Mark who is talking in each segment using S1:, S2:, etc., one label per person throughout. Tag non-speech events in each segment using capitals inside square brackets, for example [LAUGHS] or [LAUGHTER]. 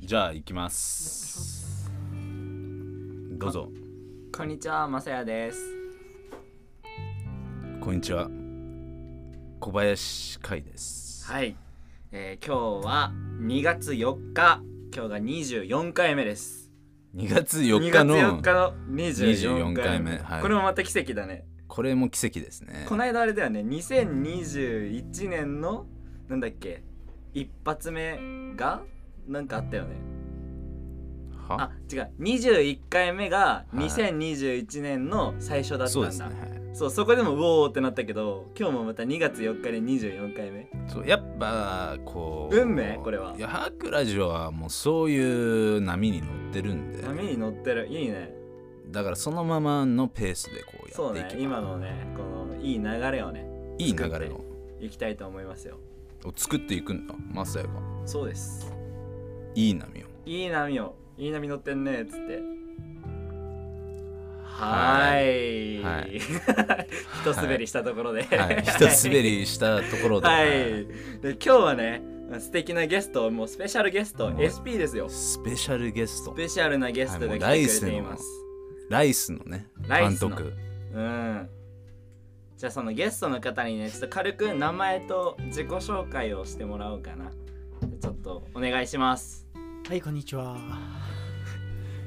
S1: じゃあ行きますどうぞ
S2: こんにちは、まさやです。
S1: こんにちは小林海です
S2: はい、えー今日は2月4日、今日が24回目です。
S1: 2月4日の
S2: 2月4日の24
S1: 24
S2: 回
S1: 回
S2: 目。
S1: 目はい
S2: これもまた奇跡だね。
S1: これも奇跡ですね
S2: この間あれだよね、2021年のなんだっけ、一発目がなんかあったよね。あ
S1: は、
S2: 違う、21回目が
S1: い
S2: 2021年の最初だったんだ。
S1: そうですね、はい
S2: そうそこでもうおーってなったけど今日もまた2月4日で24回目
S1: そうやっぱこう
S2: 運命これはい
S1: やハークラジオはもうそういう波に乗ってるんで
S2: 波に乗ってるいいね
S1: だからそのままのペースでこうやっていけば
S2: そうね今のねこのいい流れをね
S1: いい流れの
S2: いきたいと思いますよ
S1: を作っていくんだマサヤが
S2: そうです
S1: いい波を
S2: いい波をいい波乗ってんねっつってはーい
S1: はい
S2: [LAUGHS] 一滑りしたところで、 [LAUGHS]
S1: はい、一滑りしたところで、
S2: はいで今日はね素敵なゲストもうスペシャルゲスト
S1: もう
S2: SP ですよス
S1: スペシャルゲスト
S2: ペシャルなゲストが
S1: は
S2: 来
S1: いもう
S2: てくれていま
S1: ライ
S2: す
S1: スライスのね
S2: ライ
S1: 監
S2: スの
S1: 督
S2: うんじゃあそのゲストの方にねちょっと軽く名前と自己紹介をしてもらおうかなちょっとお願いします
S3: はい、こんにちは。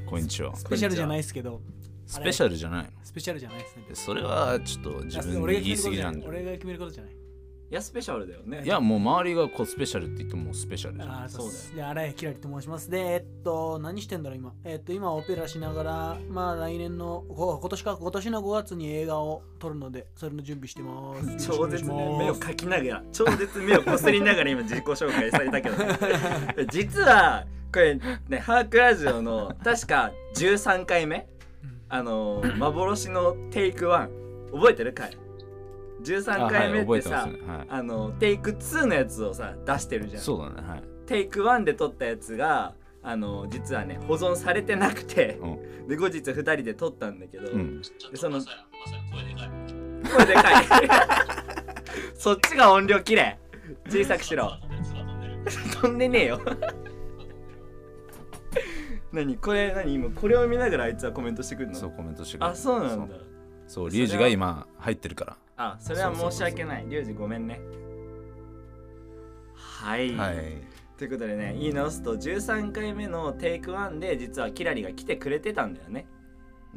S1: こんにちは
S3: スペシャルじゃないですけど、
S1: スペシャルじゃないの
S3: スペシャルじゃないですね。
S1: それはちょっと自分
S3: 俺
S1: で
S3: が
S1: 言い
S3: 決
S1: 過
S3: め
S1: ぎ
S3: ることじ
S1: な
S3: ゃ
S1: ん
S3: ない
S1: じゃない
S3: 俺が決めることじゃない。
S2: いやスペシャルだよね
S1: いやもう周りがこうスペシャルって言ってもうスペシャルじゃん
S3: ああ、そう
S2: そ
S3: で
S2: うだ
S3: す。で、荒井きらりと申します。で、えっと、何してんだろう、今。えっと、今、オペラしながら、まあ、来年の、こ今年か、今年の5月に映画を撮るので、それの準備してます。
S2: [LAUGHS] 超絶ね目を
S3: か
S2: かきながら超絶目をこすりながら今自己紹介されたけど、
S1: [LAUGHS]
S2: ね、実はこれねハークラジオの確か13回目あのー幻のテイク1覚えてるかい
S1: あ
S2: 13
S1: は
S2: 回
S1: い
S2: 目っ
S1: 覚え
S2: て
S1: て
S2: さ、
S1: ますねは
S2: あのテイク2のやつをさ出してるじゃ
S1: い
S2: ん
S1: そうだねはい
S2: テイク1で撮ったやつがあの実はね保存されてなくて、
S1: う
S2: で後日2人で撮ったんだけど、
S1: うん
S2: でその声でかい [LAUGHS] そっちが音量きれい小さくしろ飛んでねえよ [LAUGHS] 何これ何今これを見ながらあいつはコメントしてくるの
S1: そうコメントしてくれる
S2: あそうなんだ
S1: そうそうリュウジが今入ってるから
S2: あそれは申し訳ないリュウジごめんねはい、
S1: はい
S2: ということでね言い直すと13回目のテイク1で実はキラリが来てくれてたんだよね、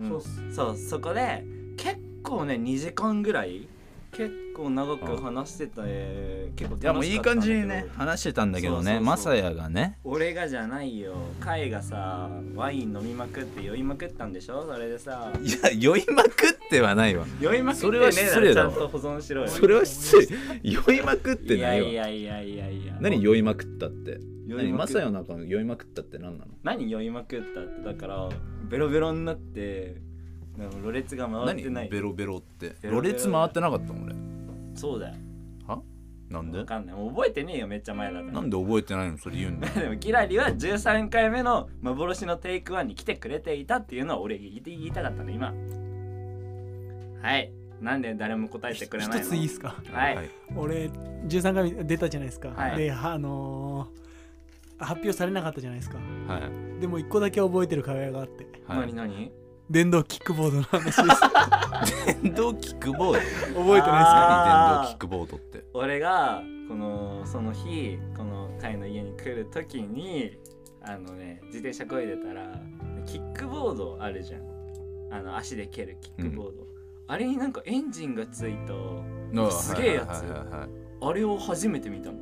S2: うん
S3: そうっす
S2: そうそこで結構ね2時間ぐらい結構長く話してたえー結構楽しかったんだけど
S1: いやもういい感じにね話してたんだけど
S2: そうそう
S1: ね
S2: そう
S1: マサヤがね
S2: 俺がじゃないよカイがさワイン飲みまくって酔いまくったんでしょそれでさ
S1: いや酔いまくってはないわ
S2: 酔いまくって
S1: それ
S2: ね
S1: は
S2: え
S1: 失
S2: なら
S1: 礼
S2: ち
S1: だ
S2: ゃ
S1: わ
S2: んと保存しろよ
S1: それは失礼酔いまくって
S2: い
S1: な
S2: や
S1: いわ
S2: いやいやいやいや
S1: 何酔いまくったって
S2: 酔い
S1: 何
S2: ま
S1: マ
S2: く
S1: サヤの中の酔いまくったって何なの
S2: 何酔いまくったってだからベロベロになってなんかろれつが回ってない
S1: ベロベロって
S2: ベロ
S1: ろ
S2: ベロ
S1: れつ回ってなかったの俺
S2: そうだよ
S1: はなんで
S2: わかんないもう覚えてねえよめっちゃ前だから [LAUGHS]
S1: なんで覚えてないのそれ言うんだ
S2: でもギラリは13回目の幻のテイク1に来てくれていたっていうのは俺言い言いたかったの今はいなんで誰も答えてくれない
S3: 一
S2: の
S3: ついいですか。
S2: はい
S3: 俺、13回目出たじゃないですか。
S2: はい
S3: で、あのー、発表されなかったじゃないですか。
S1: はい
S3: でも、一個だけ覚えてる会話があって、
S1: はい
S2: 何何
S3: 電動キックボードの話です。覚
S1: 電動キックボード
S3: えてないですか
S2: あ
S1: 何
S2: ー
S1: 電動キックボードって
S2: 俺がこのその日このタイの家に来る時にあのね自転車こいでたらキックボードあるじゃんあの足で蹴るキックボード、あれになんかエンジンがつい
S1: ああ
S2: すげえやつ
S1: はいはいはいはい
S2: たあれを初めて見たの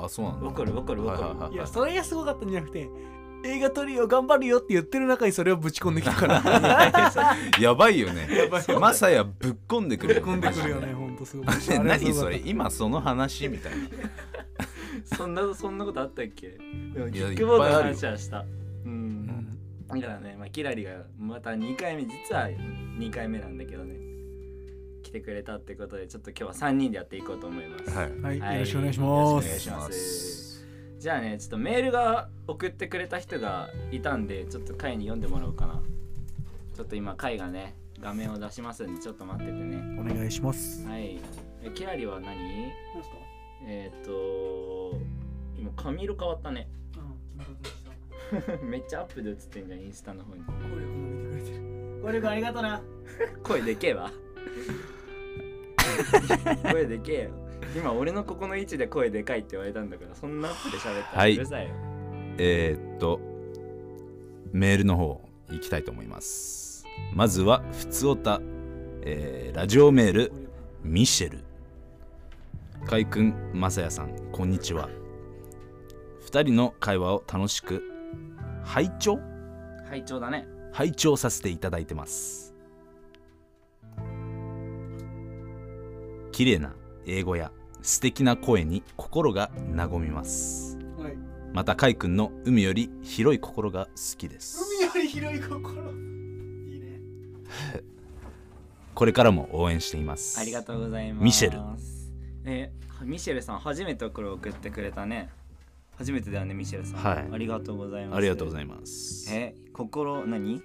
S1: ああそうなんだ
S2: わかるわかるわかる、
S1: はいはいはい
S3: いやそれがすごかったんじゃなくて映画撮るよ頑張るよって言ってる中にそれをぶち込んできたから
S1: やばいよね
S3: やばい
S1: マサヤぶっこんでく
S3: ぶ
S1: る
S3: ち
S1: よ
S3: 込んでくるよねほんとすごい
S1: マジで何それ
S3: あはすごかっ
S1: 今その話みたいな
S2: そんなそんなことあったっけでも
S1: い
S2: キ
S1: や
S2: ックボード
S1: いっぱい
S2: の
S1: あるよ
S2: 話はしたうんだからね、まあ、キラリがまた2回目実は2回目なんだけどね来てくれたってことでちょっと今日は3人でやっていこうと思います、
S1: はい
S3: たはい、
S2: はい
S3: よろしくお願いし
S2: よ
S3: ま
S2: ろ
S3: す
S2: しくお願いしますじゃあねちょっとメールが送ってくれた人がいたんでちょっと会に読んでもらおうかなちょっと今会がね画面を出しますんでちょっと待っててね
S3: お願いします
S2: はいえキラリは何えっ、と今髪色変わったね [LAUGHS]
S3: うん
S2: めっちゃアップで映ってんじゃんインスタの方に
S3: 攻力伸びてくれてる攻力ありがとな
S2: 声でけえわ [LAUGHS] 声でけえよ今俺のここの位置で声でかいって言われたんだからそんなアップで喋った
S1: は
S2: ら
S1: いう
S2: るさいよ、
S1: えーっとメールの方行きたいと思いますまずはふつおた、えーラジオメール
S3: 攻力
S1: ミシェルかいくんまさやさんこんにちは2人の会話を楽しく拝聴
S2: 拝聴だね
S1: 拝聴させていただいてます綺麗な英語や素敵な声に心が和みます
S3: はい
S1: またかいくんの海より広い心が好きです
S3: 海より広い心いいね
S1: これからも応援しています
S2: ありがとうございます
S1: ミシェル
S2: えミシェルさん初めてこれ送ってくれたね初めてだよねミシェルさん
S1: はい
S2: ありがとうございます
S1: ありがとうござ
S2: い
S1: います
S2: え心何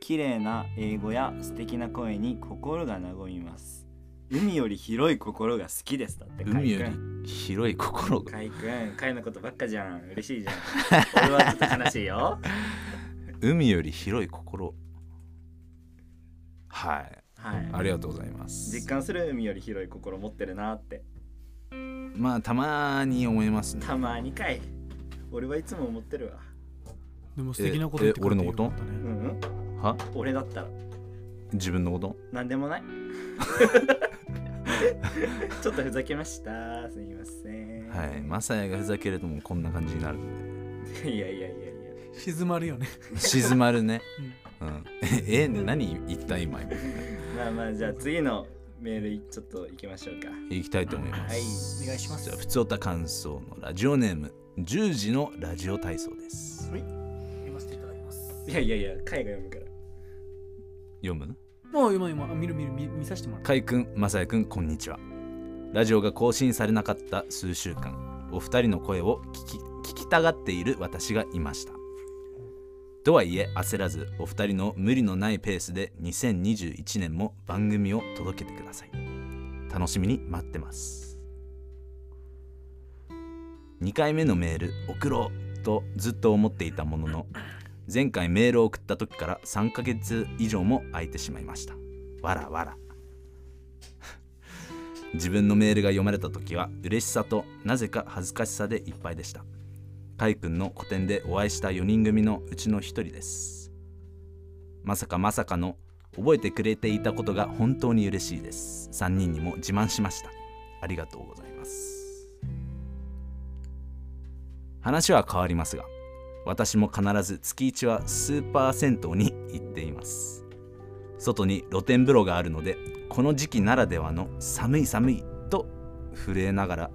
S2: 綺麗な英語や素敵な声に心が和みます海より広い心が好きですだって
S1: 海よ
S2: カイ君
S1: り広い心が
S2: カイ君カイのことばっかじゃん嬉しいじゃ
S1: [LAUGHS]
S2: ん俺はちょっと悲しいよ
S1: 海より広い心はい
S2: はい
S1: ありがとうございます
S2: 実感する海より広い心持ってるなって
S1: まあたまに思いますね
S2: たまにかい俺はいつも思ってるわ
S3: でも素敵なこと言ってくれて
S1: ええ俺のこと
S3: よかった
S2: う
S3: ね
S2: んうん
S1: は
S2: 俺だったら
S1: 自分のこと
S2: なんでもない [LAUGHS] ちょっとふざけましたすみません
S1: はいマサヤがふざけるともうこんな感じになるん
S2: いやいやいやいや
S3: 静まるよね
S1: で静まるね、うん、ええ何言った今今
S2: まあまあじゃあ次のメールちょっと行きましょうか
S1: 行きたいと思いま
S2: はい
S1: す
S3: お願いします
S1: じゃあ普通おた感想のラジオネーム10時のラジオ体操です
S3: 読ませていただきます
S2: いやいやいや海外読むから
S1: 読む
S3: もう今今見る見る見見させてもらう
S1: かいくんまさやくんこんにちはラジオが更新されなかった数週間お二人の声を聞き聞きたがっている私がいましたとはいえ焦らずお二人の無理のないペースで2021年も番組を届けてください楽しみに待ってます2回目のメール送ろうとずっと思っていたものの前回メールを送った時から3ヶ月以上も空いてしまいましたわらわら自分のメールが読まれた時は嬉しさとなぜか恥ずかしさでいっぱいでしたカイ君の個展でお会いした4人組のうちの1人ですまさかまさかの覚えてくれていたことが本当に嬉しいです3人にも自慢しましたありがとうございます話は変わりますが私も必ず月1はスーパー銭湯に行っています外に露天風呂があるのでこの時期ならではの寒い寒いと震えながら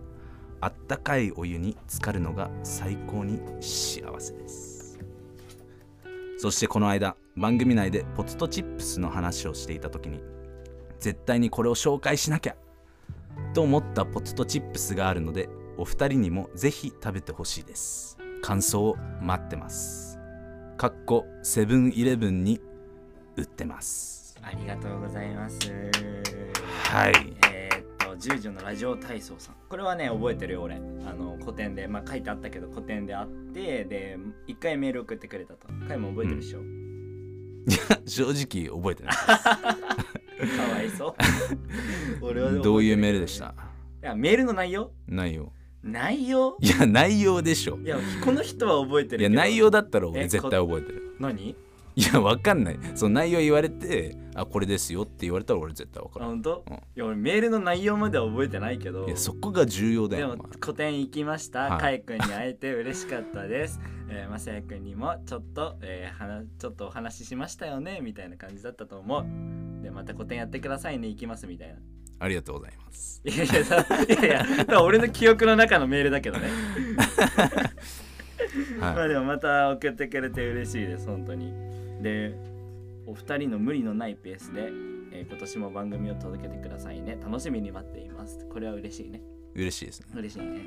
S1: あったかいお湯に浸かるのが最高に幸せですそしてこの間番組内でポテトチップスの話をしていた時に絶対にこれを紹介しなきゃと思ったポテトチップスがあるのでお二人にもぜひ食べてほしいです感想を待ってますかっこセブンイレブンに売ってます
S2: ありがとうございます
S1: はい
S2: えーっと十条のラジオ体操さんこれはね覚えてるよ俺あの古典でまあ書いてあったけど古典であってで一回メール送ってくれたと回も覚えてるでしょ、
S1: 正直覚えてない
S2: かわいそう俺はでも覚えてるけ
S1: どういうメールでした
S2: いやメールの内容
S1: 内容
S2: 内容
S1: いや内容でしょ
S2: いやこの人は覚えてる
S1: い
S2: け
S1: や
S2: ど
S1: 内容だったら俺
S2: え
S1: 絶対覚えてる
S2: 何
S1: いやわかんないその内容言われてあこれですよって言われたら俺絶対わか
S2: あ
S1: らん
S2: 本当、
S1: うん
S2: いや俺メールの内容までは覚えてないけど
S1: いやそこが重要だ
S2: で
S1: よ
S2: も
S1: お前
S2: 個展行きまし
S1: は
S2: た。
S1: い
S2: かいくんに会えて嬉しかったです。 [LAUGHS] えーまさやくんにもちょっと、えー話ちょっとお話ししましたよねみたいな感じだったと思う。でまた個展やってくださいね行きますみたいな。
S1: ありがとうござい
S2: [LAUGHS]
S1: ます
S2: いやいやさいやいやだから俺の記憶の中のメールだけどね。ま
S1: は
S2: あでもまた送ってくれて嬉しいです本当に。でお二人の無理のないペースで、えー今年も番組を届けてくださいね楽しみに待っています。これは嬉しいね。
S1: い嬉しいですね
S2: 嬉しいね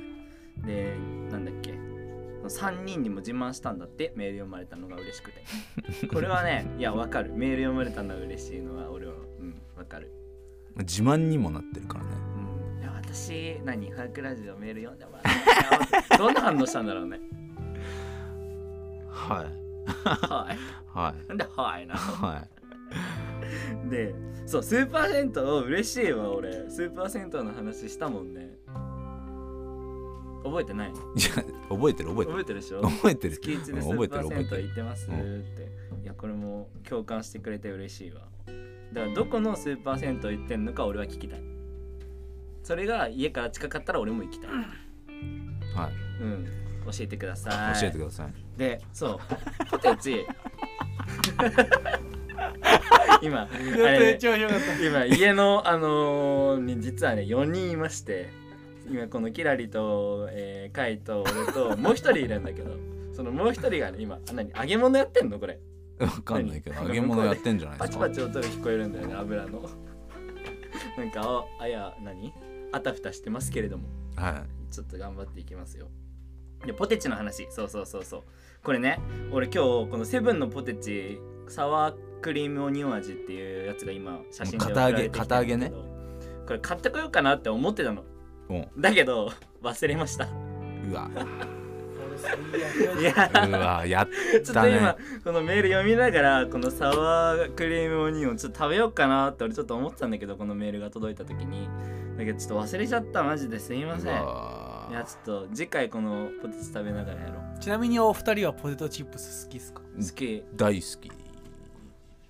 S2: でなんだっけ3人にも自慢したんだってメール読まれたのが嬉しくてこれはねいやわかるメール読まれたのが嬉しいのは俺はうんわかる、
S1: 自慢にもなってるからね
S2: うん、いや私何ハークラジオメール読んでもらったよどんな反応したんだろうね
S1: はい
S2: は
S1: はい
S2: いなんではいな
S1: は
S2: のでそうスーパー銭湯嬉しいわ俺スーパー銭湯の話したもんね覚えてない
S1: いいや覚えてる覚えて
S2: [LAUGHS]
S1: る
S2: 覚えてるでしょ
S1: 覚えてる
S2: 月一
S1: う
S2: で
S1: ん
S2: ス
S1: 覚えて
S2: ーパ
S1: る
S2: ー
S1: 覚えて
S2: 銭
S1: る
S2: 湯行ってます
S1: うん
S2: って、いやこれも共感してくれて嬉しいわだからどこのスーパー銭湯行ってんのか俺は聞きたいそれが家から近かったら俺も行きたい
S1: はい
S2: うん教えてください
S1: 教えてください
S2: でそうポ
S1: [LAUGHS]
S2: テチ今あれね、
S3: 超良かった
S2: 今家のあのーに実はね4人いまして今このキラリと、えー、カイと俺 [LAUGHS] ともう一人いるんだけどそのもう一人がね今あ何揚げ物やってんのこれ
S1: わかんないけど揚げ物やってんじゃないで
S2: パ
S1: す
S2: チ
S1: か
S2: パチ音が聞こえるんだよね油のなんかああいや何あたふたしてますけれども
S1: は
S2: ちょっと頑張っていきますよでポテチの話そうそうそうそうこれね俺今日このセブンのポテチサワークリームオニオン味っていうやつが今写真で送られてきたんだけ
S1: 片揚
S2: ど
S1: げ片
S2: これ買ってこようかなって思ってたの
S1: いも
S2: だけど忘れま
S1: [LAUGHS]
S2: した
S1: う
S2: [LAUGHS]
S1: うわ
S2: い
S3: い
S2: や
S3: や
S1: うわやっ
S2: ちょっ
S1: だ
S2: と
S1: ね
S2: 今このメール読みながらこのサワークリームオニオンちょっと食べようかなって俺ちょっと思ってたんだけどこのメールが届いた時にだけどちょっと忘れちゃったマジですいません
S1: うわ
S2: いやちょっと次回このポテチ食べながらやろう
S3: ちなみにお二人はポテトチップス好きですか
S2: 好き
S1: 大好き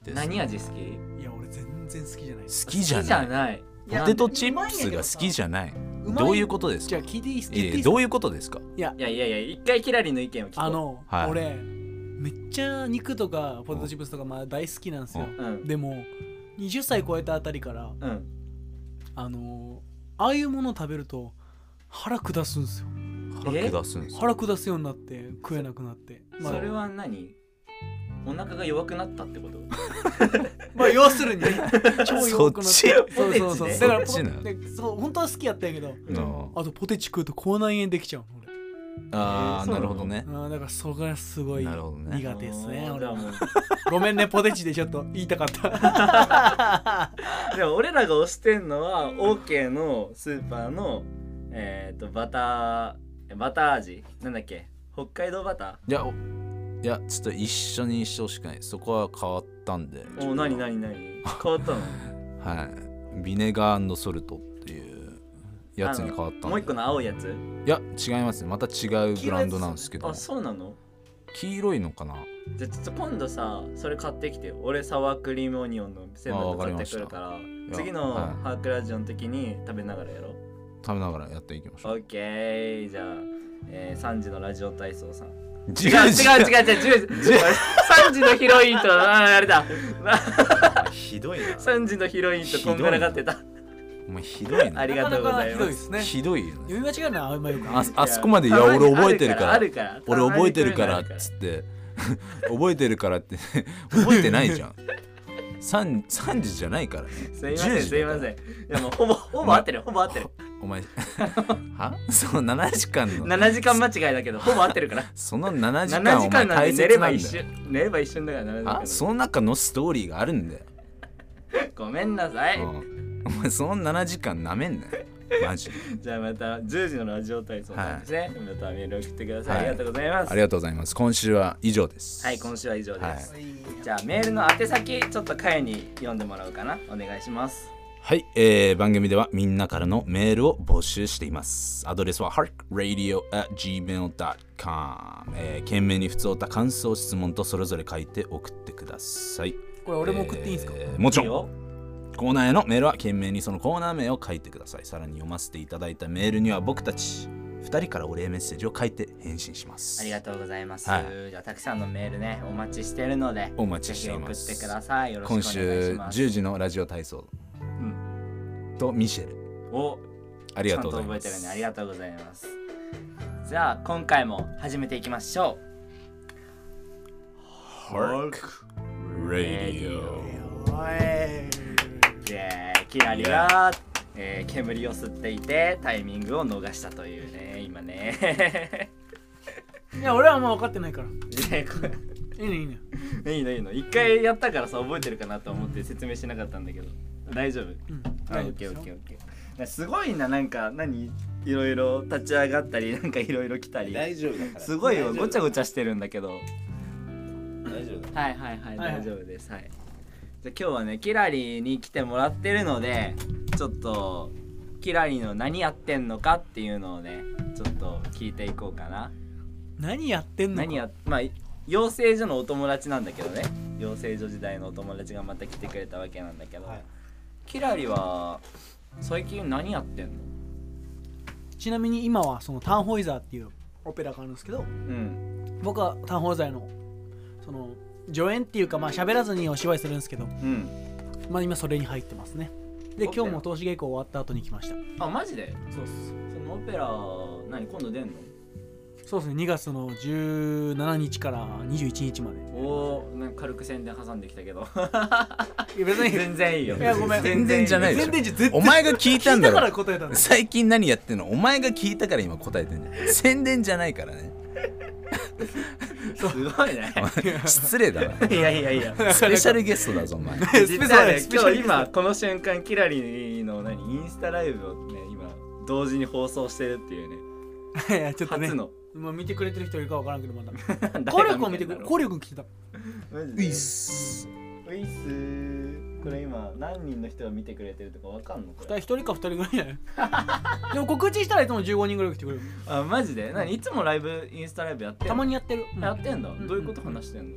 S1: です
S2: 何
S1: 好
S2: 味好き
S3: いや俺全然好きじゃないです
S1: きじゃ
S2: 好きじゃ
S1: ない
S2: ない
S1: ポテトチップスが好きじゃない
S3: まい
S1: どういうことです
S3: じ
S1: か
S3: ゃあ聞いていいですか
S1: えどういうことですか
S2: いやいやいや一回キラリの意見を聞こう
S3: あの、
S1: はい
S3: 俺めっちゃ肉とかポテトチップスとかまあ大好きなんですよ
S2: うん
S3: でも20歳超えたあたりから
S2: うん
S3: あのーああいうものを食べると腹下すんですよ
S1: 腹下すんですよ
S3: 腹下すようになって食えなくなってまあ
S2: それは何お腹が弱くなったってこと
S3: まあ要するに
S1: [LAUGHS]
S3: ね超弱くなって
S1: そっち
S3: [LAUGHS] そうそう
S2: ポ
S3: そう
S2: テチね
S3: だから
S1: そっちなの
S3: ポでそう本当は好きやったんやけど
S1: うん
S3: あとポテチ食うと口内炎できちゃうの俺
S1: あ
S2: えー
S1: あ
S2: そう
S1: な
S2: なの
S1: るほどね
S3: あーだからそれがすごい
S1: なるほどね
S3: 苦手ですね
S2: あー
S3: 俺は
S2: じゃあもう
S3: ごめんねポテチでちょっと言いたかった
S2: [LAUGHS] でも俺らが推してんのは OK のスーパーのえっ、とバターバター味なんだっけ北海道バタ
S1: いやおいやちょっと一緒にしてほしくないそこは変わったんで
S2: ーおなになになに変わ
S3: [LAUGHS]
S2: ったの
S1: はいビネガーソルトっていうやつに変わったん
S2: もう一
S1: で
S2: 個の青いやつ
S1: いや違いますねまた違うブランドなんですけど
S2: あそうなの
S1: 黄色いのかな
S2: じゃあちょっと今度さそれ買ってきてよ俺サワークリームオニオンのセブンの買ってくるから
S1: した
S2: 次
S1: いやは
S2: の
S1: い
S2: ハークラジオの時に食べながらやろう
S1: 食べながらやっていきましょ
S2: オ
S1: う
S2: ッケーじゃあ、えー、3時のラジオ体操
S1: [LAUGHS]
S2: さん
S1: 違
S2: 違う違う違う違う違う
S1: 違う
S2: 3時のヒロインとあーあれだ
S1: ひどいな
S2: 3時のヒロインとこんがらがってた
S1: お前ひどい
S2: あ
S1: な
S2: りがとうござい
S3: なかなかひ
S2: ま
S3: どいですすね
S1: ひどいよね
S3: 読み間違えるのはあんまよくない
S1: ああそこまでいや俺覚えてるから
S2: あるから
S1: 俺覚えてるから
S2: た
S1: っ
S2: まに来
S1: つって [LAUGHS] 覚えてるからって [LAUGHS] 覚えてないじゃん 3, 3時じゃないからね
S2: すいません
S1: 10
S2: す
S1: 時
S2: い
S1: だ
S2: ま
S1: か
S2: せ
S1: ら
S2: んいやもうほぼほぼ合
S1: [LAUGHS]
S2: ってるほぼ合ってる
S1: お
S2: [LAUGHS]
S1: 前はその7時間の
S2: 7時間間違いだけどほぼ合ってるから
S1: その7
S2: 7
S1: 時間
S2: 時
S1: お前
S2: 間なん
S1: 大
S2: で寝
S1: 切
S2: れ
S1: な
S2: ば
S1: ん
S2: 一
S1: だよ
S2: 瞬寝れば一瞬だから7時間
S1: あその中のストーリーがあるんだよ、
S2: ごめんなさい、
S1: うんお前その7時間なめんなよマジで
S2: じゃあまた10時のラジオ体操なんですね、またメール送ってください、
S1: はい
S2: ありがとうございます
S1: ありがとうございます今週は以上です
S2: はい今週は以上です、
S1: は
S2: じゃあメールの宛先ちょっと会に読んでもらうかなお願いします
S1: はい、えー番組ではみんなからのメールを募集しています。アドレスは harkradio.gmail.com、えー。懸命に普通た感想、質問とそれぞれ書いて送ってください。
S3: これ俺も送っていいんですか、
S1: えーもち
S2: いい
S1: ろん、
S2: よ
S1: コーナーへのメールは懸命にそのコーナー名を書いてください。さらに読ませていただいたメールには僕たち2人からお礼メッセージを書いて返信します。
S2: ありがとうございます、
S1: はい
S2: じゃあたくさんのメールねお待ちしてるので
S1: お待ちしていま
S2: ぜ
S1: す
S2: ひ送ってくださいよろしくお
S1: 今
S2: 願いし
S1: 週
S2: ます
S1: 10時のラジオ体操
S2: うん
S1: とミシェル、
S2: お
S1: あり
S2: ちゃ
S1: が
S2: ん
S1: と
S2: と
S1: うございま
S2: 覚えてる
S1: す。
S2: ねありがとうございますじゃあ今回も始めていきましょう
S1: Hark Radio。
S2: でキラリは、えー煙を吸っていてタイミングを逃したというね今
S3: [LAUGHS]
S2: ね
S3: いや俺はあんま分かってないから
S2: ねこれ
S3: いいねい
S2: いい
S3: いね
S2: のいいの一回やったからさ覚えてるかなと思って説明しなかったんだけど大丈夫
S3: うん
S2: あ
S3: 大
S2: オ
S3: 丈夫
S2: ッケー
S3: です
S2: オッケーオ
S3: よ
S2: ッケーなすごいななんか何いろいろ立ち上がったりなんかいろいろ来たり
S1: 丈夫だか
S2: すごいよごちゃごちゃしてるんだけど
S1: 大丈夫だ
S2: はいはいはい
S3: はい
S2: 大丈夫ですはいじゃあ今日はねキラリに来てもらってるのでちょっとキラリの何やってんのかっていうのをねちょっと聞いていこうかな
S3: 何やってんのか
S2: 何やまあ養成所のお友達なんだけどね養成所時代のお友達がまた来てくれたわけなんだけど、
S3: はい
S2: キラリは最近何やってんの
S3: ちなみに今はそのタンホイザーっていうオペラがあるんですけど
S2: うん
S3: 僕はタンホイザーのその助演っていうかまあ喋らずにお芝居するんですけど
S2: うん
S3: まあ今それに入ってますねで
S2: オペラ
S3: 今日も投資稽古終わった後に来ました
S2: あマジで
S3: そうっす
S2: そのオペラ何今度出んの
S3: そうですね2月の17日から21日まで
S2: おーなんか軽く宣伝挟んできたけど
S3: いや別に
S2: 全然いいよ
S3: いやごめん
S1: 全然じゃないでしょ
S3: 全然じゃ絶対
S1: お前が聞いたんだ
S3: 聞いたから
S1: ろ
S3: 答えたん
S1: [LAUGHS]
S3: だ
S1: 最近何やってんのお前が聞いたから今答えてんじゃん宣伝じゃないからね [LAUGHS]
S2: すごいね
S1: 失礼だ
S2: いやいやいや
S1: なスペシャルゲストだぞお前
S2: 実はね
S3: スペシャ
S2: 今
S3: ル
S2: 日今この瞬間キラリの何インスタライブをね今同時に放送してるっていうね
S3: いやちょっとね
S2: 初の
S3: まあ見てくれてる人いるかわからんけどまだ
S2: 誰が
S3: コリョ君を見てく
S2: [LAUGHS]
S3: れ
S2: んだろう
S3: コリョ君来てた
S2: マジ
S1: う
S2: で
S1: いっす
S2: ういっすーこれ今何人の人が見てくれてるとかわかんのこ
S3: 二
S2: れ
S3: 人一人か二人ぐらいじゃないでも告知したらいつも15人ぐらい来てくれる
S2: あマジで何いつもライブインスタライブやってんの
S3: たまにやってる、うん
S2: やってんだ、
S3: ん
S2: どういうこと話してん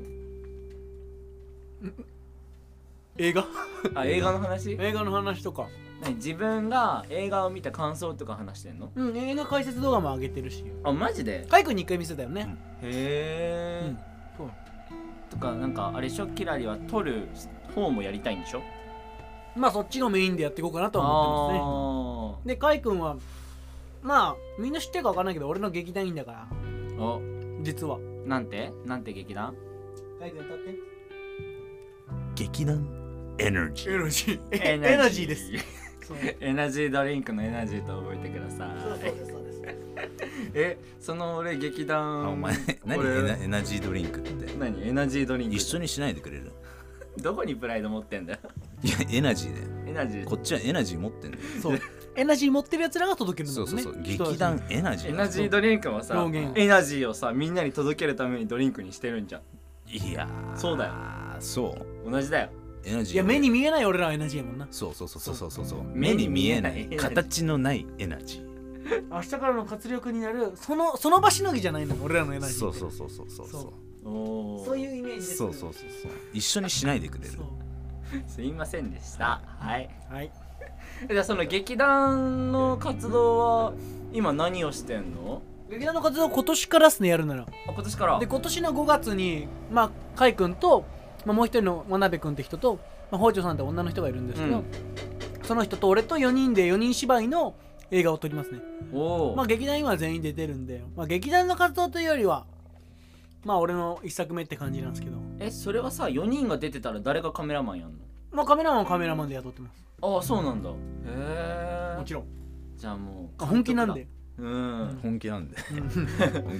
S3: 映画
S2: のあ映画の話
S3: 映画の話とか
S2: 何自分が映画を見た感想とか話してんの
S3: うん映画解説動画も上げてるし
S2: あマジで
S3: カイ君に一回見せたよね、
S2: へえ、
S3: うんそう
S2: とかなんかあれでしょキラリは撮る方もやりたいんでしょ
S3: まあそっちがメインでやっていこうかなとは思ってますね
S2: あ
S3: でカイ君はまあみんな知ってるか分からないけど俺の劇団員だから
S2: ーお
S3: 実は
S2: なんてなんて劇団
S3: カイ君歌って
S1: 劇団エナジー
S3: エナジーエ
S2: エ
S3: ナジーですそう
S2: [LAUGHS] エナジードリンクのエナジーと覚えてくださ
S3: [LAUGHS] そう
S2: い
S3: ですそうです
S2: えその俺劇団
S1: あお前何
S2: 俺
S1: エナエナジードリンクって
S2: 何エナジードリンク
S1: 一緒にしないでくれる
S2: どこにプライド持ってんだよ
S1: いやエナジーだよ
S2: エナジー
S1: こっちはエナジー持ってんだよ
S3: そうエナジー持ってるやつらが届けるんだ
S1: そ
S3: も
S1: うんそう
S3: ね
S1: そう劇団エナジー
S2: エナジードリンクもさ
S3: 表現
S2: エナジーをさみんなに届けるためにドリンクにしてるんじゃん
S1: いやー
S2: そうだよ
S1: そう
S2: 同じだよ
S1: エナジー
S3: いや目に見えない俺らはエナジーやもんな
S1: そうそうそうそうそうそう
S2: 目
S1: 目
S2: に
S1: に
S2: 見
S1: 見
S2: え
S1: え
S2: な
S1: ないい形のないエナジ
S3: 明日からの活力になるそのその場しのぎじゃないの俺らのエ
S1: ー
S3: ナジー
S1: そうそううそうそうそう
S3: そ
S2: おお
S3: いうイメージです
S1: そうそうそうそう一緒にしないでくれる
S3: そう
S2: すいませんでしたはい
S3: はい
S2: じゃあその劇団の活動は今何をしてんの
S3: 劇団の活動を今年からっすねやるなら
S2: あ今年から
S3: で今年の5月にまあ海君と、まあ、もう一人の真鍋君って人と、まあ、北条さんって女の人がいるんですけど、
S2: うん
S3: その人と俺と4人で4人芝居の映画を撮りますね
S2: おお、
S3: まあ劇団今は全員出てるんで、まあ、劇団の活動というよりはまあ俺の一作目って感じなんですけど
S2: えそれはさ4人が出てたら誰がカメラマンやんの
S3: まあカメラマンはカメラマンで雇ってます
S2: ああそうなんだへえ
S3: もちろん
S2: じゃあもう
S3: あ本気なんで
S2: 監督だうん
S1: 本気なんで [LAUGHS] 本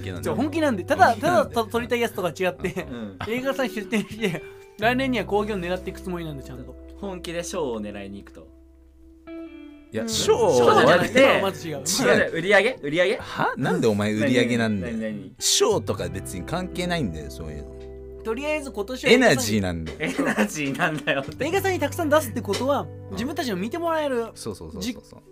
S1: [LAUGHS] 気なん
S3: じ
S1: で
S3: ゃあ本気なんでただ
S1: 本気
S3: た
S1: な
S3: だ
S1: んで
S3: た撮りたいやつとか違って
S2: うん
S3: 映画祭出展して来年には興行を狙っていくつもりなんでちゃんと
S2: 本気で賞を狙いに行くと
S1: いや
S3: 賞
S1: 賞
S2: 賞じゃなく
S1: は
S2: て
S3: はまず違う
S1: 違
S2: それ売り上げ売り上げ
S1: はなんでお前売り上げなんだ
S2: 何
S1: よ
S2: 何何
S1: 賞とか別に関係ないんだよそういうの
S3: とりあえず今年は
S1: エナジ
S3: ー
S1: ーなんだよ
S2: エナジーなんだよって
S3: 映画祭にたくさん出すってことは自分たちを見てもらえる
S1: そうそうそうそうそう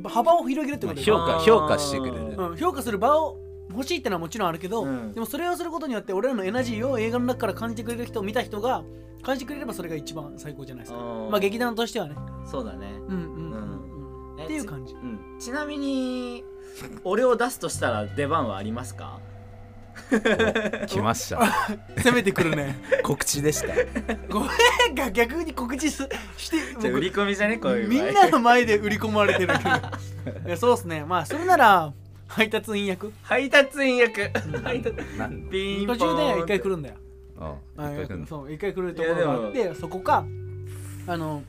S3: の幅を広げるって
S1: ま
S3: こ
S1: あ
S3: と
S1: 評
S3: よ
S1: 価
S2: あー
S1: 評価してくれる
S3: うん、評価する場を欲しいってのはもちろんあるけど、
S2: うん
S3: でもそれをすることによって俺らのエナジーを映画の中から感じてくれる人見た人が感じてくれればそれが一番最高じゃないですかまあ劇団としてはね
S2: そうだね
S3: うんうんうん、うん、っていう感じ
S2: うんちなみに俺を出すとしたら出番はありますか
S1: お来ま [LAUGHS] した
S3: 攻めてく
S2: [LAUGHS]
S3: るね
S1: 告知でした
S3: ごめんが逆に告知すして
S2: じゃあ売り込みじゃねこういう
S3: み
S2: 場合
S3: んなの前で売り込まれて
S2: [LAUGHS]
S3: るいやそうっすねまあそれなら配達員役
S2: 配達員役配達
S1: 何
S2: ピンポ
S3: 途
S2: ン
S3: 中で一回来るんだよ
S1: あ
S3: あ
S1: 一回来んの
S3: そう一回来るところがあっ
S2: いや
S3: てそこかあの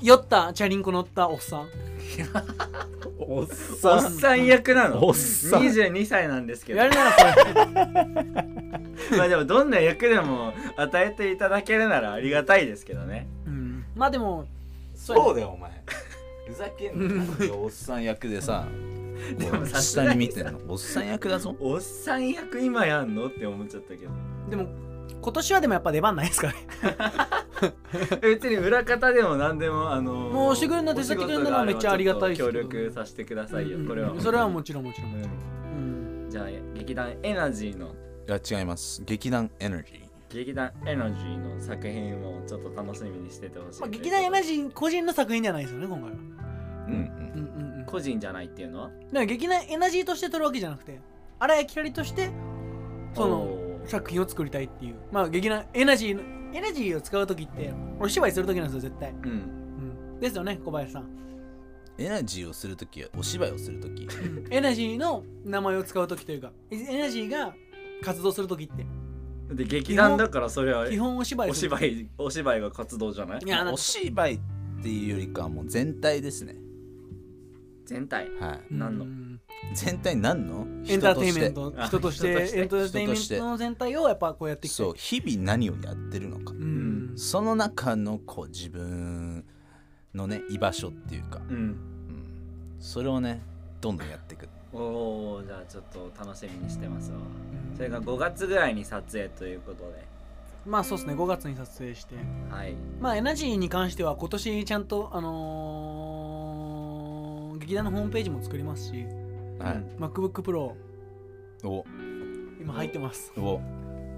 S3: 酔ったチャリンコ乗ったおっさん
S1: おっ
S2: お
S1: さん
S2: っさん役なの
S1: おっさん
S2: 22歳なんですけど
S3: やるならそれ
S2: まあでもどんな役でも与えていただけるならありがたいですけどね
S3: うんまあでも
S1: [LAUGHS] そうだよお前ふざけんなおっさん役でさ
S2: でもさす
S1: 下
S2: が
S1: に
S2: に
S1: 見てんのおっさん役だぞ
S2: おっさん役今やんのって思っちゃったけど
S3: でも今年はでもやっぱ出番ないですからね
S2: [LAUGHS] 別に裏方でも何でもあの
S3: もうしてくれるの手伝ってくれるならめっちゃありがたいですけ
S2: 協
S3: ど
S2: 力させてくださいよ、
S3: うん
S2: これは
S3: それはもちろんもちろん、
S2: う
S3: うん、
S2: んじゃあ劇団エナジーの
S1: いや違います劇団エナジ
S2: 劇団エナジーの作品をちょっと楽しみにしててほしい、
S3: まあ、劇団エナジー個人の作品じゃないですよね今回は
S1: ー
S2: う
S1: うんうん
S2: ん
S3: うんうんうん
S2: 個人じゃないっていうのは
S3: だから劇団エナジーとして撮るわけじゃなくてあらやきらりとしてその
S2: おー
S3: 作品を作りたいっていうまあ劇団エナジーのエナジーを使う時ってお芝居する時なんですよ絶対、
S2: うん
S3: うん、ですよね小林さん
S1: エナジーをするときはお芝居をするとき
S3: エナジーの名前を使う時というかエエナジーが活動する時って
S2: で劇団だからそれは
S3: 基本お芝居
S2: お
S3: する
S2: 芝居お芝居が活動じゃない
S3: いやなん
S1: お
S3: か
S1: 芝居っていうよりかはもう全体ですね
S2: 全体
S1: はい
S2: 何の
S3: うん
S1: 全体何の
S3: エンターテインメン
S1: 人
S3: ト
S2: あ
S3: 人とし
S2: 人
S3: て
S2: として
S3: エンターテインメントの全体をやっぱこうやって
S1: と
S3: い
S1: し
S3: き
S1: て
S3: たい
S1: そう日々何をやってるのか
S3: うん
S1: その中のこう自分のね居場所っていうか、
S2: うん
S1: うん、それをねどんどんやっていく
S2: おおじゃあちょっと楽しみにしてますわそれが5月ぐらいに撮影ということで
S3: まあそうですね5月に撮影して
S2: はい
S3: まあエナジーに関しては今年ちゃんとあのー劇団のホームページも作りますし
S1: は
S2: う
S1: い
S2: ん
S3: MacBookPro
S1: お
S3: 今入ってます
S1: お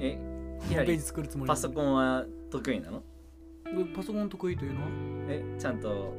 S2: え
S3: ホ
S2: ひ
S3: ー
S2: ら
S3: ムペー
S2: り
S3: ジ作るつもり
S2: パソコンは得意なの
S3: ンパソコン得意というのは
S2: えちゃんと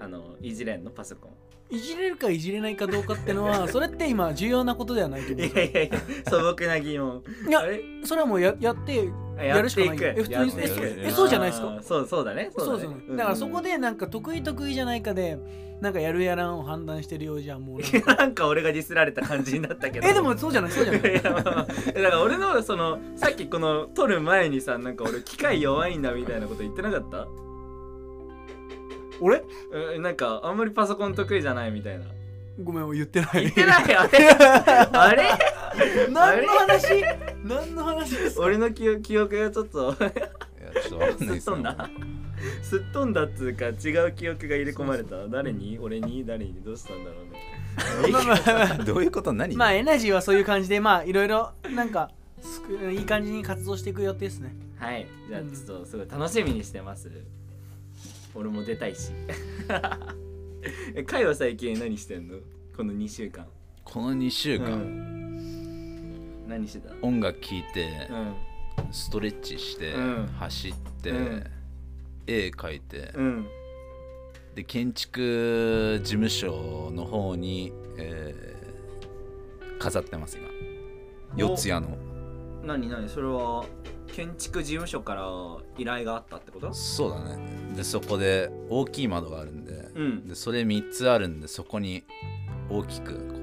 S2: あのいじれんのパソコン
S3: いじれるかいじれないかどうかっての
S2: [LAUGHS]
S3: はそれって今重要なことではないと
S2: い
S3: 思
S2: やいやいや [LAUGHS] 素朴な疑問
S3: うい
S2: あ
S3: や
S2: れ
S3: それはもうややってやるしかない
S2: やっていく
S3: え普通に
S2: やっていく
S1: えそえ
S3: そうじゃないですか
S2: あーそうそうだね
S3: そう
S2: だ
S3: そ
S2: ね
S3: うだからそこでなんか得意得意じゃないかでなんかやるやらんを判断してるようじゃもうなんか
S2: なんか俺がディスられた感じになったけど
S3: えでもそうじゃないそうじゃない
S2: [LAUGHS] いやまあまあだから俺のそのさっきこの撮る前にさなんか俺機械弱いんだみたいなこと言ってなかった
S3: 俺
S2: えなんかあんまりパソコン得意じゃないみたいな
S3: ごめん言ってない
S2: 言ってないあれあれ
S3: 何の話何の話です
S2: 俺の記憶記憶がちょっとす
S1: いやちょっとわかんないで
S2: っ
S1: す
S2: と
S1: ね
S2: んだすっとんだっつうか違う記憶が入れ込まれた誰に俺に誰にどうしたんだろうね
S1: どういうこと何、
S3: まあエナジーはそういう感じでまあいろいろなんかすくいい感じに活動していく予定ですね
S2: はいじゃあちょっとすごい楽しみにしてます俺も出たいし [LAUGHS] えカイは最近何してんのこの2週間
S1: この2週間、
S2: うん何してた
S1: 音楽聴いて、
S2: うん
S1: ストレッチして、
S2: うん
S1: 走って、
S2: うん
S1: 絵描いて、
S2: うん
S1: で建築事務所の方に、えー飾ってます今四ツ谷の
S2: 何何それは建築事務所から依頼があったってこと
S1: そうだねでそこで大きい窓があるんで、
S2: うん
S1: でそれ3つあるんでそこに大きくこ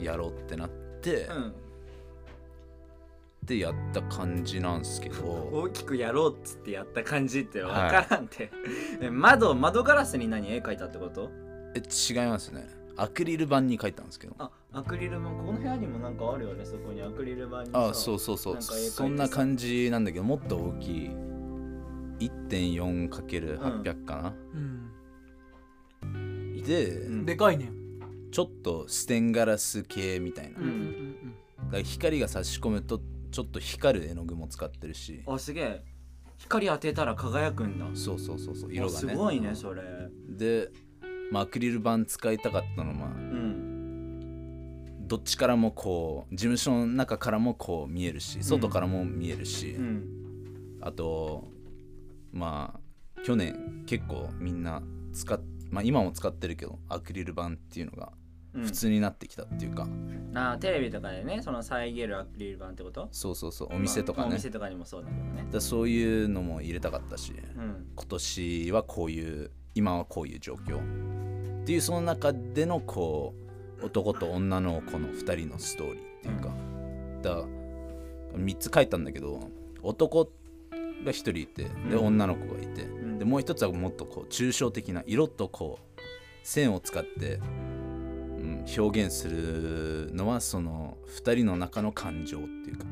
S1: うやろうってなって、
S2: うん
S1: でやった感じなんですけど
S2: 大きくやろうっつってやった感じってわからんて、え窓窓ガラスに何絵描いたってこと
S1: え違いますねアクリル板に書いたんですけど
S2: あアクリル板この部屋にもなんかあるよねそこにアクリル板にさ
S1: あそうそうそ
S2: な
S1: うん
S2: か絵描いてさ
S1: そんな感じなんだけどもっと大きい 1.4×800 かな、
S3: うん
S1: で、
S2: うん
S3: でかいね
S1: ちょっとステンガラス系みたいな、
S3: うん
S1: だ
S3: うん
S1: から光が差し込むとちょっと光る絵の具も使ってるし
S2: あすげえ光当てたら輝くんだ
S1: そうそうそうそう色
S2: あ
S1: がね
S2: すごいねそれ
S1: で、まあ、アクリル板使いたかったのは、まあ、
S2: うん
S1: どっちからもこう事務所の中からもこう見えるし外からも見えるし、
S2: うん
S1: あとまあ去年結構みんな使っまあ今も使ってるけどアクリル板っていうのが
S2: うん
S1: 普通になってきたっていうか、
S2: あテレビとかでねその遮るアクリル板ってこと
S1: そうそうそうお店とかね、
S2: まあお店とかにもそうだけどね
S1: だそういうのも入れたかったし
S2: うん
S1: 今年はこういう今はこういう状況っていうその中でのこう男と女の子の2人のストーリーっていうか、だ3つ書いたんだけど男が1人いてで
S2: うん
S1: 女の子がいて、
S2: ん
S1: でもう一つはもっとこう抽象的な色とこう線を使って、うん、表現するのはその2人の中の感情っていうか、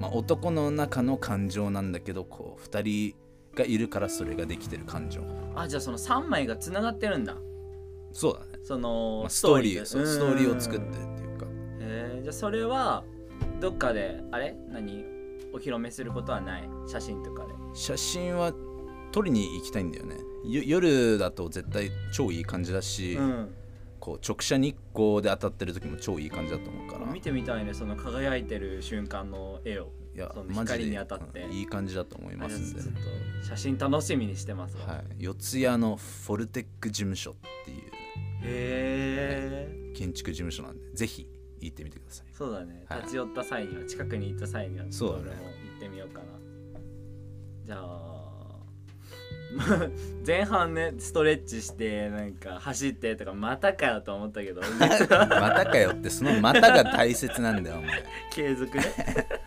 S1: まあ、男の中の感情なんだけどこう2人がいるからそれができてる感情
S2: あじゃあその3枚がつながってるんだ
S1: そうだね、
S2: その、
S1: まあ、ストーリーそうストーリーを作っ
S2: うん
S1: てっていうか
S2: へえじゃあそれはどっかであれ何お披露目することはない写真とかで
S1: 写真は撮りに行きたいんだよねよ夜だと絶対超いい感じだし、
S2: うん
S1: こう直射日光で当たってる時も超いい感じだと思うから
S2: 見てみたいねその輝いてる瞬間の絵を
S1: いや
S2: その
S1: マジで
S2: 光に当たって
S1: うんいい感じだと思いますん
S2: あ
S1: で
S2: じゃあちょっと写真楽しみにしてます
S1: は
S2: わ、
S1: い、四谷のフォルテック事務所っていう
S2: へえ
S1: 建築事務所なんでぜひ行ってみてください
S2: そうだね、
S1: はい
S2: 立ち寄った際には近くに行った際にはちょっと
S1: そうだ
S2: 俺
S1: ね
S2: も行ってみようかなじゃあ前半ねストレッチしてなんか走ってとかまたかよと思っ
S1: [LAUGHS]
S2: たけど実は
S1: またかよってその「また」が大切なんだよお前
S2: 継続ね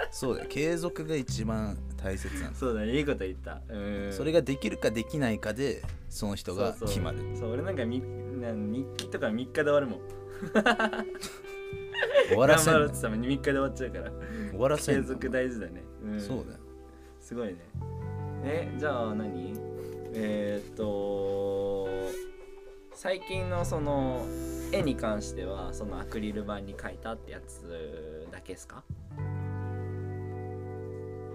S1: そうだよ継続が一番大切なんだ
S2: そうだねいいこと言ったうん
S1: それができるかできないかでその人が
S2: そうそう
S1: 決まる
S2: そう俺なんかみなん日記とか3日で終わるもん
S1: 終わら
S2: 頑
S1: せ
S2: 張ろ
S1: ん
S2: うっ
S1: の
S2: てたのに3日で終わっちゃうから
S1: 終わらせ
S2: 継
S1: んの
S2: 続大事だね、うん、
S1: そうだよ
S2: すごいねえじゃあ何えー、っと最近のその絵に関してはそのアクリル板に描いたってやつだけですか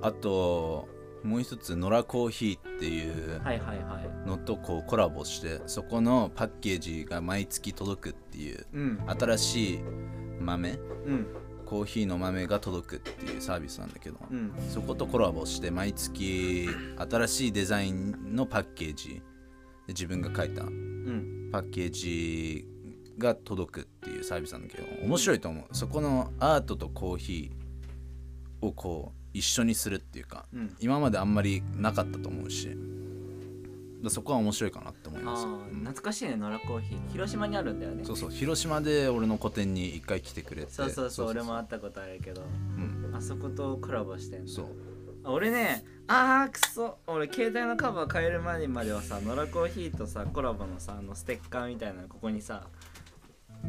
S1: あともう一つ野良コーヒーっていう
S2: はいはいはい
S1: のとこうコラボしてそこのパッケージが毎月届くっていう
S2: うん
S1: 新しい豆
S2: うん
S1: コーヒーの豆が届くっていうサービスなんだけど、
S2: うん
S1: そことコラボして毎月新しいデザインのパッケージで自分が書いた
S2: うん
S1: パッケージが届くっていうサービスなんだけど面白いと思うそこのアートとコーヒーをこう一緒にするっていうか
S2: うん
S1: 今まであんまりなかったと思うしだそこは面白いかなって思い
S2: あ
S1: ます、
S2: ー懐かしいね野良コーヒー広島にあるんだよね
S1: そ
S2: そう
S1: うそう広島で俺の個展に一回来てくれて
S2: そうそう俺も会ったことあるけど
S1: うん
S2: あそことコラボしてんの
S1: そう
S2: あ俺ねあーくそ俺携帯のカバー変える前まではさ野良コーヒーとさコラボのさあのステッカーみたいなのここにさ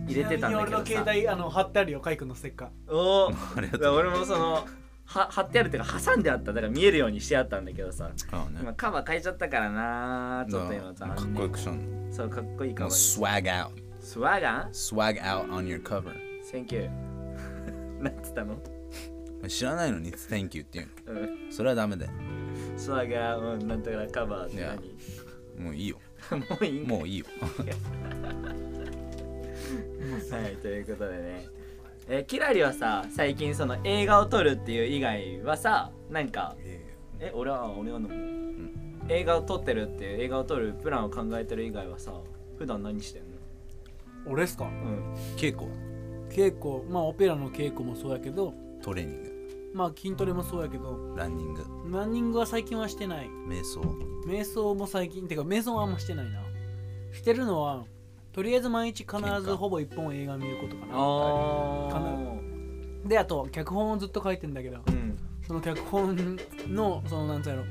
S2: 入れてたんだけ
S3: ちなみに俺
S2: ど
S3: の携
S2: さ
S3: 帯あの貼ってあるよカイ君のステッカー
S2: おお
S1: [LAUGHS] ありがとう
S2: 俺もそのは貼ってあるっていうか挟んであっただから見えるようにしてあったんだけどさ
S1: ああね
S2: 今カバー変えちゃったからなーちょっと今
S1: か
S2: 残
S1: っ
S2: 念
S1: こよくしたの
S2: そうかっこいいカ
S1: も
S2: バ
S1: う
S2: ー
S1: swag out
S2: スワガン
S1: swag out on your cover
S2: Thank you [LAUGHS] なんつったの、
S1: 知らないのに thank you っていう
S2: うん、
S1: のそれはダメだよ
S2: スワガンうんなんとかカバーって何
S1: もういいよ
S2: [LAUGHS] もういいんか
S1: もういいよ
S2: はい、ということでね。えーキラリはさ、最近その映画を撮るっていう以外はさ、なんか、え、俺は、俺はの、映画を撮ってるっていう映画を撮るプランを考えてる以外はさ、普段何してん
S3: 俺っすか
S2: のうん。
S1: 稽古
S3: 稽古まあオペラの稽古もそうやけど
S1: トレーニング
S3: まあ筋トレもそうやけど
S1: ランニング
S3: ランニングは最近はしてない
S1: 瞑想
S3: 瞑想も最近てか瞑想はあんましてないなしてるのはとりあえず毎日必ずほぼ1本映画見ることかな
S2: あ
S3: かであと脚本をずっと書いてんだけど
S2: うん。
S3: その脚本のそのなんつうやろ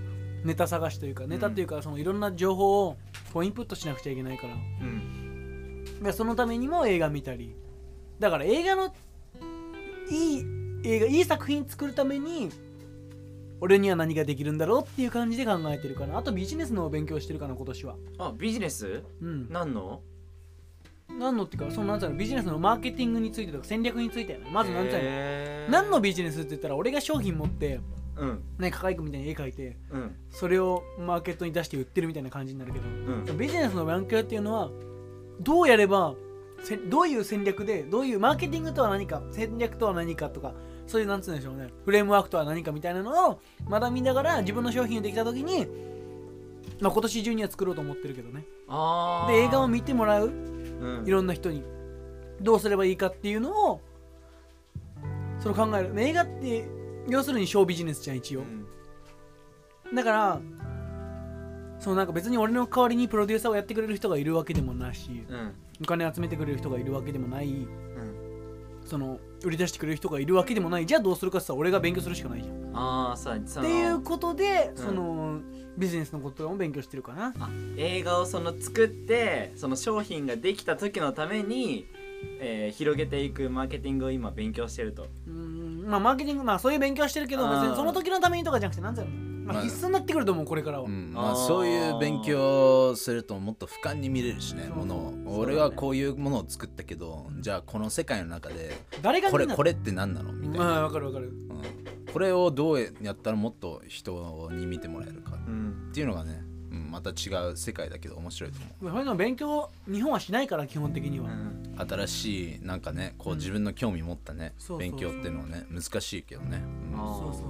S3: ネタ探しというかネタというかそのいろんな情報をこうインプットしなくちゃいけないから
S2: うん。
S3: でそのためにも映画見たりだから映画のいい映画いい作品作るために俺には何ができるんだろうっていう感じで考えてるかなあとビジネスの勉強してるかな今年は
S2: あ、ビジネス
S3: うん
S2: 何の
S3: 何のっていうかそのなんつうのビジネスのマーケティングについてとか戦略についてやなまず何つうの
S2: えー
S3: 何のビジネスって言ったら俺が商品持って
S2: うん。
S3: ねかいくみたいに絵描いて
S2: うん。
S3: それをマーケットに出して売ってるみたいな感じになるけど
S2: うん。
S3: ビジネスの勉強っていうのはどうやればせどういう戦略でどういうマーケティングとは何か戦略とは何かとかそういうなんつうんでしょうねフレームワークとは何かみたいなのを学びながら自分の商品ができた時に、まあ、今年中には作ろうと思ってるけどね
S2: あー
S3: で映画を見てもらう
S2: うん
S3: いろんな人にどうすればいいかっていうのをその考える映画って要するにショービジネスじゃん一応、
S2: うん
S3: だからそのなんか別に俺の代わりにプロデューサーをやってくれる人がいるわけでもないし
S2: うん。
S3: お金集めてくれる人がいるわけでもない
S2: うん。
S3: その売り出してくれる人がいるわけでもないじゃあどうするかってさ俺が勉強するしかないじゃんっ
S2: ああ、さ、その
S3: ていうことで、
S2: ん
S3: そのビジネスのことも勉強してるかな
S2: あ映画をその作ってその商品ができた時のために、えー広げていくマーケティングを今勉強してると
S3: うーんまあマーケティングまあそういう勉強してるけど
S2: あー
S3: 別にその時のためにとかじゃなくてなんだろうまあ、必須になってくると思うこれからは、
S1: うんま
S2: あ
S1: あ、
S2: ー
S1: そういう勉強をするともっと俯瞰に見れるしね
S3: そう
S1: もの
S2: そう
S1: を俺はこういうものを作ったけどじゃあこの世界の中で
S3: 誰が
S1: これ
S3: みんな
S1: これって何なのみたい
S3: ま
S1: な、
S3: あわかるわかる
S1: うんこれをどうやったらもっと人に見てもらえるか
S2: うん
S1: っていうのがね、うん、また違う世界だけど面白いと思
S3: そういうの勉強日本はしないから基本的には、
S2: うん
S1: う新しいなんかねこう自分の興味持ったね
S3: そうそうそう
S1: 勉強っていうのはね難しいけどね、うん
S2: あー
S3: そうそうそう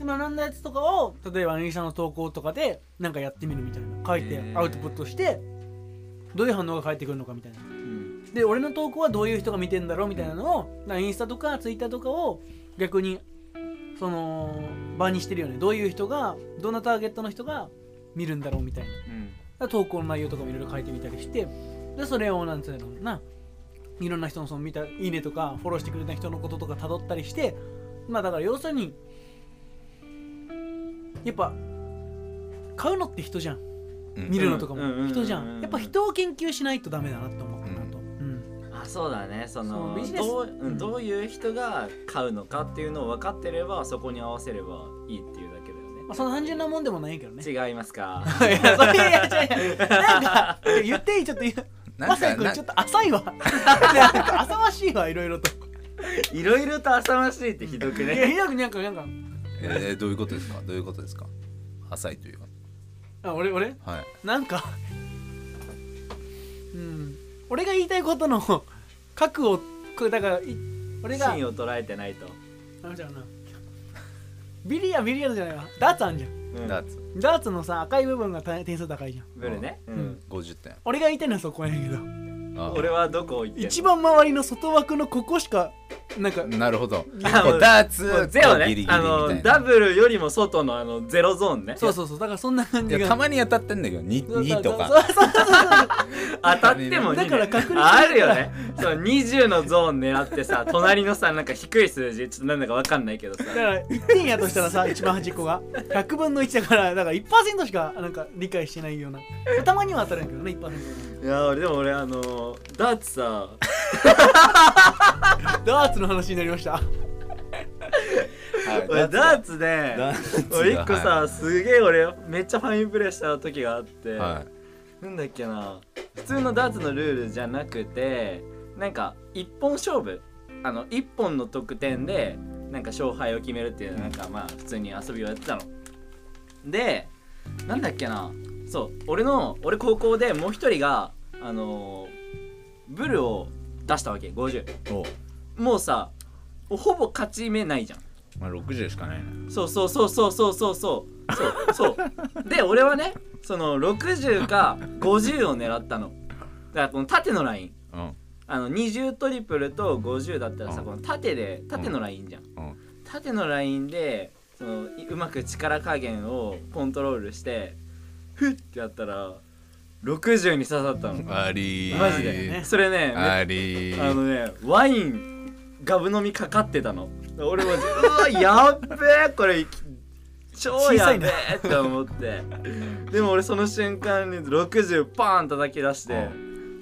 S3: で学んだやつとかを例えば兄さんの投稿とかでなんかやってみるみたいな書い
S2: へ
S3: て
S2: ー
S3: アウトプットしてどういう反応が返ってくるのかみたいな
S2: うん
S3: で俺の投稿はどういう人が見てんだろうみたいなのをなんかインスタとかツイッターとかを逆にその場にしてるよねどういう人がどんなターゲットの人が見るんだろうみたいな
S2: うん
S3: だから投稿の内容とかもいろいろ書いてみたりしてでそれをなんつうのかないろんな人のその見たいいねとかフォローしてくれた人のこととか辿ったりしてまあだから要するにやっぱ買うのって人じゃん
S1: うん
S3: 見るのとか
S2: うんうんうんうんう
S3: も
S2: ん
S3: 人じゃんやっぱ人を研究しないとダメだなって思ったなと、うん、
S2: あそうだねその
S3: そうビジネス
S2: どう,、う
S3: うん
S2: ん、どういう人が買うのかっていうのを分かってればそこに合わせればいいっていうだけだよね
S3: まあ、その単純なもんでもないけどね。
S2: 違いますか
S3: いや、 [LAUGHS] それいや違う違うなんか、言っていい、ちょっと言う。
S1: な
S3: ま
S1: ん
S3: さ
S1: か
S3: くん、
S1: な
S3: ちょっと浅いわ。 [LAUGHS] なんか、浅ましいわ、いろいろと。
S2: いろいろと浅ましいってひどく
S3: いや、
S2: ね
S3: ひどくなんか、なんか、
S1: えーどういうことですかどういうことですか浅いというか
S3: あ、俺、俺、
S1: はい
S3: なんか。 [LAUGHS] うん、俺が言いたいことの。 [LAUGHS] 核を、これだから、い俺が。
S2: 芯を捉えてないと、
S3: あれだよな。ビリヤ、ビリヤードじゃないわ。ダーツあんじゃん。
S2: うん、
S1: ダーツ
S3: ダーツのさ、赤い部分が点点数高いじゃん。
S2: ブルね、うん
S1: 50点
S3: 俺が言いたいのはそこやねんけど。
S1: あー
S2: 俺はどこを行ってんの
S3: 一番周りの外枠のここしか。なんか。
S1: なるほど
S2: あ
S1: こうダーツ
S2: もうゼロ
S1: こう
S2: ね
S1: ギリギリみた
S2: あ
S1: いな
S2: のダブルよりも外のあのゼロゾーンね
S3: そうそうそう、だからそんな感
S1: い
S3: じ
S1: や
S3: が。
S1: たまに当たってんだけど 2,
S3: そうそう
S1: 2とか
S3: そうそうそう
S2: 当たっても
S1: [LAUGHS]
S2: 2、ね、
S3: だから確認
S2: ああるよねそう20のゾーン狙っ
S1: [LAUGHS]
S2: てさ隣のさなんか低い数字ちょっとなんだかわかんないけどさ
S3: だから1点やとした
S1: [LAUGHS]
S3: らさ、一番端っこが100分の1だから、だから1%しかなんか理解してないような。たまには当たるんやけどね、1%。
S2: いや俺でも俺あのダーツさ
S3: ダーツの話になりました。
S1: はい
S2: 俺ダーツで
S1: ダーツが
S2: 俺一個さ、
S1: はい
S2: すげえ俺めっちゃファインプレーした時があって、
S1: は
S2: なんだっけな普通のダーツのルールじゃなくてなんか一本勝負あの一本の得点でなんか勝敗を決めるっていうなんかまあ普通に遊びをやってたのでなんだっけなそう俺の俺高校でもう一人があのーブルを出したわけ50
S1: いお
S2: もうさほぼ勝ち目ないじゃん
S1: まあ60しかないね
S2: そうそうそうそうそうそうそうそうそうで俺はねその60か50を狙ったのだからこの縦のライン
S1: うん
S2: あの20トリプルと50だったらさ
S1: うん
S2: この縦で縦のラインじゃん
S1: うん
S2: 縦のラインでそのいうまく力加減をコントロールしてふってやったら60に刺さったの
S1: ありー
S2: マジ
S3: あ
S2: で
S3: ー
S2: それねめ
S1: あり
S2: あ
S1: ー
S2: のねワインガブ飲みかかってたの俺もうわやっべえこれ超やべえって思ってでも俺その瞬間に60パーン叩き出して
S1: う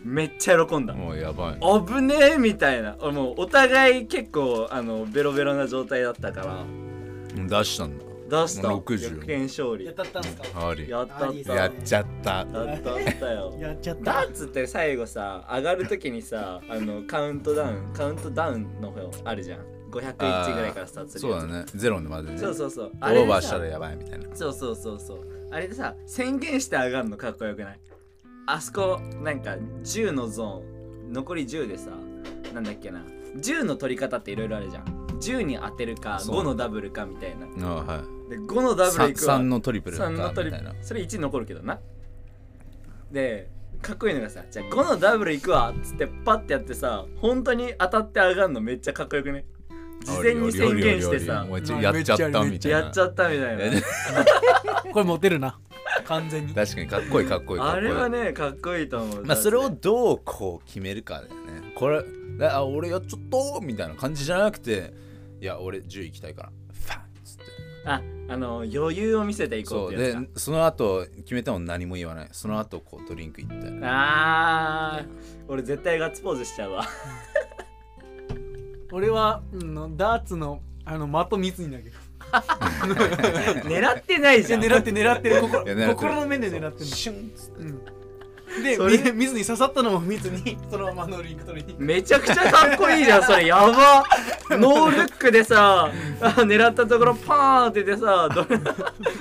S2: めっちゃ喜んだ
S1: もうやばい
S2: 危ねえみたいな俺もうお互い結構あのベロベロな状態だったから
S1: 出したんだ
S2: 出した
S1: 60
S2: 逆転勝利
S3: やったったんすか
S1: あり
S2: やった
S3: あ
S2: っ
S3: り
S2: た
S1: やっちゃった
S2: やったったよ
S3: [LAUGHS] やっちゃっ
S2: ダ
S3: た
S2: ー。ツって最後さ上がるときにさあのカウントダウンカウントダウンの方あるじゃん501ぐらいからスタートする
S1: そうだねゼロまでね
S2: そうそうそう
S1: オ
S2: あれで
S1: ー
S2: さ
S1: バーしたらやばいみたいな
S2: そうそうそうそうあれでさ宣言して上がるのかっこよくないあそこなんか10のゾーン残り10でさなんだっけな10の取り方っていろいろあるじゃん10に当てるか
S1: そう
S2: 5のダブルかみたいな
S1: あはい
S2: で5のダブルいくわ
S1: 3のトリプルか
S2: 3
S1: み
S2: の
S1: た
S2: トリ
S1: いな
S2: それ1残るけどなでかっこいいのがさじゃあ5のダブルいくわっつってパッてやってさ本当に当たって上がるのめっちゃかっこよくね事前に宣言してさ
S1: おいおいおいおいやっちゃったみたいな
S2: やっちゃったみたいな
S3: [LAUGHS] これモテるな。完全に。
S1: 確かにかっこいいかっこいいかっ
S2: あ
S1: こいい
S2: れはねかっこいいと思う
S1: まあそれをどうこう決めるかだよねこれだあ俺やっちゃったみたいな感じじゃなくていや俺10行きたいからファンっつって
S2: ああの余裕を見せていこ
S1: そうう
S2: って
S1: で
S2: やつ
S1: その後決めても何も言わないその後こうドリンク行って
S2: かあー俺絶対ガッツポーズしちゃうわ [LAUGHS]
S3: [LAUGHS] 俺は、うん、ダーツの、あの、的密に投げる。
S2: 狙ってないじゃん
S3: 狙って狙ってる
S1: いや狙って
S3: 心
S1: る
S3: 心の面で狙ってる
S1: シュンっつって
S3: うんで
S2: それ
S3: み水に刺さったのも水にそのままのリンク取りに
S2: めちゃくちゃかっこいいじゃんそれやばノールックでさあ狙ったところパーンって出てさドリ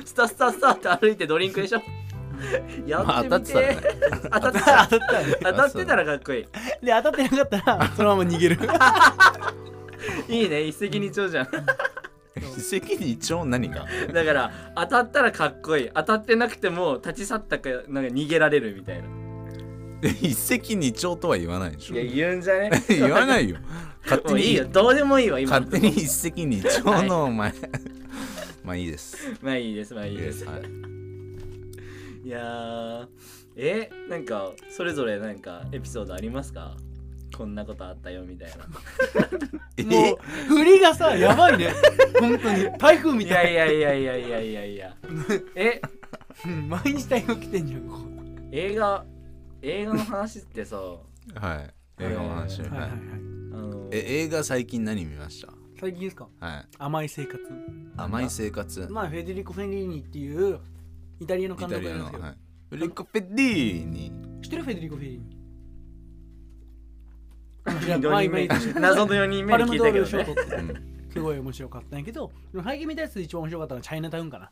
S2: スタスタスタって歩いてドリンクでしょや
S1: まあ
S2: っ
S1: 当
S2: て
S1: た
S2: み
S1: ってたらね
S2: て、当たってた
S3: 当たったよね
S2: 当たってたらかっこいい
S3: で当たってなかったらそのまま
S1: [LAUGHS]
S3: 逃げる
S2: いいね一石二鳥じゃんだ
S1: 責任一応何か
S2: から当たったらかっこいい当たってなくても立ち去ったかなんか逃げられるみたいな
S1: 一石二鳥とは言わないでしょ
S2: [LAUGHS] いや言うんじゃね
S1: [LAUGHS] 言わないよ勝手
S2: もう
S1: に
S2: いいよどうでもいいわ今
S1: 勝手に一石二鳥のお前 [LAUGHS] まあいいです
S2: まあいいですまあいいです
S1: はい
S2: いやーえなんかそれぞれなんかエピソードありますかこんなことあったよみたいな
S3: もう振りがさやばいね本当に台風み
S2: い
S3: た
S2: や
S3: い
S2: いやいやいやいやいやいやえ
S3: うん毎日台風来てんじゃんここ
S2: 映画映画の話ってさ
S1: えはい映画の話、
S3: はい
S1: は
S3: はい
S1: い
S3: はい
S2: あの
S1: え映画最近何見ました
S3: 最近ですか
S1: はい
S3: 甘い生活
S1: 甘い生活
S3: まあフェデリコ・フェンリーニっていうイタリアの
S1: イ
S3: 監
S1: タ
S3: 督
S1: リ
S3: な
S1: アの、
S3: んですけど、
S1: はい、フリコペディーニ
S3: 知ってるフェデリコ・フェンリーニ
S2: 4人目
S3: [LAUGHS]
S2: 謎の4人目
S3: パ
S2: に
S3: ルム
S2: 聞いたけ
S3: ドール賞
S2: どね
S3: 取って
S1: う
S3: すごい面白かったんやけどでも最近見たやつで一番面白かったのはチャイナタウンかな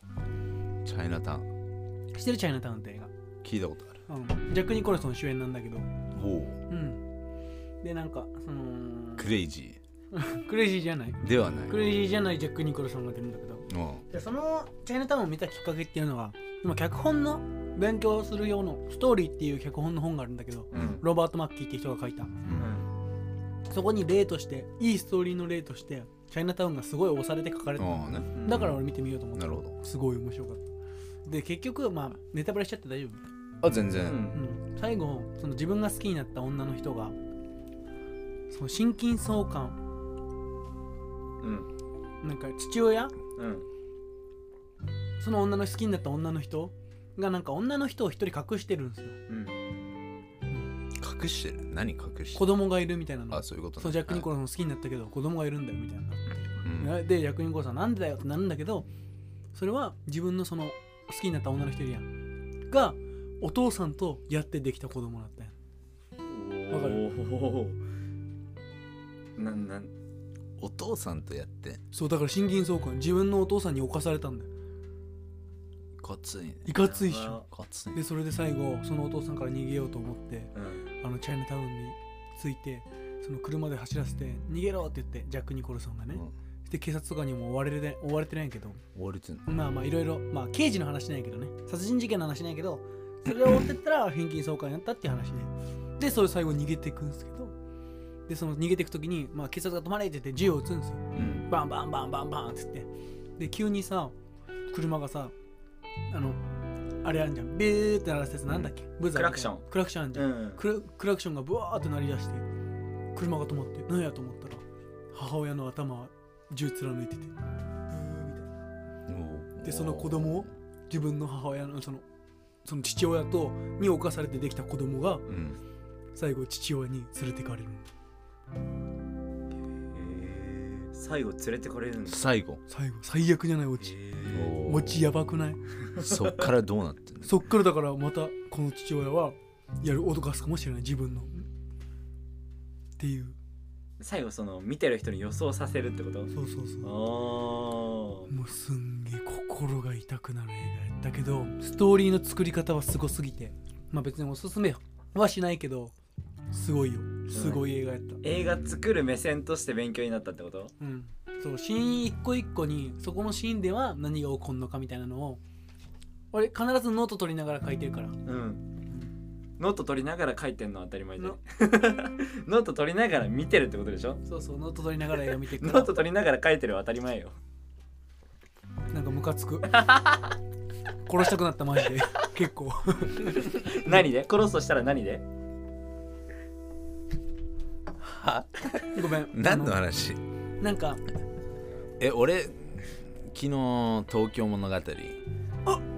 S1: チャイナタウン
S3: 知ってるチャイナタウンって映
S1: 聞いたことある
S3: 画、うん、ジャック・ニコルソン主演なんだけど
S1: おお
S3: うんでなんかその
S1: クレイジ
S3: クレイジーじゃない
S1: ーではない
S3: クレイジーじゃないジャック・ニコルソンが出るんだけど
S1: お
S3: でそのチャイナタウンを見たきっかけっていうのは今脚本の勉強する用のストーリーっていう脚本の本があるんだけど
S1: うん
S3: ロバート・マッキーって人が書いた
S1: うん
S3: そこに例としていいストーリーの例としてチャイナタウンがすごい押されて書かれて
S1: おお
S3: た
S1: ね
S3: だから俺見てみようと思っ
S1: な
S3: た
S1: るほど
S3: すごい面白かったで結局まあネタバレしちゃって大丈夫、
S1: あ全
S2: う
S1: 然
S2: ん
S3: うん、最後その自分が好きになった女の人がその心筋相関
S2: うん
S3: なんか父親
S2: うん
S3: その女の好きになった女の人がなんか女の人を一人隠してるんですよ
S2: うん
S1: 隠してる何隠して
S3: 子
S1: る
S3: 供がいるみたいなの
S1: あそういうことね
S3: そうジャック・ニコルソン好きになったけど子供がいるんだよみたい
S1: はい
S3: なでジャック・ニコルソンなんでだよってなるんだけどそれは自分のその好きになった女の人いるやんがお父さんとやってできた子供だったやんわかる
S2: おーなんなん
S1: うんお父さんとやって
S3: そうだから心筋相関自分のお父さんに侵されたんだよ
S1: ごついね
S3: いかついっしょ
S1: ごつい
S3: でそれで最後そのお父さんから逃げようと思って
S2: うん
S3: あのチャイナタウンに着いてその車で走らせて逃げろって言ってジャック・ニコルソンがね、
S1: うん
S3: で警察とかにも追われて追われてないんやけど
S1: 追われてんの
S3: まあまあいろいろまあ刑事の話ないけどね殺人事件の話ないけどそれを追ってったら返金相関やったっていう話ででそれ最後逃げていくんですけどでその逃げていく時に、まあ、警察が止まれって言って銃を撃つんですよ
S2: うん
S3: バンバンバンバンバンっつってで急にさ車がさあのあれあるじゃんビューって鳴らすやつなんだっけ、ブザ
S2: ク
S3: ーみたいな
S2: ラクション
S3: クラクションあるじゃん、
S2: うん
S3: クラクラクションがブワーって鳴り出して車が止まって何やと思ったら母親の頭は銃貫いててブーみたいな
S1: おー
S3: でその子供を自分の母親のそのその父親とに侵されてできた子供が
S1: うん
S3: 最後父親に連れてかれる
S2: えー最後連れてこれるんだ
S1: 最後
S3: 最後最悪じゃないオ
S2: え
S3: チ
S2: ー
S3: オチやばくない
S1: そっからどうな
S3: [LAUGHS]
S1: ってんの
S3: そっからだからまたこの父親はやる脅かすかもしれない自分のっていう
S2: 最後その見てる人に予想させるってこと
S3: そうそうそう
S2: あ
S3: もうすんげえ心が痛くなる映画やったけどストーリーの作り方はすごすぎてまあ別におすすめはしないけどすごいよすごい映画やった
S2: ー映画作る目線として勉強になったってこと
S3: うん、そうシーン一個一個にそこのシーンでは何が起こるのかみたいなのを俺必ずノート取りながら書いてるから
S2: うんノート取りながら書いてんのは当たり前じゃん [LAUGHS] ノート取りながら見てるってことでしょ
S3: そうそうノート取りながら映画見てる
S2: ノ
S3: か
S2: ート取りながら書いてるは当たり前よ
S3: らなんかムカつく殺したくなったマジで [LAUGHS] 結構
S2: 何で殺すとしたら何で
S1: は
S3: ごめん
S1: 何の
S3: あ
S1: 話
S3: のなんか
S1: え俺昨日東京物語
S3: あ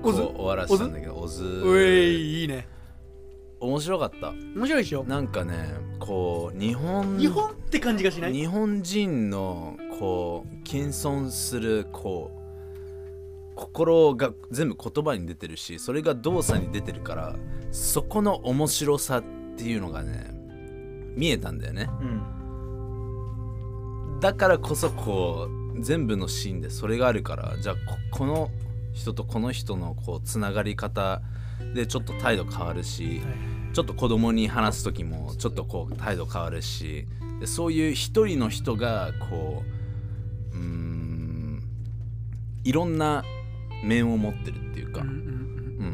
S1: を
S3: オズ
S1: 終わらせたんだけどオズ
S3: うえいいいね
S1: 面白かった
S3: 面白いでしょ
S1: なんかねこう日本
S3: 日本って感じがしない
S1: 日本人のこう謙遜するこう心が全部言葉に出てるしそれが動作に出てるからそこの面白さっていうのがね見えたんだよね
S2: うん
S1: だからこそこう全部のシーンでそれがあるからじゃあここの人とこの人のこうつながり方でちょっと態度変わるし、ちょっと子供に話す時もちょっとこう態度変わるしでそういう一人の人がこううーんいろんな面を持ってるっていうか、
S3: う
S1: うん
S3: う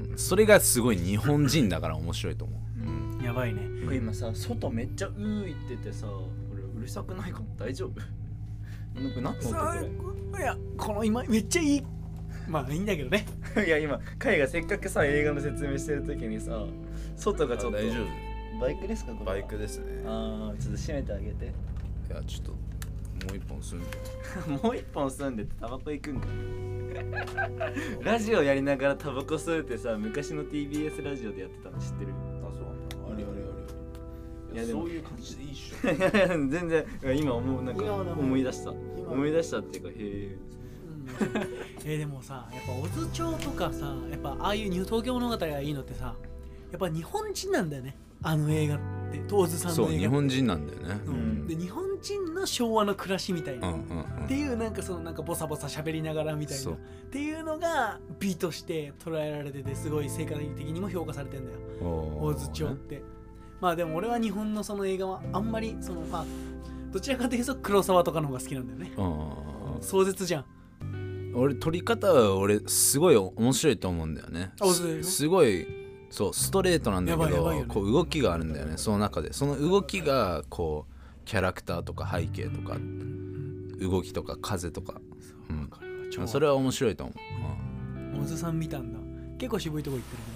S3: んん
S1: それがすごい日本人だから面白いと思う。うん
S3: うんやばいね
S2: これ今さ外めっちゃうー言っててさこれうるさくないかも大丈夫なんか何の音こ
S3: いやこの今めっちゃいいまあいいんだけどね
S2: れいや今海がせっかくさ映画の説明してる時にさ外がちょっと
S1: 大丈
S2: バイクですかこ
S1: 夫
S2: れ
S1: バイクですね
S2: ああちょっと閉めてあげて
S1: いやちょっともう一本するんだよ
S2: [LAUGHS] もう一本吸んでてタバコ行くんか [LAUGHS] ラジオやりながらタバコ吸うってさ昔の TBS ラジオでやってたの知ってる
S1: あそうあれあれあれ
S2: いやでも
S1: いう感じでいいっしょ
S2: [LAUGHS] 全然今思うなんか
S3: 今の
S2: 思い出した
S3: 今
S2: 思い出したっていうかへえ
S3: うん [LAUGHS] えーでもさやっぱ小津町とかさやっぱああいうニュー東京物語がいいのってさやっぱ日本人なんだよねあの映画って東津さん
S1: そう
S3: の映
S1: 日
S3: 画って
S1: 本人なんだよね
S3: うんんで日本人の昭和の暮らしみたい
S1: うん
S3: な、
S1: うん
S3: っ
S1: うん
S3: ていうなんかそのなんかボサボサ喋りながらみたい
S1: そ
S3: な
S1: う
S3: っていうのが美として捉えられててすごい世界的にも評価されてんだよ
S1: お
S3: 大
S1: ー
S3: 津町って、まあでも俺は日本のその映画はあんまりそのまあどちらかというと黒沢とかの方が好きなんだよね
S1: うん
S3: 壮絶じゃん
S1: 俺撮り方は俺すごい面白いと思うんだよね
S3: あそうだよ
S1: すすごいそうストレートなんだけ
S3: やばいや
S1: ど、
S3: ばいよね
S1: こう動きがあるんだよねその中でその動きがこうキャラクターとか背景とか動きとか風とか
S3: そう
S1: うん
S3: わかるわ超
S1: それは面白いと思う、
S3: 小津さん見たんだ結構渋いとこ行ってるね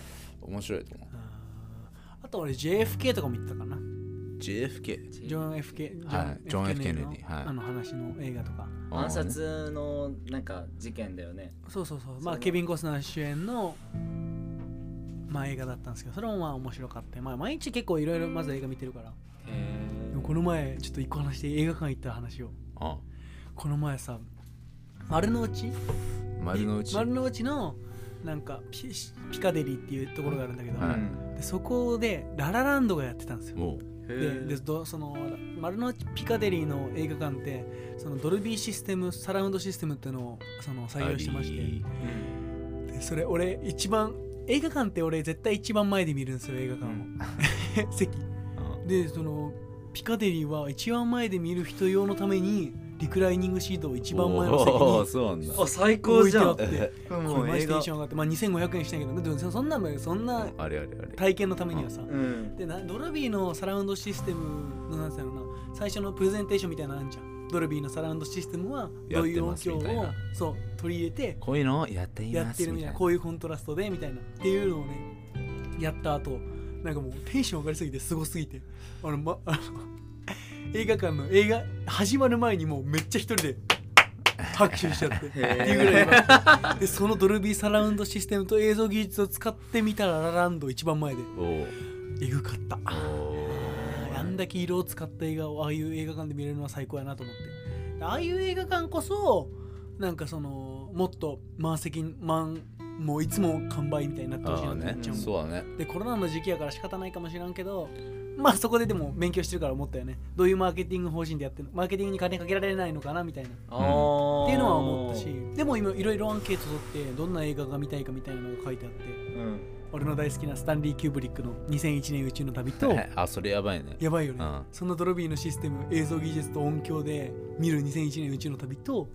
S1: うん、面白いと思
S3: あーあと俺 JFK とかも行ったかな
S1: う JFK
S3: ジョン・ FK
S1: はいジョン F ケネディ
S3: の
S1: はい
S3: あの話の映画とか
S2: 暗殺のなんか事件だよね
S3: そうそうそうま
S2: そ
S3: あ
S2: う
S3: ケビン・コスナー主演のまあ映画だったんですけどそれもまあ面白かったまあ毎日結構いろいろまず映画見てるから
S2: へ
S3: でもこの前ちょっと一個話して映画館行った話を
S1: あ
S3: この前さ丸の内
S1: 丸の内
S3: 丸の内のなんかピピカデリーっていうところがあるんだけど、
S1: はい
S3: でそこでララランドがやってたんですよ
S1: おう
S3: ででどその丸の内ピカデリーの映画館ってそのドルビーシステムサラウンドシステムっていうのをその採用してましてでそれ俺一番映画館って俺絶対一番前で見るんですよ映画館を、 [LAUGHS] 席でそのピカデリーは一番前で見る人用のためにリクライニングシートを一番前の席
S1: おー
S3: に
S1: そうなんだ
S2: あ最高
S3: 置い
S2: じ
S3: て
S2: ゃ
S3: あっ
S2: ん
S3: て
S2: [LAUGHS] も
S3: こ
S2: う
S3: れマ
S2: 映
S3: ジテ
S2: 画
S3: ンション上がって、まあ、2500円したんやけどでもそんなそんな
S1: あれあれあれ
S3: 体験のためにはさ、
S2: うん
S3: でなドルビーのサラウンドシステムのなんていうのかな最初のプレゼンテーションみたいなのあんじゃんドルビーのサラウンドシステムはどういう音響
S1: やってますみ
S3: を
S1: たいな
S3: そう取り入れて
S1: こういうのをやってい
S3: や
S1: ま
S3: って
S1: す
S3: るみ
S1: みた
S3: たい
S1: い
S3: な
S1: な
S3: こういうコントラストでみたいなっていうのをねやった後なんかもうテンション上がりすぎてすごすぎてあの、ま、あの映画館の映画始まる前にもうめっちゃ一人で拍手しちゃってっていうぐらい今でそのドルビーサラウンドシステムと映像技術を使ってみたらララランド一番前で
S1: おう
S3: えぐかった。
S1: おう
S3: あんだけ色を使った映画をああいう映画館で見れるのは最高やなと思ってああいう映画館こそなんかそのもっと満席満もういつも完売みたいになってほしい
S1: あ
S3: な
S1: あ
S3: って思っ
S1: ね
S3: ちゃうもん
S1: そうだね
S3: でコロナの時期やから仕方ないかもしらんけどまあそこででも勉強してるから思ったよねどういうマーケティング方針でやってるのマーケティングに金かけられないのかなみたいなっ
S2: あー
S3: ていうのは思ったしでも今いろいろアンケート取ってどんな映画が見たいかみたいなのが書いてあって
S2: うん
S3: 俺の大好きなスタンリー・キューブリックの2001年宇宙の旅と
S1: あそれやばいね
S3: やばいよね、
S1: うん
S3: そんなドロビーのシステム映像技術と音響で見る2001年宇宙の旅と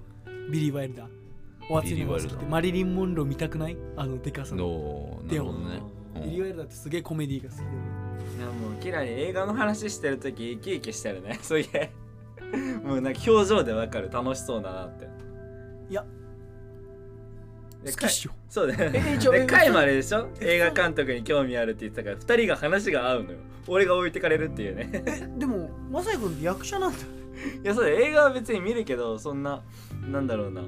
S3: ビリー・ワイルダーお熱いの
S1: ビリーワ
S3: が好き
S1: イル
S3: で
S1: ダー
S3: マリリン・モンロー見たくないあのデカさの
S1: おうなるほどね
S2: で
S1: うん
S3: ビリー・ワイルダーってすげえコメディが好きで
S2: いやもうキラリ映画の話してる時生き生きしてるねそういえもうなんか表情でわかる楽しそうだなって
S3: いや
S2: で
S3: 好きっしょ
S2: かいそうだよね
S3: え一応
S2: で
S3: え
S2: カイまででしょ映画監督に興味あるって言ってたから二人が話が合うのよ俺が置いてかれるっていう
S3: [LAUGHS]
S2: ね
S3: えでもマサイ君って役者なんだ
S2: いやそうだよ映画は別に見るけどそんななんだろうな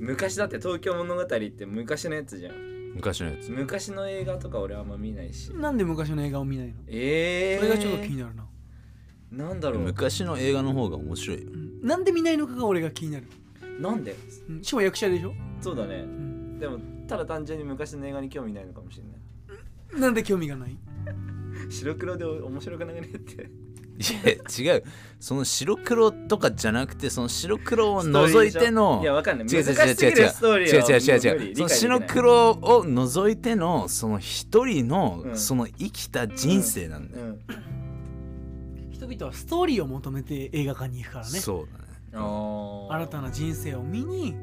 S2: 昔だって東京物語って昔のやつじゃん
S1: 昔のやつ
S2: 昔の映画とか俺あんま見ないし
S3: なんで昔の映画を見ないの
S2: ええー、
S3: それがちょっと気になるな、
S2: なんだろう
S1: 昔の映画の方が面白いよ
S3: うんなんで見ないのかが俺が気になる、
S2: なんで
S3: うん、しかも役者でしょ、
S2: そうだね
S3: うん
S2: でもただ単純に昔の映画に興味ないのかもしれない
S3: なんで興味がない
S2: 白黒で面白くなくねって
S1: いや違うその白黒とかじゃなくてその白黒を除いての
S2: いやわかんない
S1: 違う違う
S2: 難しすぎるストー
S1: 違う
S2: リ
S1: 違
S2: ー
S1: う違う違うその白
S2: 白
S1: 黒を除いてのその一人の、
S2: うん
S1: その生きた人生なんだよ、
S2: うん
S3: 人々はストーリーを求めて映画館に行くからね
S1: そうだね
S2: あ
S3: 新たな人生を見に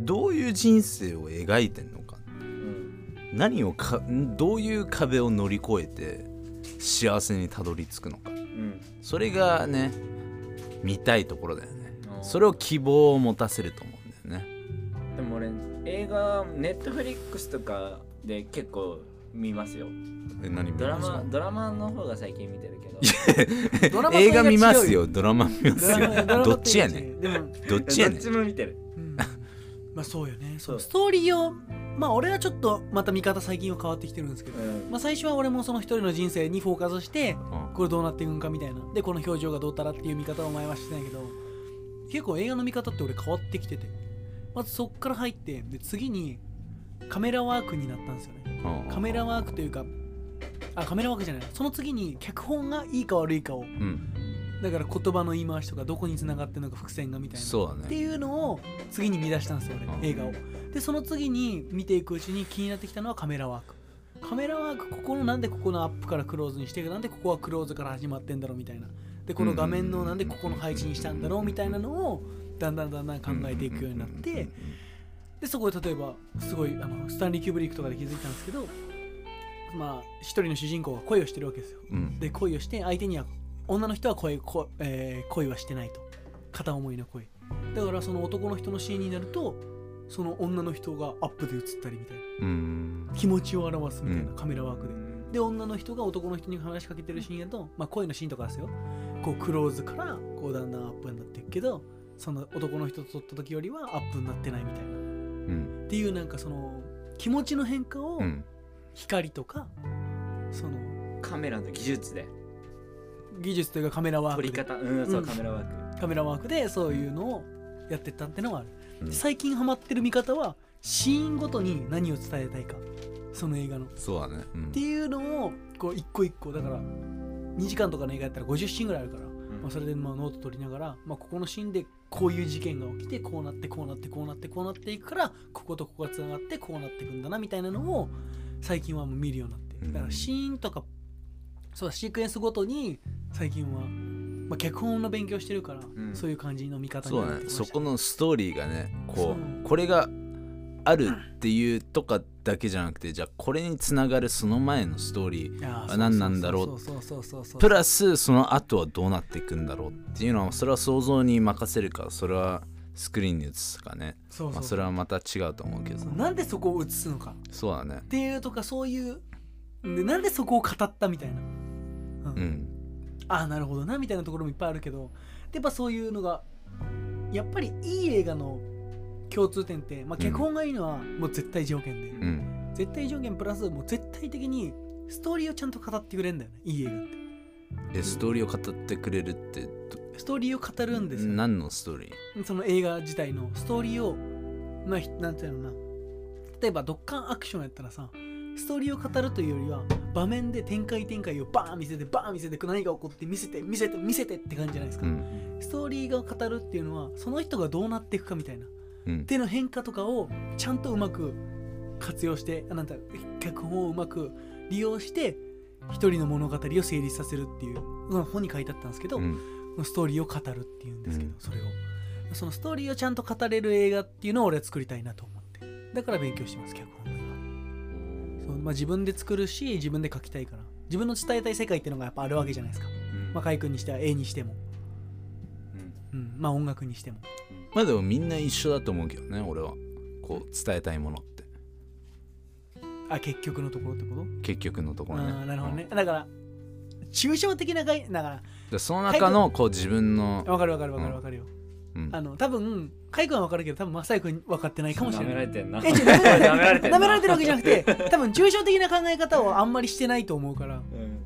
S1: どういう人生を描いてんのか
S2: うん
S1: 何をかんどういう壁を乗り越えて幸せにたどり着くのか
S2: うん
S1: それがね見たいところだよね
S2: あー
S1: それを希望を持たせると思うんだよね
S2: でも俺映画ネットフリックスとかで結構見ますよ
S1: え何見
S2: ドラ
S1: ます [LAUGHS]
S2: マ
S1: か
S2: ドラマの方が最近見てるけど
S3: ドラマと
S1: 映画見ま
S3: 違
S1: す
S3: う
S1: よドラマ見ま
S3: ド
S1: す
S3: ラマ
S1: よ
S3: ドラマと
S1: どっちやねん
S3: でも
S1: どっちやねん
S2: どっちも見てる
S3: うんまあそうよねそ
S2: そうう
S3: ストーリーをまあ俺はちょっとまた見方最近は変わってきてるんですけ
S2: う
S3: ど、
S2: ん
S3: まあ、最初は俺もその一人の人生にフォーカスして
S1: うん
S3: これどうなっていくんかみたいなでこの表情がどうたらっていう見方を前はしてないけど結構映画の見方って俺変わってきててまずそっから入ってで次にカメラワークになったんですよね
S1: うん
S3: カメラワークというかあカメラワークじゃないその次に脚本がいいか悪いかを
S1: うん
S3: だから言葉の言い回しとかどこに繋がってるのか伏線がみたいな
S1: そう
S3: っ
S1: だ
S3: て
S1: ね
S3: いうのを次に見出したんですよ
S1: うん
S3: 俺映画をでその次に見ていくうちに気になってきたのはカメラワークカメラワークここのなんでここのアップからクローズにしてなんでここはクローズから始まってんだろうみたいなでこの画面のなんでここの配置にしたんだろうみたいなのをだんだんだんだん考えていくようになってでそこで例えばすごいあのスタンリー・キューブリックとかで気づいたんですけどまあ一人の主人公が恋をしてるわけですよ
S1: うん
S3: で恋をして相手には女の人は恋恋,、えー恋はしてないと片思いの恋だからその男の人のシーンになるとその女の人がアップで映ったりみたいな
S1: うん
S3: 気持ちを表すみたいな
S1: う
S3: カメラワークで、で女の人が男の人に話しかけてるシーンやと、まあ、恋のシーンとかですよこうクローズからこうだんだんアップになっていくけどその男の人と撮った時よりはアップになってないみたいな
S1: うん
S3: っていうなんかその気持ちの変化を
S1: うん
S3: 光とか、その
S2: カメラの技術で
S3: 技術というかカメラ
S2: 撮
S3: ワークで
S2: り方うんそううんカメラワーク
S3: カメラワークでそういうのをやってったってのがある、
S1: うん
S3: 最近ハマってる見方はシーンごとに何を伝えたいかその映画のっ
S1: そうだねうん
S3: ていうのをこう一個一個だから2時間とかの映画やったら50シーンぐらいあるから、まあ、それでまあノート取りながら、まあ、ここのシーンでこういう事件が起きてこうなってこうなってこうなってこうなっていくからこことここがつながってこうなっていくんだなみたいなのを最近はもう見るようになって
S1: うん
S3: だからシーンとかそうだシークエンスごとに最近は、まあ、脚本の勉強してるから、
S2: ん
S3: そういう感じの見方に
S1: そう
S3: な
S1: だ
S3: って
S1: ね
S3: きま
S1: そ
S3: した
S1: このストーリーがねこ
S3: そう
S1: うこれがあるっていうとかだけじゃなくてじゃあこれにつながるその前のストーリー
S3: いやー
S1: あ何なんだろう
S3: そうそうそうそうそうそう
S1: プラスその後はどうなっていくんだろうっていうのはそれは想像に任せるかそれはスクリーンに映すかね
S3: そう
S1: ま
S3: そ
S1: あ
S3: う
S1: それはまた違うと思うけど
S3: そうなんでそこを映すのか
S1: そうだね
S3: っていうとかそういうでなんでそこを語ったみたいな、うん
S1: うん
S3: ああなるほどなみたいなところもいっぱいあるけどでやっぱそういうのがやっぱりいい映画の共通点って、まあ、
S1: うん
S3: 脚本がいいのはもう絶対条件で、
S1: うん
S3: 絶対条件プラスもう絶対的にストーリーをちゃんと語ってくれるんだよねいい映画って
S1: えストーリーを語ってくれるってど
S3: ストーリーを語るんですよ
S1: 何のストーリー
S3: その映画自体のストーリーを、まあ、ひなんていうのかな例えばドッカンアクションやったらさストーリーを語るというよりは場面で展開展開をバーン見せてバーン見せて何が起こって見せて見せて見せてって感じじゃないですか、
S1: うん
S3: ストーリーが語るっていうのはその人がどうなっていくかみたいな
S1: うん
S3: 手の変化とかをちゃんとうまく活用してあなんだ脚本をうまく利用して一人の物語を成立させるっていうまあ本に書いてあったんですけど、
S1: うん
S3: ストーリーを語るっていうんですけど、
S1: うん
S3: それをそのストーリーをちゃんと語れる映画っていうのを俺は作りたいなと思ってだから勉強してます脚本を今そう、まあ、自分で作るし自分で書きたいから自分の伝えたい世界っていうのがやっぱあるわけじゃないですか、
S2: うん
S3: まあ、海君にしては絵にしても、
S2: うん
S3: うん、まあ音楽にしても
S1: まあでもみんな一緒だと思うけどね俺はこう伝えたいものって
S3: あ結局のところってこと
S1: 結局のとこ
S3: あ
S1: ろね
S3: ーなるほどね、だから抽象的な概だか
S1: でその中のこう自分の
S3: ら、わかるわかるわかるわかるよ、
S1: うん
S3: あの多分海君はわかるけど多分マサイ君分かってないかもしれ
S2: 舐め
S3: な
S2: ら
S3: い
S2: れてんな
S3: えちょ舐められてる
S2: 舐められてんな
S3: 舐められてるわけじゃなくて多分抽象的な考え方をあんまりしてないと思うから
S2: うん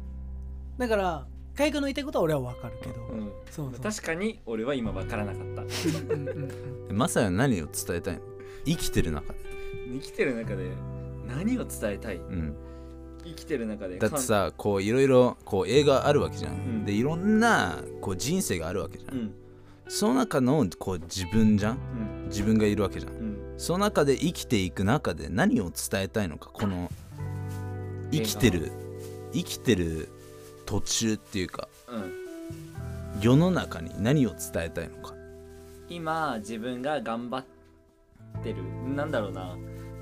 S3: だから海君の言いたいことは俺はわかるけど、
S2: うん
S3: そうそう
S2: 確かに俺は今わからなかった
S3: うんうんうん
S1: マサイは何を伝えたいの生きてる中で
S2: 生きてる中で何を伝えたい
S1: うん、
S2: 生きてる中で
S1: だってさこういろいろこう映画あるわけじゃん、
S2: ん
S1: でいろんなこう人生があるわけじゃ、
S2: うんん
S1: その中のこう自分じゃん
S2: うん
S1: 自分がいるわけじゃん
S2: うん
S1: その中で生きていく中で何を伝えたいのかこの生きてる生きてる途中っていうか
S2: うん
S1: 世の中に何を伝えたいのか
S2: 今自分が頑張ってるなんだろうな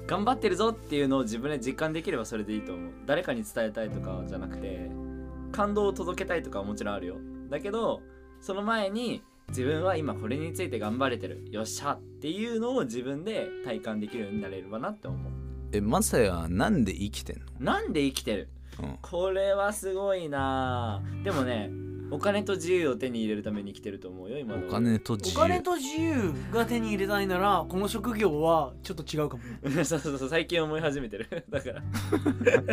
S2: 頑張ってるぞっていうのを自分で実感できればそれでいいと思う誰かに伝えたいとかじゃなくて感動を届けたいとかはもちろんあるよだけどその前に自分は今これについて頑張れてるよっしゃっていうのを自分で体感できるようになれればなって思う
S1: えマサヤなんで生きてんの、
S2: なんで生きてる
S1: うん、
S2: これはすごいなあでもねお金と自由を手に入れるために生きてると思うよ今
S1: お
S2: の俺
S1: 金と自
S3: お
S1: 由
S3: 金と自由が手に入れたいならこの職業はちょっと違うかも
S2: [LAUGHS]
S3: ね
S2: そうそうそう最近思い始めてる [LAUGHS] だか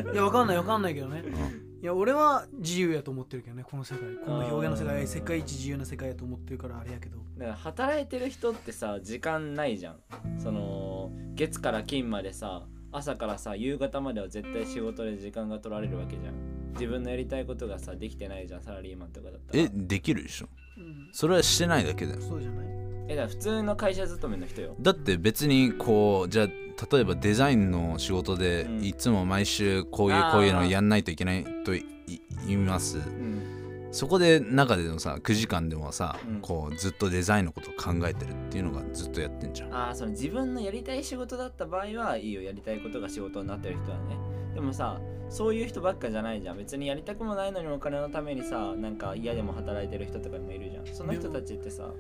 S2: ら
S3: いやわかんないわかんないけどね
S1: うん
S3: いや俺は自由やと思ってるけどねこの世界この表現の世界世界一自由な世界やと思ってるからあれやけど
S2: だから働いてる人ってさ時間ないじゃんその月から金までさ朝からさ夕方までは絶対仕事で時間が取られるわけじゃん自分のやりたいことがさできてないじゃんサラリーマンとかだったら
S1: えできるでしょ
S3: うん
S1: それはしてないだけだよ
S3: そうじゃない
S2: えだから普通の会社勤めの人よ
S1: だって別にこうじゃあ例えばデザインの仕事で
S2: うん
S1: いつも毎週こういう
S2: あー
S1: こういうのやんないといけないといい言います
S2: うん
S1: そこで中でのさ9時間でもさ、
S2: うん
S1: こうずっとデザインのことを考えてるっていうのがずっとやってんじゃん
S2: ああその自分のやりたい仕事だった場合はいいよやりたいことが仕事になってる人はねでもさそういう人ばっかじゃないじゃん別にやりたくもないのにお金のためにさなんか嫌でも働いてる人とかもいるじゃんその人たちってさ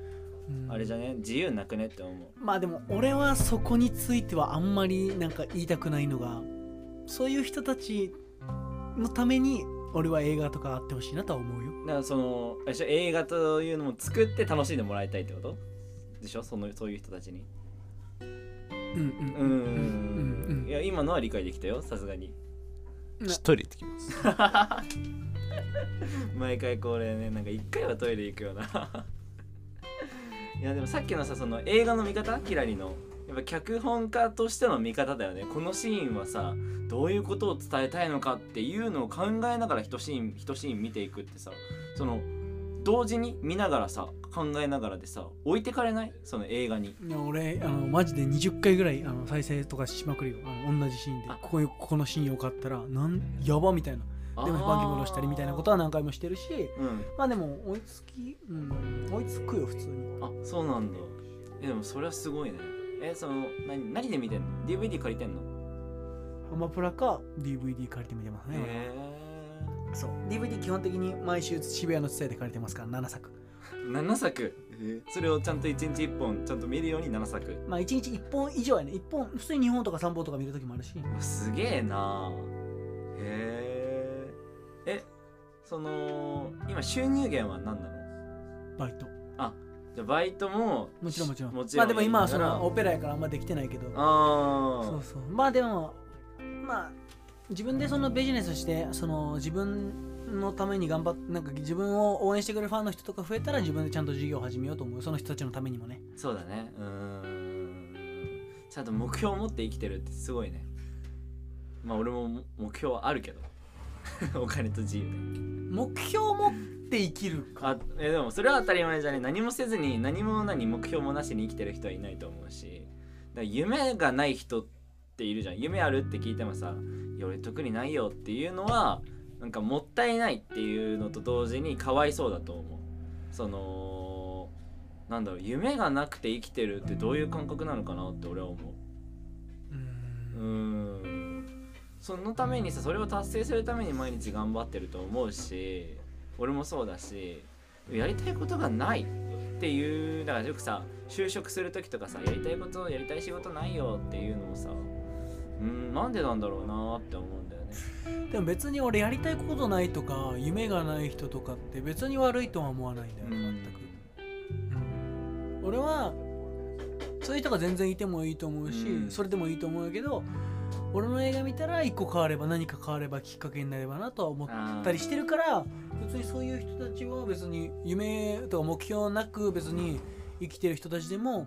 S3: うん
S2: あれじゃね自由なくねって思う
S3: まあでも俺はそこについてはあんまりなんか言いたくないのがそういう人たちのために俺は映画とかあってほしいなとは思うよ
S2: だからそのあれでしょ映画というのも作って楽しんでもらいたいってことでしょそのそういう人たちに
S3: うんう
S2: う
S3: ん
S2: ー
S3: うんうんん
S2: いや今のは理解できたよさすがに
S3: な
S1: ちょっとトイレ行ってきます
S2: 毎回これねなんか一回はトイレ行くよな [LAUGHS] いやでもさっきのさその映画の見方キラリのやっぱ脚本家としての見方だよねこのシーンはさどういうことを伝えたいのかっていうのを考えながら一シーン一シーン見ていくってさその同時に見ながらさ考えながらでさ置いてかれないその映画に
S3: いや俺あのマジで20回ぐらいあの再生とかしまくるよあの同じシーンで
S2: あ
S3: ここにここのシーンよかったらなんやばみたいなでもバキ戻したりみたいなこと
S2: は
S3: は何回もしてるし
S2: うん
S3: まあでも追いつき、うん、追いつくよ普通に
S2: あそうなんだえでもそれはすごいねえその何何で見てんの DVD 借りてんの
S3: アマプラか DVD 借りてみてますね、俺は
S2: へえ
S3: そう DVD 基本的に毎週渋谷の伝えで借りてますから7作
S2: 7作それをちゃんと1日1本ちゃんと見るように7作
S3: まあ1日1本以上やね1本普通に2本とか3本とか見るときもあるし
S2: すげえなへええその今収入源は何なの
S3: バイト
S2: じゃあバイトも
S3: もちろんもちろん
S2: もち
S3: ま
S2: ろ
S3: あ
S2: ん
S3: でも今はそ
S2: やりなが
S3: の
S2: ら
S3: オペラやからあんまできてないけど
S2: あ
S3: そう
S2: ー
S3: そうまあでもまあ自分でそのビジネスしてその自分のために頑張ってなんか自分を応援してくれるファンの人とか増えたら自分でちゃんと事業を始めようと思うその人たちのためにもね
S2: そうだねうーんちゃんと目標を持って生きてるってすごいねまあ俺も目標はあるけど [LAUGHS] お金と自由ね
S3: 目標を持って生きる
S2: あえでもそれは当たり前じゃね何もせずに何も何目標もなしに生きてる人はいないと思うしだから夢がない人っているじゃん夢あるって聞いてもさ「いや俺特にないよ」っていうのはなんかもったいないっていうのと同時にかわいそうだと思うそのなんだろう夢がなくて生きてるってどういう感覚なのかなって俺は思う
S3: うー
S2: うんーんそのためにさそれを達成するために毎日頑張ってると思うし俺もそうだしやりたいことがないっていうだからよくさ就職する時とかさやりたいことやりたい仕事ないよっていうのもさうんなんでなんだろうなって思うんだよね
S3: でも別に俺やりたいことないとか夢がない人とかって別に悪いとは思わないんだよ
S2: う
S3: 全
S2: ん
S3: く、うん俺はそういう人が全然いてもいいと思うし、
S2: うん
S3: それでもいいと思うけど俺の映画見たら一個変われば何か変わればきっかけになればなとは思っ
S2: あ
S3: たり
S2: ー
S3: してるから別にそういう人たちは別に夢とか目標なく別に生きてる人たちでも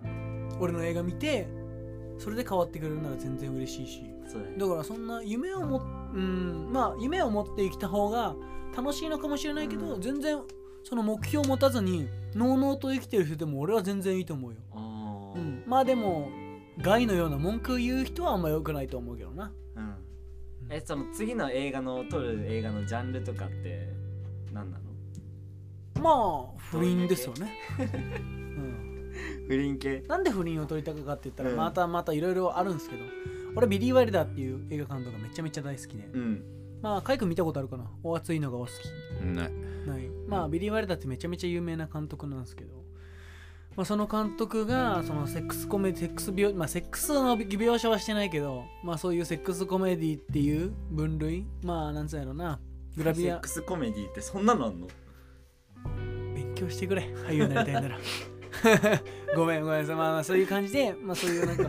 S3: 俺の映画見てそれで変わってくれるなら全然嬉しいし
S2: そうだね
S3: だからそんな夢をもうんまあ夢を持って生きた方が楽しいのかもしれないけど、
S2: うん
S3: 全然その目標を持たずにのうのうと生きてる人でも俺は全然いいと思うよ、
S2: ああ
S3: うん、まあでも害のような文句を言う人はあんま良くないと思うけどな
S2: うんえその次の映画の撮る映画のジャンルとかって何なの
S3: まあ不倫ですよ
S2: [LAUGHS]
S3: ね、うん、
S2: 不倫系
S3: なんで不倫を撮りたかかって言ったら
S2: うん
S3: またまたいろいろあるんですけど俺ビリー・ワイルダーっていう映画監督がめちゃめちゃ大好きで、
S2: うん
S3: まあカイ君見たことあるかなお熱いのがお好き
S1: ない
S3: ないまあビリー・ワイルダーってめちゃめちゃ有名な監督なんですけど、まあ、その監督がそのセックスコメディセックス描まあセックスの描写はしてないけどまあそういうセックスコメディっていう分類まあなんつうんやろなグラビ
S2: セッ
S3: ア
S2: クスコメディってそんなのあんの
S3: 勉強してくれ俳優になりた
S2: [LAUGHS]
S3: いならごめんごめんさまあまあそういう感じでまあそういうなんか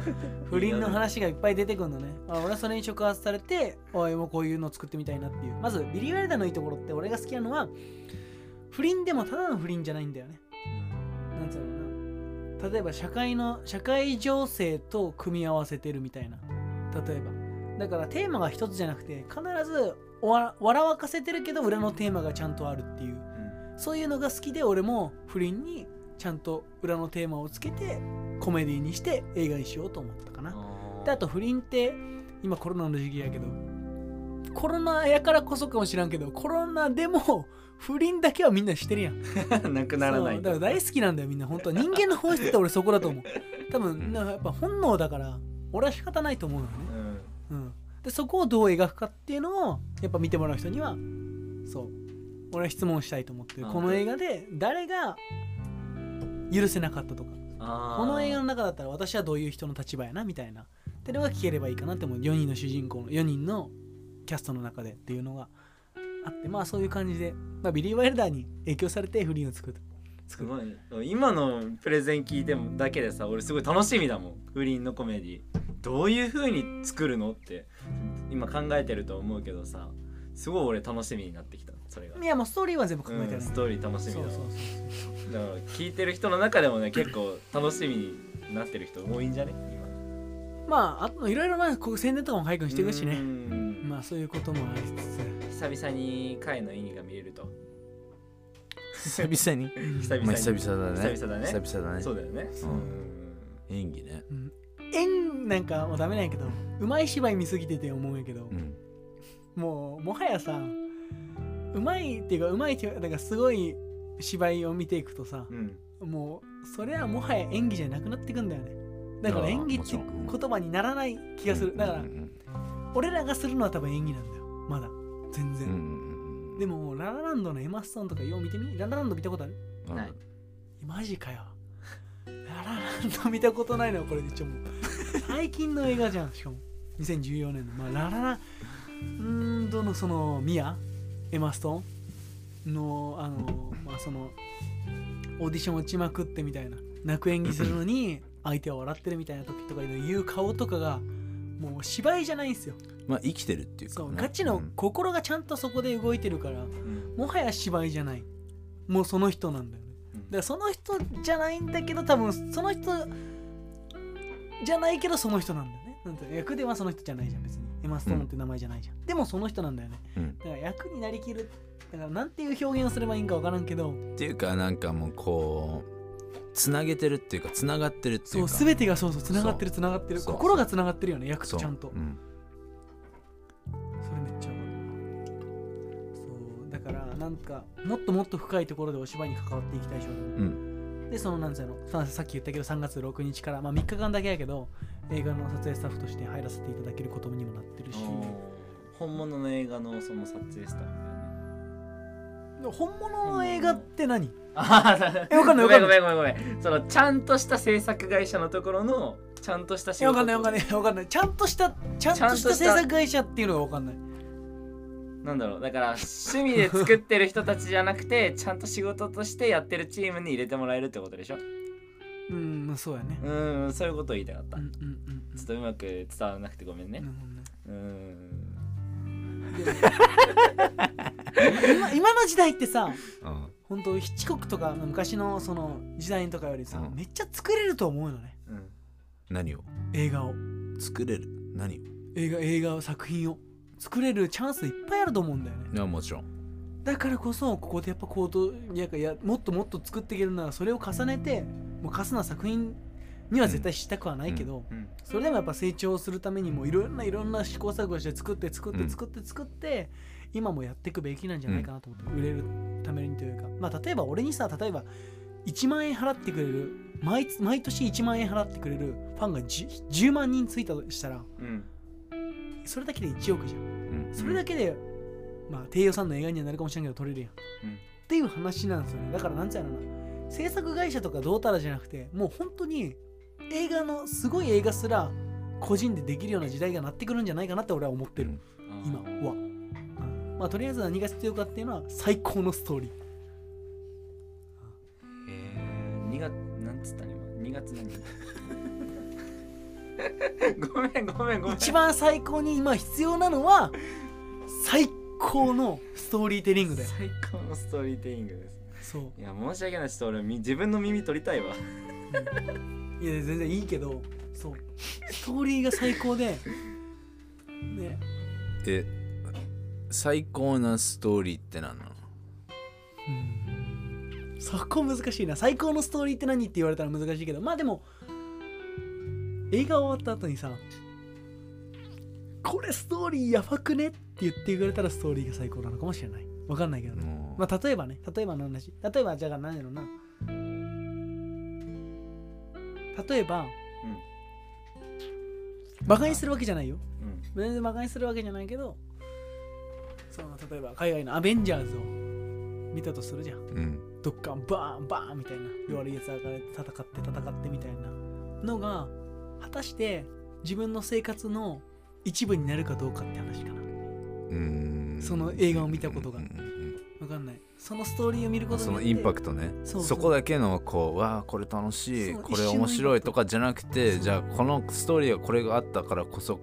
S3: 不倫の話がいっぱい出てくるのねあ俺はそれに触発されておいもうこういうのを作ってみたいなっていうまずビリー・ワイルダーのいいところって俺が好きなのは不倫でもただの不倫じゃないんだよねなんつうのかな例えば社会の社会情勢と組み合わせてるみたいな例えばだからテーマが一つじゃなくて必ずおわ笑わかせてるけど裏のテーマがちゃんとあるっていう
S2: うん
S3: そういうのが好きで俺も不倫にちゃんと裏のテーマをつけてコメディにして映画にしようと思ったかな
S2: あ
S3: であと不倫って今コロナの時期やけどコロナやからこそかもしらんけどコロナでも不倫だけはみんなしてるやん
S2: と [LAUGHS] なくならない
S3: そうだから大好きなんだよみんな本当人間の本質って俺そこだと
S2: [LAUGHS]
S3: 思う多分なんかやっぱ本能だから俺は仕方ないと思うのよね、
S2: うん
S3: うん、でそこをどう描くかっていうのをやっぱ見てもらう人にはそう俺は質問したいと思ってる
S2: あ
S3: この映画で誰が許せなかったとか
S2: あー
S3: この映画の中だったら私はどういう人の立場やなみたいなってのが聞ければいいかなって思う4人の主人公の4人のキャストの中でっていうのがあってまあそういう感じで、まあ、ビリー・ワイルダーに影響されてフリーを作る
S2: すごい今のプレゼン聞いてもだけでさ俺すごい楽しみだもん不倫のコメディどういう風に作るのって今考えてると思うけどさすごい俺楽しみになってきたそれが、
S3: いやもうストーリーは全部考えて
S2: う
S3: なんい、
S2: ストーリー楽しみ
S3: そ
S2: だ
S3: う
S2: わ
S3: そうそう
S2: だから聞いてる人の中でもね結構楽しみになってる人多いんじゃね
S3: まああといろいろまあこう宣伝とかも早く
S2: 今
S3: していくし
S2: う
S3: ね
S2: ん
S3: まあそういうこともありつ
S2: 久々に回の意味が見れると
S1: 久々に
S2: 久々
S3: つ、
S2: に、
S1: [LAUGHS] まあ久々だね
S2: 久々だね
S1: 久々だね
S2: そうだよね
S1: うん演技ね
S3: うん、縁なんかもうダメなんやけどうまい芝居見すぎてて思うんやけど、
S1: うん
S3: もうもはやさうまいっていうかうまいっていうかなんかすごい芝居を見ていくとさ
S2: う、ん
S3: もうそれはもはや演技じゃなくなってくんだよねだから
S1: あー
S3: 演技っ
S1: も
S3: て
S1: ちろん
S3: 言葉にならない気がするだか
S1: う
S3: ら
S1: んうん
S3: 俺らがするのは多分演技なんだよまだ全
S1: うんう
S3: 然、
S1: ん
S3: でもララランドのエマストーンとかよう見てみララランド見たことある
S1: うん
S2: ない
S3: マジかよ。ララランド見たことないのこれでちょもう最近の映画じゃんしかも2014年のまあラララうーんどのそのミアエマストーンのあのまあそのオーディション落ちまくってみたいな泣く演技するのに相手は笑ってるみたいな時とかの言う顔とかがもう芝居じゃないんですよ
S1: まあ生きてるっていうか
S3: そ
S1: ね
S3: うガチの
S1: うん
S3: 心がちゃんとそこで動いてるから
S2: うん
S3: もはや芝居じゃないもうその人なんだよね
S2: うん
S3: だからその人じゃないんだけど多分その人じゃないけどその人なんだよねなんていうの役ではその人じゃないじゃん別にエマ・ストーンって名前じゃないじゃん、でもその人なんだよね
S1: うん
S3: だから役になりきるだからなんていう表現をすればいいんか分からんけど
S1: っていうかなんかもうこうつなげてるっていうかつながってるってい
S3: そうう
S1: か
S3: 全てがそうそうつながってる
S1: そ
S3: つながってる
S1: そう
S3: 心がつながってるよね役
S1: そ
S3: と
S1: う
S3: ちゃんと
S1: うん
S3: それめっちゃ分かるそうだからなんかもっともっと深いところでお芝居に関わっていきたいし、
S1: うん
S3: でそのなんつうのささっき言ったけど3月6日から、まあ、3日間だけやけど映画の撮影スタッフとして入らせていただけることにもなってるし
S2: 本物の映画のその撮影スタッフだよね
S3: 本物の映画って何
S2: ああ、 [LAUGHS]
S3: えわかんないわかんない
S2: ごめんごめんごめんごめん。そのちゃんとした制作会社のところのちゃんとした
S3: い
S2: 仕
S3: や
S2: 事。
S3: わかんないわかんないわかんないちゃんとしたちゃん
S2: ちゃん
S3: と
S2: と
S3: し
S2: したた
S3: 制作会社っていうのがわかんない
S2: なんだろう。だから趣味で作ってる人たちじゃなく [LAUGHS] て、ちゃんと仕事としてやってるチームに入れてもらえるってことでしょ。
S3: うんまあそうやね
S2: うーん、そういうことを言いたかっ
S3: う
S2: た。
S3: んう
S2: ち
S3: ん
S2: ょ
S3: うんうん
S2: っとうまく伝わらなくてごめんね
S3: な。るほどね
S2: うーん。
S3: 今今の時代ってさ
S1: うん
S3: 本当ヒッチコックとか昔のその時代とかよりさ、
S1: うん
S3: めっちゃ作れると思うのね
S2: うん。
S1: う何を
S3: 映画を
S1: 作れる何を
S3: 映画映画を作品を作れるチャンスいっぱいあると思うんだよね
S1: いやもちろん
S3: だからこそここでやっぱ高等やっぱやもっともっと作っていけるならそれを重ねてもう過すな作品には絶対したくはないけど、
S2: うん
S3: それでもやっぱ成長するためにもいろんないろんな試行錯誤して作って作っ
S1: うん
S3: て作って作って、今もやっていくべきなんじゃないかなと思って、売れるためにというかまあ例えば俺にさ例えば1万円払ってくれる毎つ毎年1万円払ってくれるファンが 10, 10万人ついたとしたら
S2: うん
S3: それだけで1億じゃん
S1: うん
S3: それだけで、まあ低予算の映画にはなるかもしれんけど撮れるやん、
S2: うん
S3: っていう話なんですよねだからなんつうやろな制作会社とかどうたらじゃなくてもう本当に映画のすごい映画すら個人でできるような時代がなってくるんじゃないかなって俺は思ってる、
S1: うん
S3: 今は、うんまあとりあえず何が必要かっていうのは最高のスト
S1: [LAUGHS]
S3: ーリー
S2: えー、2月なんつったの今2月何ごめんごめんごめん
S3: 一番最高に今必要なのは最高のストーリーテリングだよ
S2: 最高のストーリーテイングです
S3: そう
S2: いや申し訳ないちょっと俺み自分の耳取りたいわ
S3: いや全然いいけどそうストーリーが最高でね
S1: え最高なストーリーって何なの
S3: うんそこ難しいな最高のストーリーって何って言われたら難しいけどまあでも映画終わった後にさこれストーリーやばくねって言ってくれたらストーリーが最高なのかもしれないわかんないけどね、
S1: もう
S3: まあ例えばね例えばの話例えばじゃあ何やろうな例えば、馬鹿にするわけじゃないよ
S2: うん
S3: 全然馬鹿にするわけじゃないけどその例えば海外のアベンジャーズを見たとするじゃん
S1: うん
S3: どっかバーンバーンみたいな弱いやつが戦って戦ってみたいなのが果たして自分の生活の一部になるかどうかって話かな
S1: うん
S3: その映画を見たことが
S1: うんうんうん
S3: わかんないそのストーリーを見ること
S1: そのインパ
S3: ク
S1: クトね
S3: そうそう
S1: そこだけのこうわあこれ楽しい
S3: そう
S1: こ
S3: 一
S1: れ
S3: 瞬の
S1: 面白いとかじゃなくて
S3: そう
S1: じゃあこのストーリーがこれがあったからこそ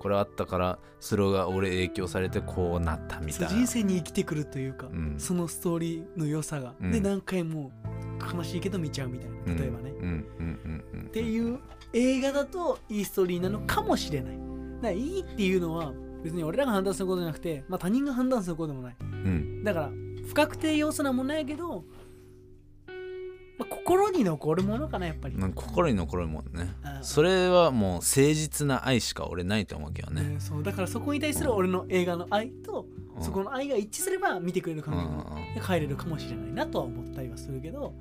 S1: これあったからそれが俺影響されてこうなったみたいな
S3: 人生に生きてくるという
S1: う
S3: か、
S1: ん
S3: そのストーリーの良さが、
S1: うん
S3: で何回も悲しいけど見ちゃうみたいな例えばね、
S1: うんうんうんうんうん
S3: っていう映画だといいストーリーなのかもしれない。だからいいっていうのは別に俺らが判断することじゃなくて、まあ、他人が判断することでもない。
S1: うん
S3: だから不確定要素なものやけど、まあ、心に残るものかなやっぱり。
S1: なんか心に残るもんね
S3: うん
S1: それはもう誠実な愛しか俺ないと思うけどね
S3: うんそうだからそこに対する俺の映画の愛と、
S1: うん
S3: そこの愛が一致すれば見てくれる
S1: うん
S3: 感
S1: う
S3: じ
S1: ん
S3: がで帰れるかもしれないなとは思ったりはするけど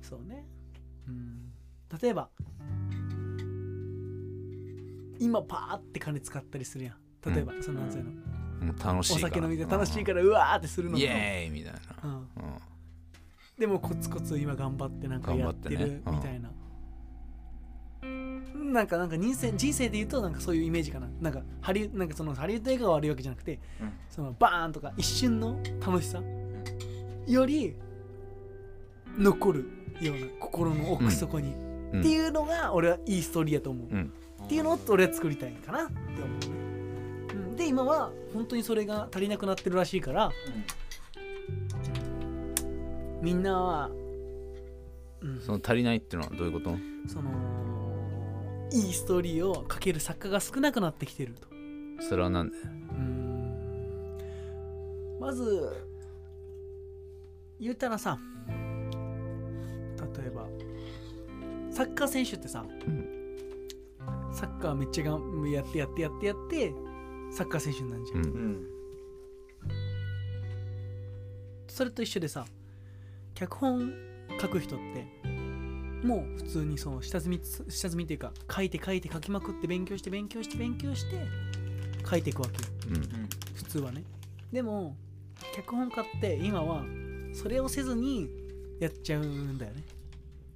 S3: そうねうん例えば今パーって金使ったりするやん例えば、そのなんつうの
S1: うんもう楽しい
S3: お
S1: から
S3: 酒飲みで楽しいかららうわーってするの
S1: イ
S3: と、
S1: エーイみたいな
S3: うん、
S1: うん
S3: でもコツコツ今頑張ってなんかやって
S1: 頑張ってねうん
S3: るみたいな、なんかなんか人生人生で言うとなんかそういうイメージかななんかハリウなんかそのハリウッド映画が悪いわけじゃなくて
S2: うん
S3: そのバーンとか一瞬の楽しさより残るような心の奥底に、
S1: うん
S3: っていうのが俺はいいストーリーやと思う、
S1: うん
S3: っていうのを俺は作りたいかなって思うね、うん、で今は本当にそれが足りなくなってるらしいからみんなは、うん、
S1: その足りないっていうのはどういうこと
S3: そのいいストーリーを書ける作家が少なくなってきてると
S1: それはなんで
S3: うんまず言うたらさ例えばサッカー選手ってさ、サッカーめっちゃがんやってやってやってやってサッカー選手になるじゃん、
S1: うん
S2: うんうん
S3: それと一緒でさ脚本書く人ってもう普通にその下積み下積みっていうか書いて書いて書きまくって勉強して勉強して勉強して書いていくわけ
S1: う
S3: よ
S1: ん
S2: うん
S3: 普通はねでも脚本家って今はそれをせずにやっちゃうんだよね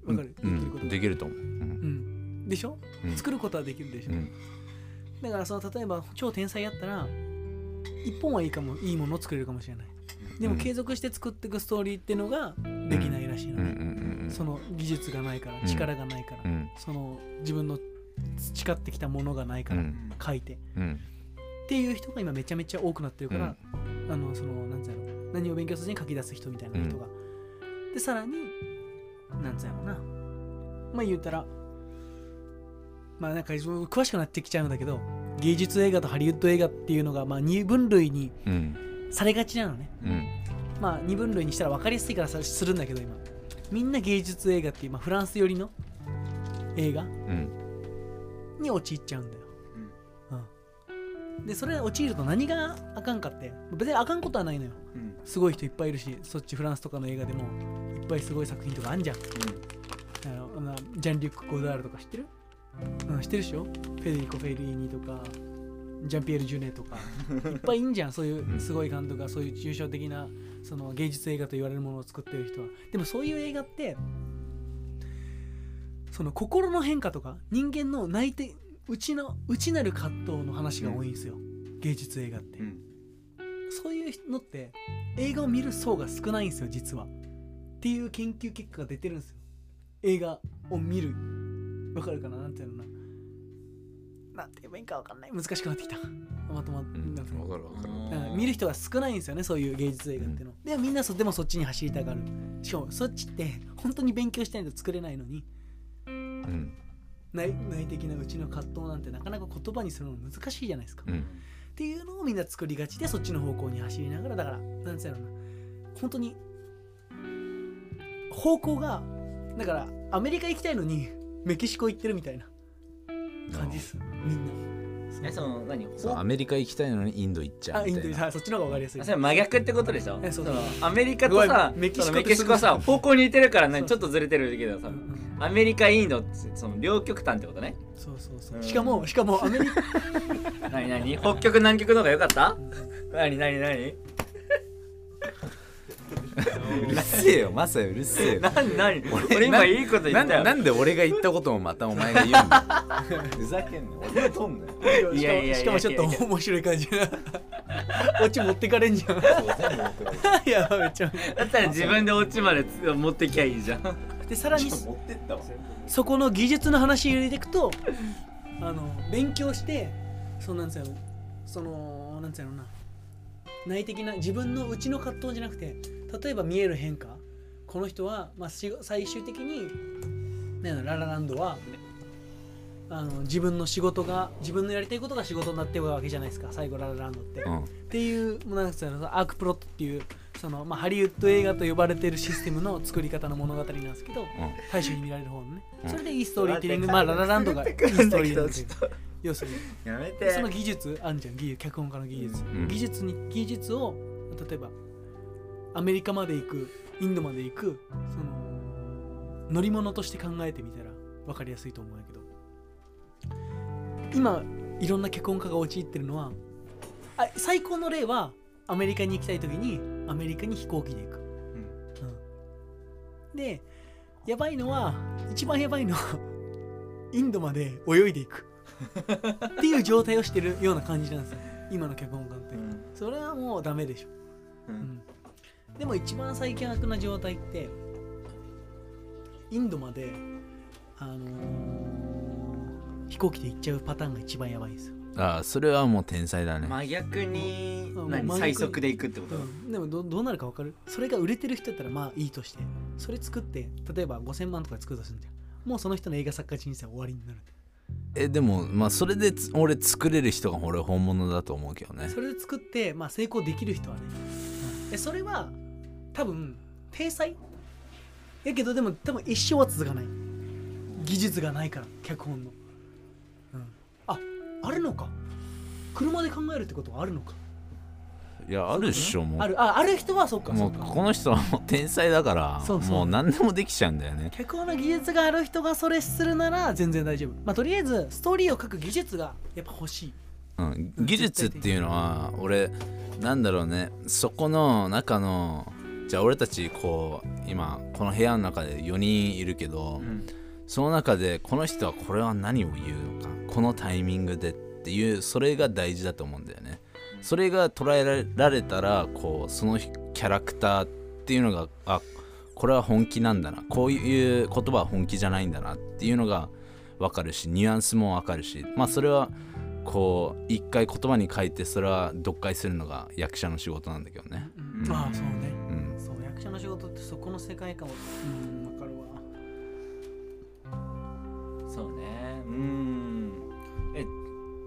S3: わかる、
S1: う
S3: 言ってること
S1: ん、できると思う、うん
S3: うんでしょ、
S1: うん
S3: 作ることはできるでしょ、
S1: うん
S3: だからその例えば超天才やったら一本はいいかもいいものを作れるかもしれないでも
S1: うん
S3: 継続して作っていくストーリーっていうのができないらしいの
S1: うんうん
S3: ね、
S1: うん
S3: その技術がないか
S1: うん
S3: ら力がないから、
S1: うん
S3: その自分の培ってきたものがないか
S1: う
S3: ら
S1: ん
S3: 書いて、
S1: うん
S3: っていう人が今めちゃめちゃ多くなってるから、あのそのなんつうの何を勉強せずに書き出す人みたいな人が、でさらになんつうのなまあ言うたらまあなんか詳しくなってきちゃうんだけど芸術映画とハリウッド映画っていうのがまあ2分類に
S1: うん
S3: されがちなのね
S1: うん
S3: まあ2分類にしたら分かりやすいからさするんだけど今みんな芸術映画っていう、まあ、フランス寄りの映画
S1: うん
S3: に陥っちゃうんだよ、うん、でそれ陥ると何があかんかって別にあかんことはないのよ
S2: うんうん
S3: すごい人いっぱいいるしそっちフランスとかの映画でもいっぱいすごい作品とかあんじゃんあのあのジャンリュック・ゴダールとか知ってる、うん、知ってるでしょフェデリコ・フェリーニとかジャンピエール・ジュネ [LAUGHS] とかいっぱいいんじゃんそういうすごい監督がそういう抽象的なその芸術映画と言われるものを作ってる人はでもそういう映画ってその心の変化とか人間の内て内の内なる葛藤の話が多いんですよ、芸術映画って、
S2: うん
S3: そういうのって映画を見る層が少ないんですよ実はっていう研究結果が出てるんですよ映画を見るわかるかななんていうのかななんて言えばいいかわかんない難しくなってきたまとまっ
S1: うん
S3: なんか
S1: わかるわかる
S3: だから見る人が少ないんですよねそういう芸術映画っていうの、でもみんなそでもそっちに走りたがるしかもそっちって本当に勉強したいと作れないのに
S1: うん
S3: 内内的なうちの葛藤なんてなかなか言葉にするの難しいじゃないですか、
S1: う
S2: うんん
S3: っていうのをみんな作りがちでそっちの方向に走りながらだからなんつうのかな本当に方向がだからアメリカ行きたいのにメキシコ行ってるみたいな感じですみんな
S2: えその何
S1: そうアメリカ行きたいのにインド行っちゃ
S3: あ
S1: うみ
S3: イン
S1: た
S3: ド
S1: い
S3: に
S1: な
S3: そっちの方が分かりやすい
S2: それ真逆ってことでしょ
S3: えそう
S2: そのアメリカと
S3: うわ
S2: さ
S3: メキシコ
S2: そ
S3: と
S2: のメキシコはさ方向に似てるから
S3: そ
S2: ね
S3: う
S2: ちょっとずれてるけど
S3: う
S2: さ
S3: んうん
S2: アメリカインドってその両極端ってことね
S3: そうそうそう、
S2: うん
S3: しかもしかもアメリカ
S2: 何何北極南極の方が良かった何何何
S1: うるせえよマサイうるせえよ
S2: 何何
S1: 俺
S2: 俺今
S1: ない
S2: いこと言
S1: な
S2: っ
S1: ん
S2: た
S1: で
S2: よ
S1: なんで俺が言ったこともまたお前が言うんだ [LAUGHS] ふざけんな俺がとんなよ
S3: し
S2: い
S3: か
S2: やいやい
S3: も
S2: や
S3: しかもちょっと面白い感じ [LAUGHS] がオチ持ってかれんじ [LAUGHS] ゃんやばいめっちゃ
S2: だったら自分でオチまでつ持ってきゃいいじゃん
S3: でさらに
S1: 持ってったわ
S3: そこの技術の話入れていくとあの勉強してそうなんつうのそのなんつうのな内的な自分の内の葛藤じゃなくて例えば見える変化この人は、まあ、し最終的になんやろララランドはあの自分の仕事が自分のやりたいことが仕事になってるわけじゃないですか最後ララランドって。
S1: うん
S3: っていうもうなんつうのアークプロットっていうその、まあ、ハリウッド映画と呼ばれてるシステムの作り方の物語なんですけど、最初に見られる方のね、
S1: うん
S3: それでいいストーリーティリングまあララランドがいい
S2: んだけど
S3: ストーリーなんですよ
S2: ち
S3: 要するに
S2: やめ
S3: でその技術あんじゃん技術脚本家の技術、
S1: うん
S3: 技術に技術を例えばアメリカまで行くインドまで行くその乗り物として考えてみたら分かりやすいと思うんやけど今いろんな脚本家が陥ってるのはあ最高の例はアメリカに行きたい時にアメリカに飛行機で行く、うんでやばいのは一番やばいのはインドまで泳いでいくっていう状態をしてるような感じなんですよ今の脚本家って、
S2: うん
S3: それはもうダメでしょ、
S2: う
S3: うんんでも一番最悪な状態ってインドまで、あのー飛行機で行っちゃうパターンが一番やばいんですよ、
S1: ああそれはもう天才だね
S2: 真逆に
S3: うん
S2: 何
S3: もう真
S2: 最
S3: 逆
S2: 速でいくってこと
S3: うんでもどどうなるか分かるそれが売れてる人だったらまあいいとしてそれ作って例えば5000万とかで作るとするんじゃんもうその人の映画作家人生は終わりになる
S1: えでもまあそれでつ俺作れる人が俺本物だと思うけどね
S3: それで作って、まあ、成功できる人はね、でそれは多分天才やけどでも多分一生は続かない技術がないから脚本の、うん、ああるのか車で考えるってことはあるのか
S1: いやあるっしょもう
S3: あるあある人はそっかそ
S1: も
S3: っ
S1: う
S3: か
S1: この人はもう天才だから
S3: そうそう
S1: もう何でもできちゃうんだよね
S3: 脚本の技術がある人がそれするなら全然大丈夫まあとりあえずストーリーを書く技術がやっぱ欲しい
S1: うん、技術っていうのは俺なんだろうねそこの中のじゃあ俺たちこう今この部屋の中で4人いるけど、
S2: うん
S1: その中でこの人はこれは何を言うのかこのタイミングでっていうそれが大事だと思うんだよねそれが捉えられたらこうそのキャラクターっていうのがあこれは本気なんだなこういう言葉は本気じゃないんだなっていうのが分かるしニュアンスも分かるしまあそれはこう一回言葉に書いてそれは読解するのが役者の仕事なんだけどね、うん
S3: ああそうね
S1: うん、
S3: そう役者の仕事ってそこの世界観をうん分かるわ
S2: そうねうーんえ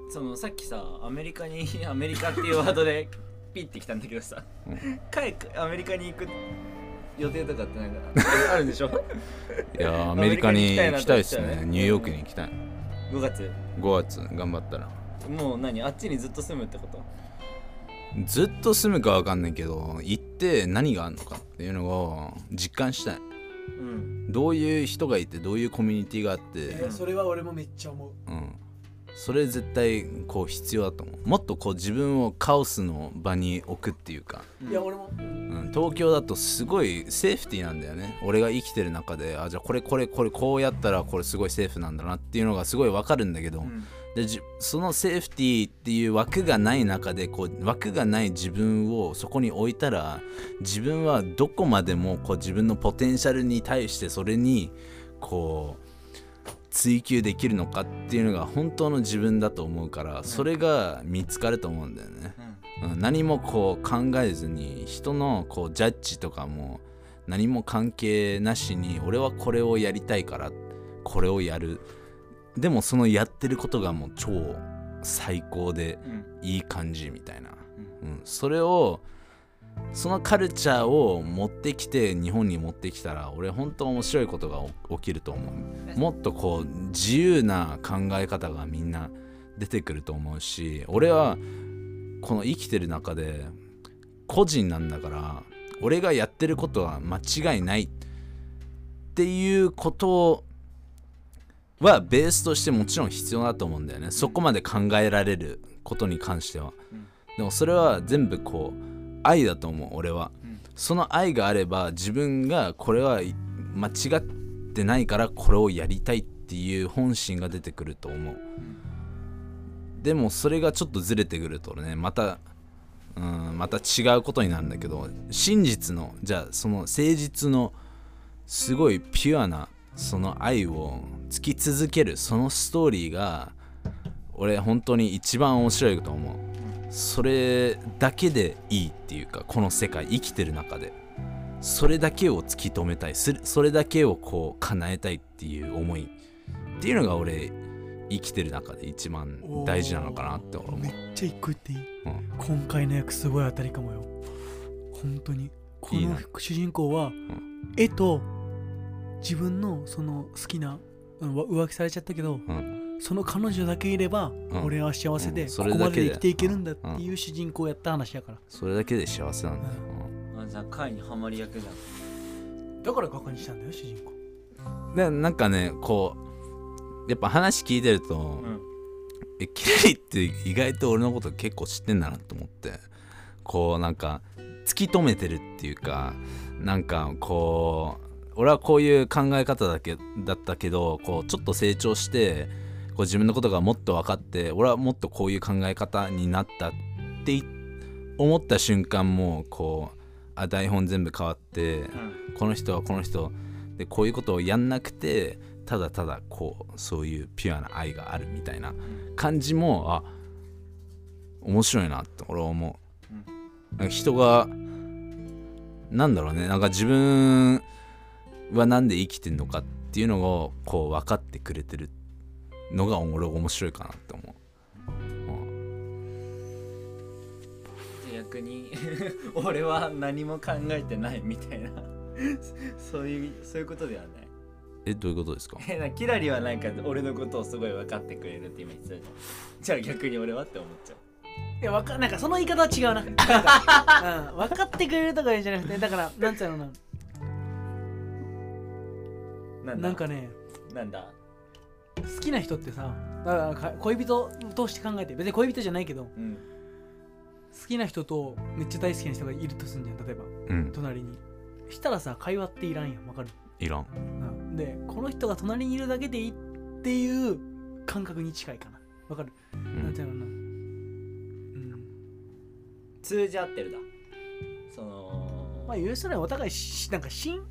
S2: そのさっきさアメリカに [LAUGHS] アメリカっていうワードでピッてきたんだけどさ
S1: うん
S2: 帰アメリカに行く予定とかってなんか [LAUGHS] あるんでしょ
S1: いやーアメリカに
S2: ア
S1: 行
S2: メリカに行
S1: き
S2: き
S1: たいで
S2: たいな
S1: す
S2: と
S1: ねニューヨークに行きたい
S2: 5月
S1: 5月頑張ったら
S2: もう何あっちにずっと住むってこと
S1: ずっと住むかわかんないけど行って何があるのかっていうのを実感したい
S2: うん
S1: どういう人がいてどういうコミュニティがあって
S3: え、それは俺もめっちゃ思う
S1: うん、それ絶対こう必要だと思うもっとこう自分をカオスの場に置くっていうか、
S3: いや俺も
S1: うん、東京だとすごいセーフティーなんだよね俺が生きてる中であじゃあこれこれこれこうやったらこれすごいセーフなんだなっていうのがすごいわかるんだけど、
S2: うん
S1: でじそのセーフティーっていう枠がない中でこう枠がない自分をそこに置いたら自分はどこまでもこう自分のポテンシャルに対してそれにこう追求できるのかっていうのが本当の自分だと思うからそれが見つかると思うんだよね。
S2: うん
S1: うん、何もこう考えずに人のこうジャッジとかも何も関係なしに俺はこれをやりたいからこれをやるでもそのやってることがもう超最高で
S2: うん
S1: いい感じみたいな、うん、それをそのカルチャーを持ってきて日本に持ってきたら俺本当面白いことが起起きると思うもっとこう自由な考え方がみんな出てくると思うし俺はこの生きてる中で個人なんだから俺がやってることは間違いないっていうことはベースとしてもちろん必要だと思うんだよねそこまで考えられることに関しては
S2: うん
S1: でもそれは全部こう愛だと思う俺は
S2: うん
S1: その愛があれば自分がこれはい間違ってないからこれをやりたいっていう本心が出てくると思うでもそれがちょっとずれてくるとねまたうんまた違うことになるんだけど真実のじゃあその誠実のすごいピュアなその愛を突き続けるそのストーリーが俺本当に一番面白いと思うそれだけでいいっていうかこの世界生きてる中でそれだけを突き止めたいするそれだけをこう叶えたいっていう思いっていうのが俺生きてる中で一番大事なのかなって俺思
S3: め
S1: う
S3: っちゃ一個言っていい、
S1: うん
S3: 今回の役すごい当たりかもよ本当にこ
S1: いいな
S3: の主人公は絵と自分のその好きなうんわ浮気されちゃったけど、
S1: うん
S3: その彼女だけいれば、
S1: ん
S3: 俺は幸せ
S1: う
S3: で
S1: ん
S3: こ
S1: そ
S3: こ
S1: れだ
S3: ま
S1: け
S3: で
S1: で
S3: 生きていけるんだっていう主人公やった話やから、
S1: それだけで幸せなんだよ、
S2: あじゃあ会にはまり役じゃん
S3: だからバカにしたんだよ主人公
S1: うんでなんかねこうやっぱ話聞いてると、
S2: うん
S1: えキラリって意外と俺のこと結構知ってんだなと思ってこうなんか突き止めてるっていうかなんかこう俺はこういう考え方だけだったけどこうちょっと成長してこう自分のことがもっと分かって俺はもっとこういう考え方になったってい思った瞬間もこうあ台本全部変わって
S2: うん
S1: この人はこの人でこういうことをやんなくてただただこうそういうピュアな愛があるみたいな感じもあ面白いなって俺は思う、
S2: うん
S1: なんか人がなんだろうねなんか自分はなんで生きてんのかっていうのをこう分かってくれてるのが俺面白いかなって思う、
S2: じゃあ逆に [LAUGHS] 俺は何も考えてないみたいな [LAUGHS] そういうそういうことではない
S1: えどういうことですか
S2: えなキラリはなんか俺のことをすごい分かってくれるって今言ってたじゃんじゃあ逆に俺はって思っちゃ
S3: いやわかなんかその言い方は違 [LAUGHS] うななんか、うん、分かってくれるとかじゃなくてだからなんつうのか
S2: うな
S3: な
S2: だ
S3: んなんかね
S2: なんだ
S3: 好きな人ってさだからか恋人として考えて別に恋人じゃないけど好
S2: うん
S3: きな人とめっちゃ大好きな人がいるとすんじゃん例えば
S1: うん
S3: 隣にしたらさ会話っていらんやんわかる、
S1: いらん
S3: うん、でこの人が隣にいるだけでいいっていう感覚に近いかなわかる、
S1: うん
S3: なんていうのかなうん
S2: 通じ合ってるだその
S3: まあ要するにお互いしなんかしん、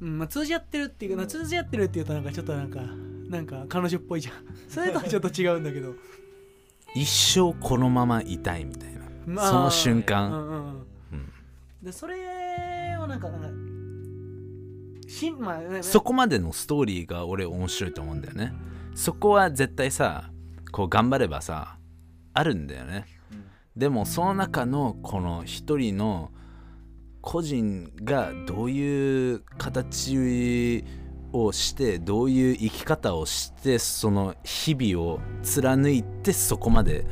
S3: うんまあ、通じ合ってるっていうか、
S2: うん
S3: 通じ合ってるっていうとなんかちょっとなんかなんか彼女っぽいじ [LAUGHS] ゃんそれとはちょっと違うんだけ [LAUGHS] ど
S1: 一生このままいたいみたいな、
S3: まあ
S1: その瞬
S3: うん
S1: 間、
S3: うんうん
S1: うん
S3: でそれをなんかなんかしんまあね
S1: そこまでのストーリーが俺面白いと思うんだよねそこは絶対さこう頑張ればさあるんだよね
S2: うん
S1: でもその中のこの一人の個人がどういう形をしてどういう生き方をしてその日々を貫いてそこまで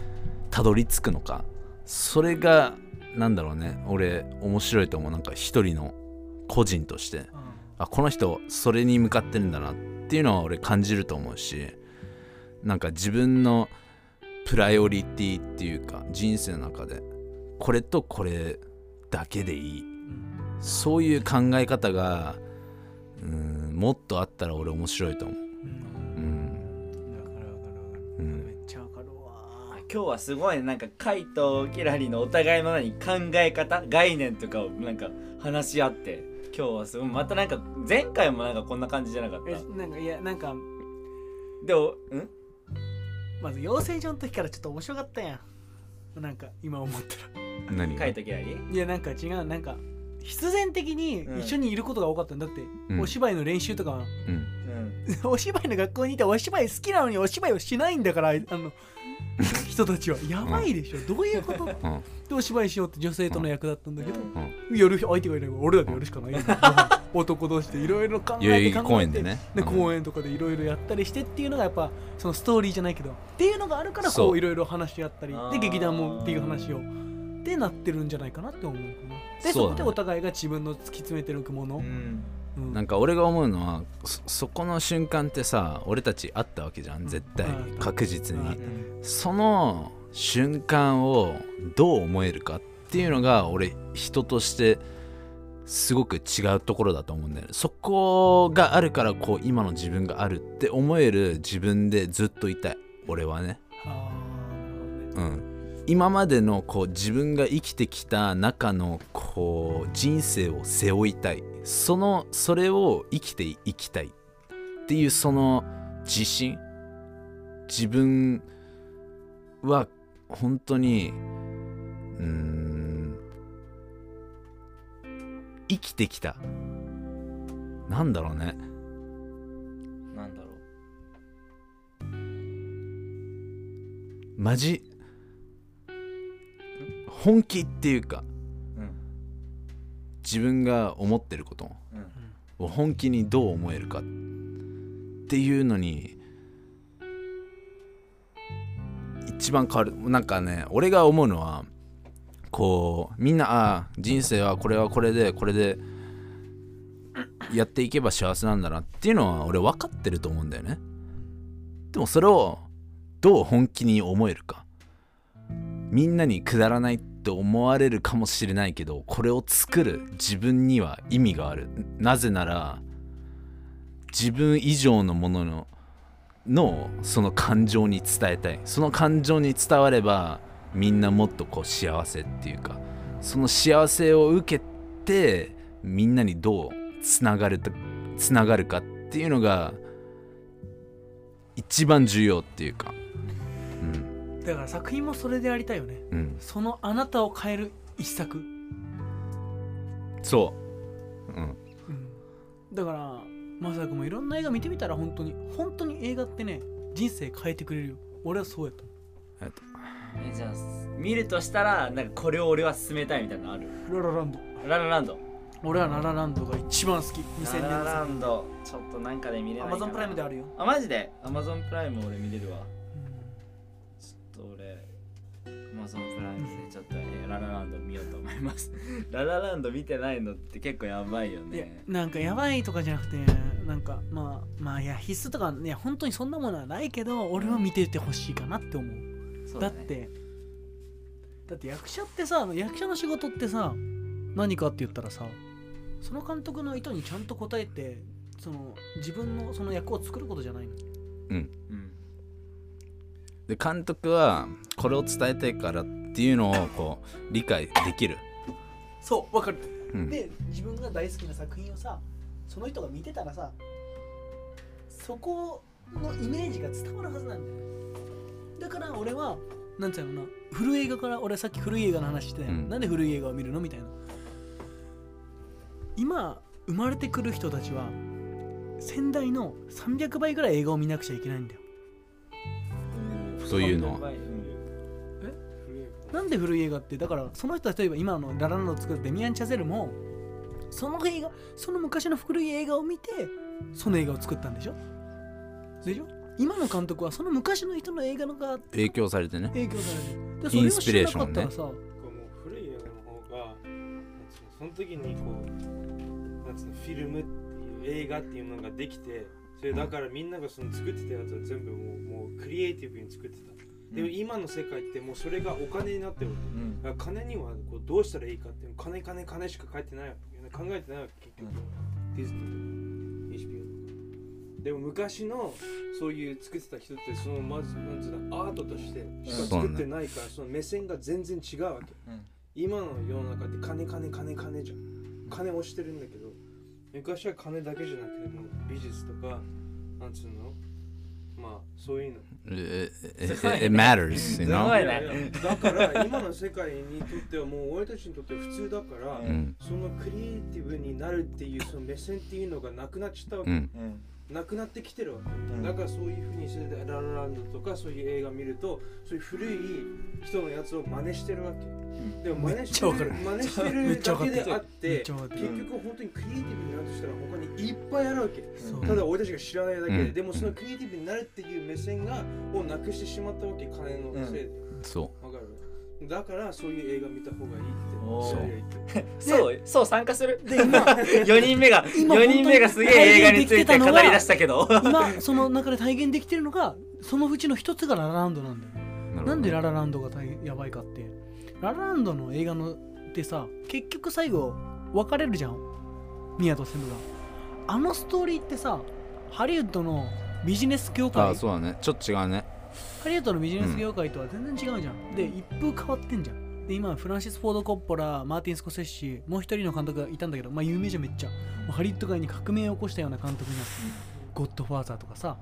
S1: たどり着くのかそれがなんだろうね俺面白いと思うなんか一人の個人として
S3: うん
S1: あこの人それに向かってるんだなっていうのは俺感じると思うしなんか自分のプライオリティっていうか人生の中でこれとこれだけでいいそういう考え方がうんもっとあったら俺面白いと思う。
S3: うん
S1: うん
S3: わかるわかるわかる
S1: うん
S3: めっちゃわかるわ
S2: あ今日はすごいなんかカイとキラリのお互いの何考え方概念とかをなんか話し合って今日はすごいまたなんか前回もなんかこんな感じじゃなかっ
S3: え
S2: た
S3: なんかいやなんか
S2: でおん
S3: まず養成所の時からちょっと面白かったやんなんか今思ったら
S1: 何が
S2: カイとキラリ
S3: いやなんか違うなんか必然的に
S2: うん
S3: 一緒にいることが多かったんだって、
S1: うん
S3: お芝居の練習とか [LAUGHS] は
S1: うん
S2: うん
S3: お芝居の学校にいてお芝居好きなのにお芝居をしないんだからあの人たちはやばいでしょ、どういうことで
S1: うん
S3: お芝居しようって女性との役だったんだけど、
S1: うん
S3: やる相手がいないから俺らでやるしかないよ男同士でいろいろ考えて
S1: 代々
S3: 考えて
S1: 木公園でね
S3: で
S1: うん
S3: 公演とかでいろいろやったりしてっていうのがやっぱそのストーリーじゃないけどっていうのがあるから
S1: そう
S3: こういろいろ話し合ったり
S2: あ
S3: で
S2: ー
S3: 劇団もっていう話をってなってるんじゃないかなって思うかな
S1: そ
S3: で
S1: う
S3: そ
S1: だ
S3: こ
S1: ね
S3: でお互いが自分の突き詰めてるもの、うん
S1: なんか俺が思うのはそそこの瞬間ってさ俺たちあったわけじゃん絶対
S3: うん
S1: 確実に
S2: う。ん
S1: その瞬間をどう思えるかっていうのが俺人としてすごく違うところだと思うんだよねそこがあるからこう今の自分があるって思える自分でずっといたい俺はね
S3: あー
S1: うん今までのこう自分が生きてきた中のこう人生を背負いたいそのそれを生きていきたいっていうその自信自分は本当にうーん生きてきたなんだろうね
S2: なんだろ
S1: マジ本気っていうか
S2: ううん
S1: 自分が思ってること
S2: う
S1: を
S2: ん
S1: 本気にどう思えるかっていうのに一番変わるなんかね俺が思うのはこうみんなああ人生はこれはこれでこれでやっていけば幸せなんだなっていうのは俺分かってると思うんだよねでもそれをどう本気に思えるかみんなにくだらないって思われるかもしれないけどこれを作る自分には意味があるなぜなら自分以上のものののその感情に伝えたいその感情に伝わればみんなもっとこう幸せっていうかその幸せを受けてみんなにどうつながるとつながるかっていうのが一番重要っていうかうん
S3: だから作品もそれでありたいよね
S1: うん
S3: そのあなたを変える一作、
S1: そううん
S3: うんだからまさくもいろんな映画見てみたら本当に本当に映画ってね人生変えてくれるよ俺はそうやと
S2: えじゃあ見るとしたらなんかこれを俺は進めたいみたいなのある
S3: 思うララランド
S2: ララランド
S3: 俺はララランドが一番好き2000
S2: ララ
S3: 年
S2: ランドちょっとなんかで見れ
S3: の
S2: な
S3: ア
S2: いかな
S3: マゾンプライムであるよ、
S2: あマジでアマゾンプライム俺見れるわ
S3: う
S2: ちょっと俺アマゾンプライムでちょっと、えーララランド見ようと思います [LAUGHS] ララランド見てないのって結構やばいよ
S3: んいや
S2: ね
S3: なんかやばいとかじゃなくてなんかまあまあいや必須とかね本当にそんなものはないけど俺は見ててほしいかなって思う
S2: そう
S3: だ
S2: だ
S3: っ
S2: ね
S3: てだって役者ってさ役者の仕事ってさ何かって言ったらさその監督の意図にちゃんと応えてその自分のその役を作ることじゃないの
S2: うん
S1: で監督はこれを伝えたいからっていうのをこう理解できる、
S3: そうわかる
S1: うん、
S3: で自分が大好きな作品をさその人が見てたらさそこのイメージが伝わるはずなんだよだから俺はなんていうのかな古い映画から俺さっき古い映画の話してたやん
S1: うん
S3: なんで古い映画を見るのみたいな今生まれてくる人たちは先代の300倍ぐらい映画を見なくちゃいけないんだよ
S1: というのは
S2: え
S3: なんで古い映画ってだからその人は例えば今のララランドを作るデミアン・チャゼルもその映画その昔の古い映画を見てその映画を作ったんでしょでしょ今の監督はその昔の人の映画のが
S1: 影響されてね
S3: 影響されてるで
S1: インスピレーションね
S3: それを知らなかったらさ
S4: こうもう古い映画の方がなんつうのその時にこうなんつうのフィルムっていう映画っていうのができてそれだからみんながその作ってたやつは全部もうもうクリエイティブに作ってたでも今の世界ってもうそれがお金になってる
S2: うん
S4: だから金にはこうどうしたらいいかっていうの金金金しか書いてないわけよね考えてないわけ結局、ディズニーとか HBO とかでも昔のそういう作ってた人ってそのまずなんつうのアートとしてしか作ってないからその目線が全然違うわけ
S2: うん
S4: 今の世の中って金金金金じゃん金押してるんだけど昔は金だけじゃなくてもう美術とかなんつうのまあそういうの
S1: It, it,
S2: すごいね
S1: it matters you
S2: すご
S1: know
S2: いね
S4: いやいやだから今の世界にとってはもう俺たちにとっては普通だから、
S1: うん
S4: そのクリエイティブになるっていうその目線っていうのがなくなっちゃったわけ、
S1: うん
S2: うん
S4: なくなってきてるわ
S2: ん
S4: けだからそういうふうにしてララランドとかそういう映画見るとそういう古い人のやつを真似してるわけ、
S2: ん
S4: でも真似して
S3: めっちゃ
S4: る
S3: わか
S4: 真似して
S3: めっ
S4: る
S3: ちゃ
S4: だ
S3: わか
S4: け
S3: る
S4: であっ
S3: め
S4: て
S3: っちゃわかる
S4: 結局本当にクリエイティブになるとしたら他にいっぱいあるわけ
S3: そう
S4: ただ俺たちが知らないだけで、
S1: うん
S4: でもそのクリエイティブになるっていう目線がをなくしてしまったわけ金のせいで、
S1: そ
S4: わかるだからそういう映画見た方がいいって
S2: お
S1: ー
S4: そう言って
S2: そうそう参加す
S3: [LAUGHS]
S2: る
S3: で今
S2: 4人目が
S3: 今
S2: 4人目がすげえ映画について語り出したけ
S3: [LAUGHS]
S2: ど
S3: 今その中で体現できてるのがそのうちの一つがララランドなんだよ
S1: う
S3: なんで
S1: な
S3: ラ
S1: る
S3: ラランドが大変やばいかってララランドの映画のってさ結局最後別れるじゃん宮とセムがあのストーリーってさハリウッドのビジネス業
S1: ほどあ
S3: 界
S1: あそうだねちょっと違うね
S3: ハリウッドのビジネス業界とは全然違うじゃん、で一風変わってんじゃんで今フランシス・フォード・コッポラマーティン・スコセッシもう一人の監督がいたんだけどまあ有名じゃんめっちゃもうハリウッド界に革命を起こしたような監督になってゴッドファーザーとかさ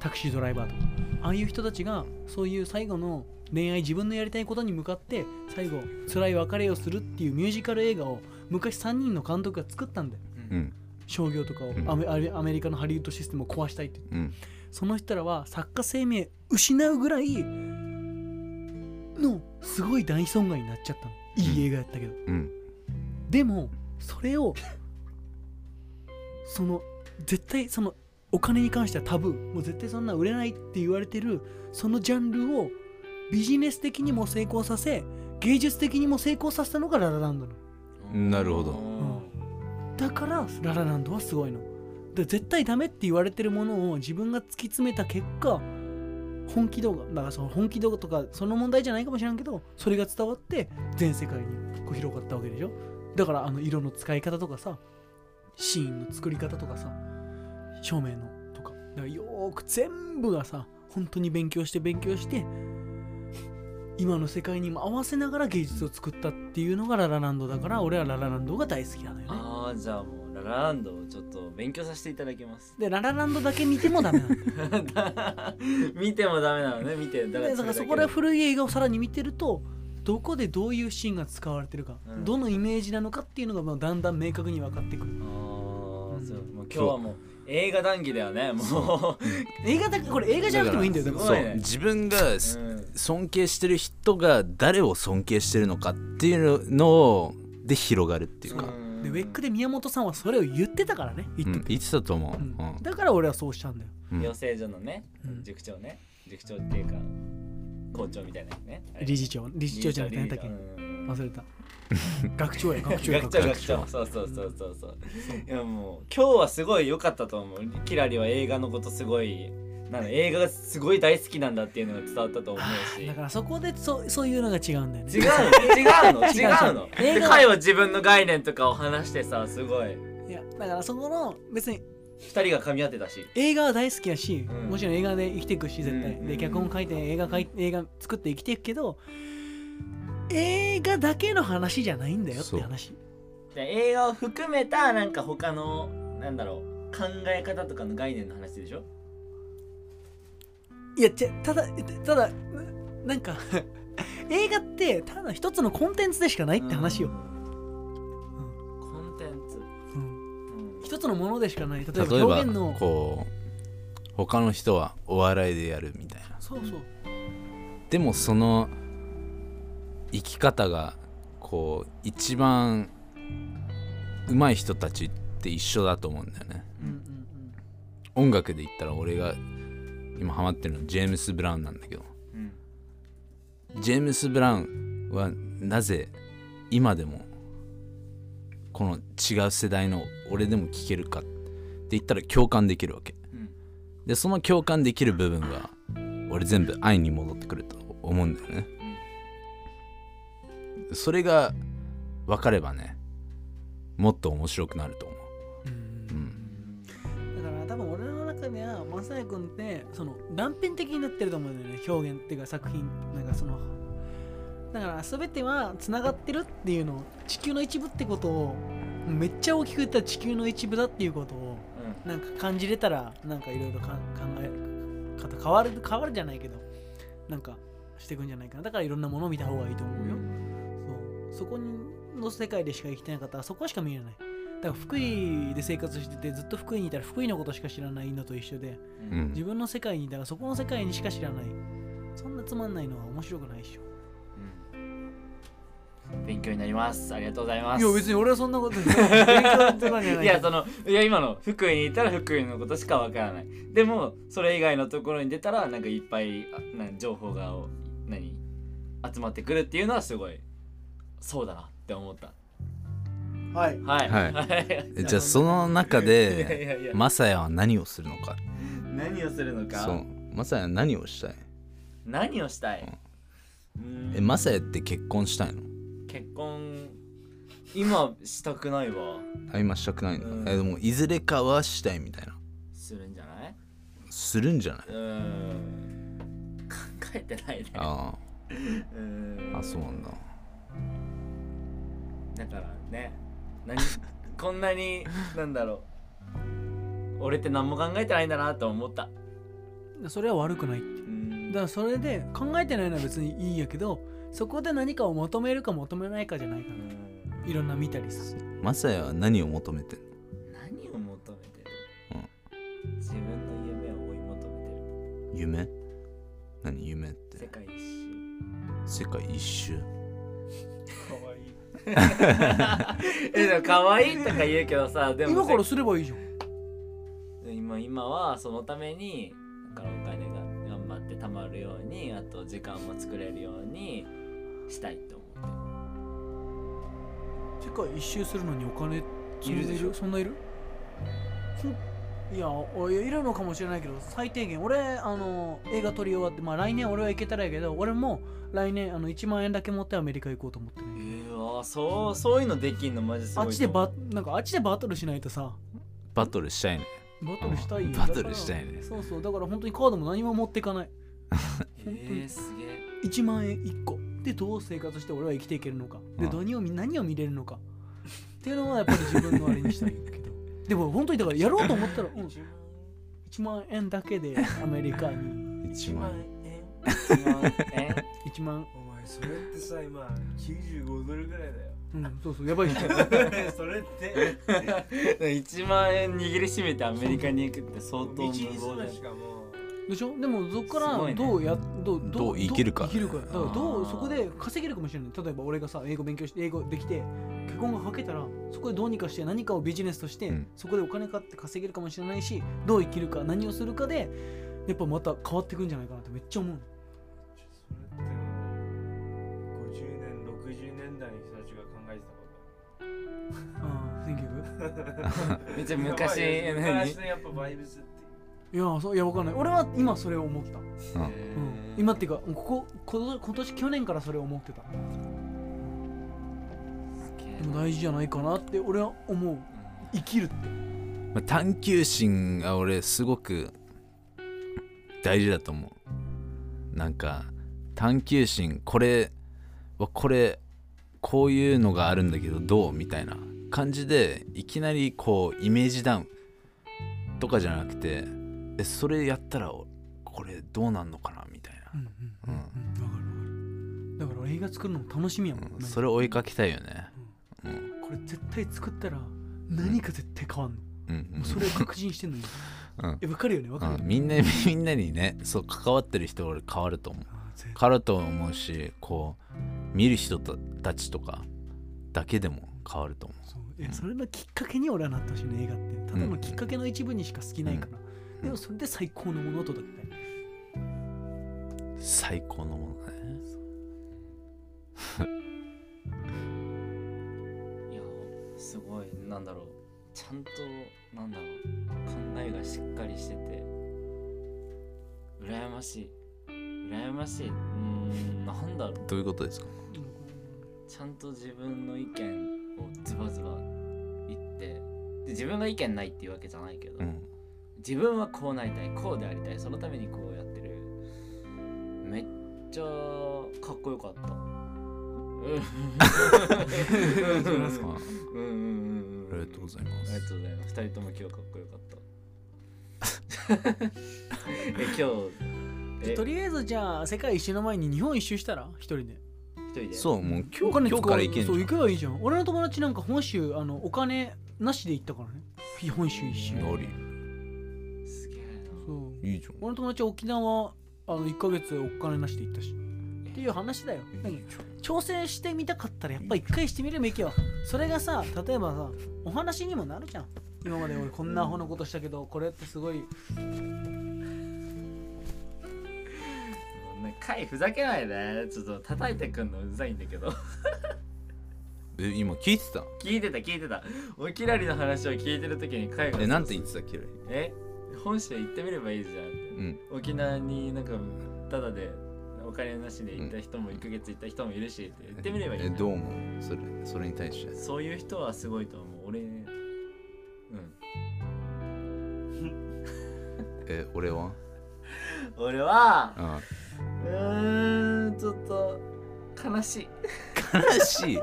S3: タクシードライバーとかああいう人たちがそういう最後の恋愛自分のやりたいことに向かって最後辛い別れをするっていうミュージカル映画を昔3人の監督が作ったんだよ
S1: うん
S3: 商業とかを
S1: うん
S3: アメアメアメリカのハリウッドシステムを壊したいって
S1: うん
S3: その人らは作家生命失うぐらいのすごい大損害になっちゃったのいい映画やったけど
S1: うん
S3: でもそれをその絶対そのお金に関してはタブーもう絶対そんな売れないって言われてるそのジャンルをビジネス的にも成功させ芸術的にも成功させたのがララランドなの
S1: なるほど
S3: だからララランドはすごいので絶対ダメって言われてるものを自分が突き詰めた結果本気動画だからその本気動画とかその問題じゃないかもしれんけどそれが伝わって全世界にこう広がったわけでしょだからあの色の使い方とかさシーンの作り方とかさ照明のとかだからよーく全部がさ本当に勉強して勉強して今の世界にも合わせながら芸術を作ったっていうのがララランドだから俺はララランドが大好きなのよね
S2: ああじゃあもうララランドをちょっと勉強させていただきます
S3: でララランドだけ見てもダメなんだよ
S2: [LAUGHS] 見てもダメなのね見てだ
S3: でだからそこで古い映画をさらに見てるとどこでどういうシーンが使われてるか、
S2: うん
S3: どのイメージなのかっていうのがまあだんだん明確に分かってくる
S2: あーそう
S3: うん
S2: もう今日はもう映画談義だよねも
S3: 映画だけこれ映画じゃなくてもいいんだよだ
S1: だ
S3: か
S1: からら
S2: すごいね
S1: そう自分が
S2: う、うん
S1: 尊敬してる人が誰を尊敬してるのかっていうのをで広がるっていうか、
S3: でウェック
S2: で
S3: で宮本さんはそれを言ってたからね言
S1: う
S3: っ
S1: ん
S3: て、
S1: 言ってたと思う、う
S3: う
S1: んん
S3: だから俺はそうしたんだよ、
S1: うん
S2: 養成所のね
S3: うん
S2: 塾長ね塾長っていうか校長みたいなやつねあれ
S3: 理事長理事長じゃなくて何だっ
S2: 理
S3: け
S2: 事長うん
S3: 忘れた [LAUGHS] 学長や学長や
S2: 学長学長そうそうそうそうそういやもう今日はすごい良かったと思うキラリは映画のことすごいなんだ映画がすごい大好きなんだっていうのが伝わったと思うし
S3: だからそこでそそういうのが違うんだよね
S2: 違うの違うの
S3: 違
S2: 違
S3: う
S2: うの
S3: 違
S2: で
S3: う
S2: 会は自分の概念とかを話してさすごい
S3: いやだからそこの別に
S2: 二人が噛み合ってたし
S3: 映画は大好きやし、
S2: うん
S3: もちろん映画で生きていくし絶対、
S2: うん
S3: で脚本書いて映画書い映画作って生きていくけど映画だけの話じゃないんだよって話
S2: で映画を含めたなんか他のなんだろう考え方とかの概念の話でしょ
S3: いやじゃただただななんか [LAUGHS] 映画ってただ一つのコンテンツでしかないって話よ、
S2: うんコンテンツ
S3: うん一つのものでしかない例えば
S1: 例えば
S3: 表現の
S1: こう他の人はお笑いでやるみたいな
S3: そうそう
S1: でもその生き方がこう一番上手い人たちって一緒だと思うんだよね
S3: うんうん
S1: 音楽で言ったら俺が今ハマってるのジェームス・ブラウンなんだけど
S2: うん
S1: ジェームス・ブラウンはなぜ今でもこの違う世代の俺でも聴けるかって言ったら共感できるわけ
S2: うん
S1: でその共感できる部分が俺全部愛に戻ってくると思うんだよねそれが分かればねもっと面白くなると思う
S3: う
S1: う
S3: ん
S1: ん
S3: だから多分俺の中ではマサイ君ってその断片的になってると思うんだよね表現っていうか作品なんかそのだから全てはつながってるっていうのを地球の一部ってことをめっちゃ大きく言ったら地球の一部だっていうことをなんか感じれたらなんかいろいろか考え方変わる変わるじゃないけどなんかしていくんじゃないかなだからいろんなものを見た方がいいと思うよそうそこの世界でしか生きてない方はそこしか見えないだから福井で生活しててずっと福井にいたら福井のことしか知らないのと一緒で
S2: う
S1: うんん
S3: 自分の世界にいたらそこの世界にしか知らないそんなつまんないのは面白くないでしょ
S2: うん勉強になりますありがとうございます
S3: いや別に俺はそんなこと [LAUGHS] 勉強とかじゃない
S2: いやそのいや今の福井にいたら福井のことしかわからないでもそれ以外のところに出たらなんかいっぱいあなん情報がお何集まってくるっていうのはすごいそうだなって思った
S3: はい
S2: はい
S1: はい
S2: い
S1: えじゃあその中
S2: いやい
S1: で
S2: やいや
S1: マサヤは何をするのか
S2: 何をするのか
S1: そうマサヤは何をしたい
S2: 何をしたい、う
S1: え
S2: ん
S1: マサヤって結婚したいの
S2: 結婚今したくないわ
S1: あ今したくないの、
S2: うん
S1: えでもいずれかはしたいみたいな
S2: するんじゃない
S1: するんじゃないう
S2: ーん考えてないね
S1: あ
S2: うーん
S1: ああそうなんだ
S2: だからね [LAUGHS] 何こんなになんだろう俺って何も考えてないんだなと思った
S3: それは悪くないって
S2: うん
S3: だからそれで考えてないのは別にいいんやけどそこで何かを求めるか求めないかじゃないか
S2: う
S3: なんいろんな見たりさ
S1: マサヤは何を求めてんの
S2: 何を求めてる、自分の夢を追い求めて
S1: 夢何夢って
S2: る世界一
S1: 世界一周
S4: わいい
S2: 周えでも可愛いとか言うけどさでも
S3: 今からすればいいじゃん
S2: 今今はそのためにだからお金が頑張って貯まるようにあと時間も作れるようにしたいと思っ
S3: 世界一周するのにお金そんない
S2: るでしょ
S3: そんないるほんいやおいやいるのかもしれないけど最低限俺あの映画撮り終わってまあ来年俺は行けたらやけど俺も来年あの1万円だけ持ってアメリカ行こうと思って
S2: て
S3: ね
S2: えわそうそういうのできんのマジす
S3: あ
S2: ごい
S3: っちでバなんかあっちでバトルしないとさ
S1: バトルしたいね
S3: バトルしたいよ
S1: うん
S3: だから
S1: バトルしたいね
S3: そうそうだから本当にカードも何も持っていかない
S2: えー、すげえ
S3: 1万円1個でどう生活して俺は生きていけるのかで
S1: うん
S3: 何を見何を見れるのかっていうのはやっぱり自分のあれにしたいけどでも本当にだからやろうと思ったら、うん、
S4: 一万
S3: 1万円だけでアメリカに
S1: 1万
S4: 円
S2: 1万円 [LAUGHS]
S3: 1万
S4: お前それってさ今95ドルぐらい
S3: うんそうそうやばい人
S4: だよそれって
S2: 1万円握りしめてアメリカに行くって相当
S4: 道に
S2: 無
S4: そ
S2: 謀だよ
S4: うだしかも
S3: でしょでもそこ
S2: すご
S3: から
S2: いね
S3: どうや、どう
S1: どう生きるか
S3: 生きるかだから
S1: あー
S3: どうそこで稼げるかもしれない例えば俺がさ英語勉強して英語できて結婚がかけたらそこでどうにかして何かをビジネスとして、
S1: うん
S3: そこでお金買って稼げるかもしれないしどう生きるか何をするかでやっぱまた変わってくんじゃないかなってめっちゃ思うの
S4: それって50年60年代の人たちが考えてたこ
S3: あ
S4: と
S3: あ選曲
S2: めっちゃ昔何
S4: 昔のやっぱバイブスって
S3: いやーそういやわかんない俺は今それを思った、う
S1: うん
S3: ん、今っていうかこここ今年去年からそれを思ってたでも大事じゃないかなって俺は思う生きるって
S1: まあ探求心が俺すごく大事だと思うなんか探求心これわこれこういうのがあるんだけどどうみたいな感じでいきなりこうイメージダウンとかじゃなくてえそれやったらおこれどうなんのかなみたい
S3: うんうんうんうんわかるわかるだから俺映画作るのも楽しみやもん、
S1: な、
S3: な
S1: うんん、
S3: か
S1: それ追いかけたいよね、うん
S3: これ絶対作ったら何か絶対変わんの、
S1: うんうん
S3: それを確信してんのに
S1: [LAUGHS] うん
S3: え分かるよね分かる
S1: う
S3: よ
S1: ん
S3: ね
S1: みんなみんなにねそう関わってる人は俺変わると思う
S3: あー絶
S1: 変わると思うしこう見る人たたちとかだけでも変わると思
S3: そうえそれのきっかけに俺はなってほしいね映画ってただのきっかけの一部にしか好きないか
S1: ん
S3: ら、でもそれで最高のものとだって
S1: う最高のものだね
S2: いやすごいなんだろうちゃんとなんだろう考えがしっかりしてて羨ましい羨ましいうーんなんだろう
S1: どういうことですか
S2: ちゃんと自分の意見をズバズバ言ってで自分が意見ないっていうわけじゃないけど、
S1: うん
S2: 自分はこうなりたいこうでありたいそのためにこうやってるめっちゃかっこよかった
S1: あ
S2: うんうんうんうんう
S3: そうなんす
S2: ん
S1: ありがとうございま
S2: ありが
S1: す
S2: とうございます。二人とも今日かっこよかった。え今日
S3: じゃあとりあえずじゃあ世界一周の前に日本一周したら一人で
S2: 一人で。う。
S1: そうもう
S3: お
S1: 今
S3: 金
S1: 日
S3: 使
S1: 今
S3: う
S1: 日から行けんじゃ
S3: そうん行けばいいじゃん俺の友達なんか本州あのお金なしで行ったからね日本一周一周
S1: あり
S2: すげえな。
S3: そう
S1: いいじゃん
S3: 俺の友達は沖縄あの1ヶ月お金なしで行ったしっていう話だよなんか挑戦してみたかったらやっぱ一回してみればいいけよそれがさ例えばさお話にもなるじゃん今まで俺こんなアホなことしたけどこれってすごい
S2: ね、かいふざけないで、ちょっと叩いてくんのうざいんだけど。
S1: え今聞いてた
S2: 聞いてた聞いてた。おきらりの話を聞いてるときにかいが。
S1: えなんて言ってたっけ
S2: え本州行ってみればいいじゃんって。
S1: うん
S2: 沖縄になんかただでお金なしで行った人も1ヶ月行った人もいるしって言ってみればいいじ
S1: え
S2: ゃん。
S1: どう思うそれそれに対して
S2: そういう人はすごいと思う。俺、うん。
S1: え俺は
S2: 俺は、
S1: あ
S2: うーんちょっと悲しい
S1: 悲しい悲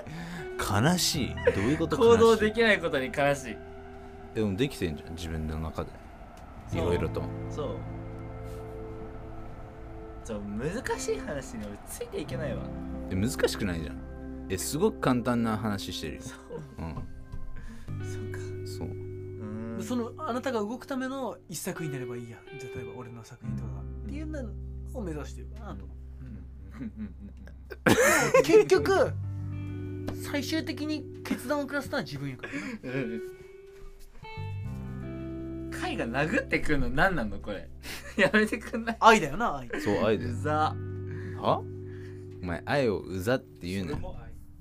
S1: しいどういうこと
S2: 行動で
S1: き
S2: きないことに悲しい
S1: でもできてんじゃん自分の中でい
S2: そう
S1: ろいろと
S2: そうちょ難しい話に俺ついていけないわ
S1: え難しくないじゃんえすごく簡単な話してるよ
S2: そう
S1: う
S2: そうか
S1: んそう
S2: うーん
S3: そのあなたが動くための一作になればいいやじゃあ例えば俺の作品とかがっていうのを目指してるかなと
S2: うんう
S1: [LAUGHS]
S2: ん
S3: 結局最終的に決断を下すのは自分やからな
S2: うんうんうん貝が殴ってくるの何なのこれやめてくんない
S3: 愛だよな愛
S1: そう愛で
S2: う
S1: す
S2: ざ
S1: はお前愛をうざって言う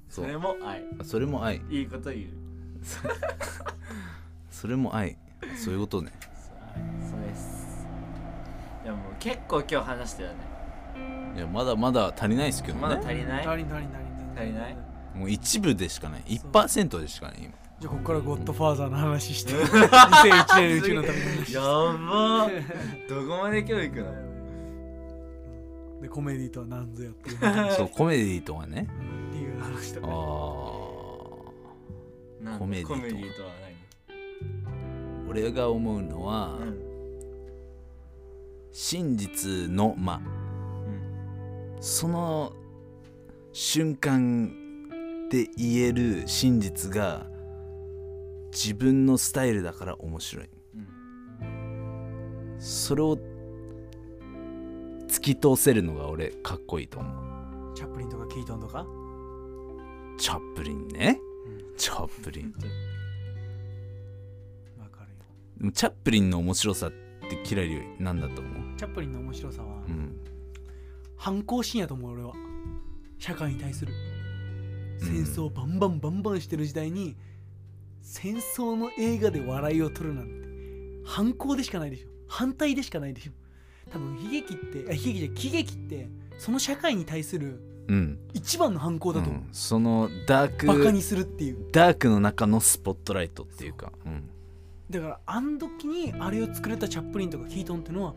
S4: そ
S1: な
S4: れ
S1: よ
S4: も愛
S1: そ
S2: そう
S1: あそれ
S2: れも愛
S1: も愛
S2: いいこと言う
S1: それも愛そういうことね
S2: そう愛そうですいやもう結構今日話したよね
S1: いやまだまだ足りないですけど
S2: まだ
S1: ね
S2: 足りない
S3: 足りん足りん足りん足
S2: 足りない
S1: もう一部でしかない1%でしかない今
S3: じゃあここからゴッドファーザーの話して
S1: [LAUGHS]
S3: 2001年のうちのための話
S2: やばーどこまで今日行くの
S3: でコメディとは何ぞやっていう話
S1: そうコメディとはね
S3: っていう話と
S1: あ
S3: か
S1: あ
S2: なんだ
S1: コメディと
S2: コメディとは
S1: 俺が思うのは、
S2: 何
S1: 真実のま
S2: うん
S1: その瞬間で言える真実が自分のスタイルだから面白い
S2: うん
S1: それを突き通せるのが俺かっこいいと思
S3: チャップリンとかキートンとか
S1: うチャップリンねチャップリン
S3: わかるよ
S1: でもチャップリンの面白さってキラリより何だと思う、
S3: チャップリンの面白さは
S1: うん、
S3: 反抗心やと思う俺は社会に対する戦争バンバンバンバンしてる時代に戦争の映画で笑いを取るなんて反抗でしかないでしょ反対でしかないでしょ多分悲劇ってあ悲劇じゃない喜劇ってその社会に対する
S1: うん、
S3: 一番の反抗だと思う、
S1: うんそのダーク
S3: バカにするっていう
S1: ダークの中のスポットライトっていうかうん
S3: だからあの時にあれを作れたチャップリンとかキートンってのは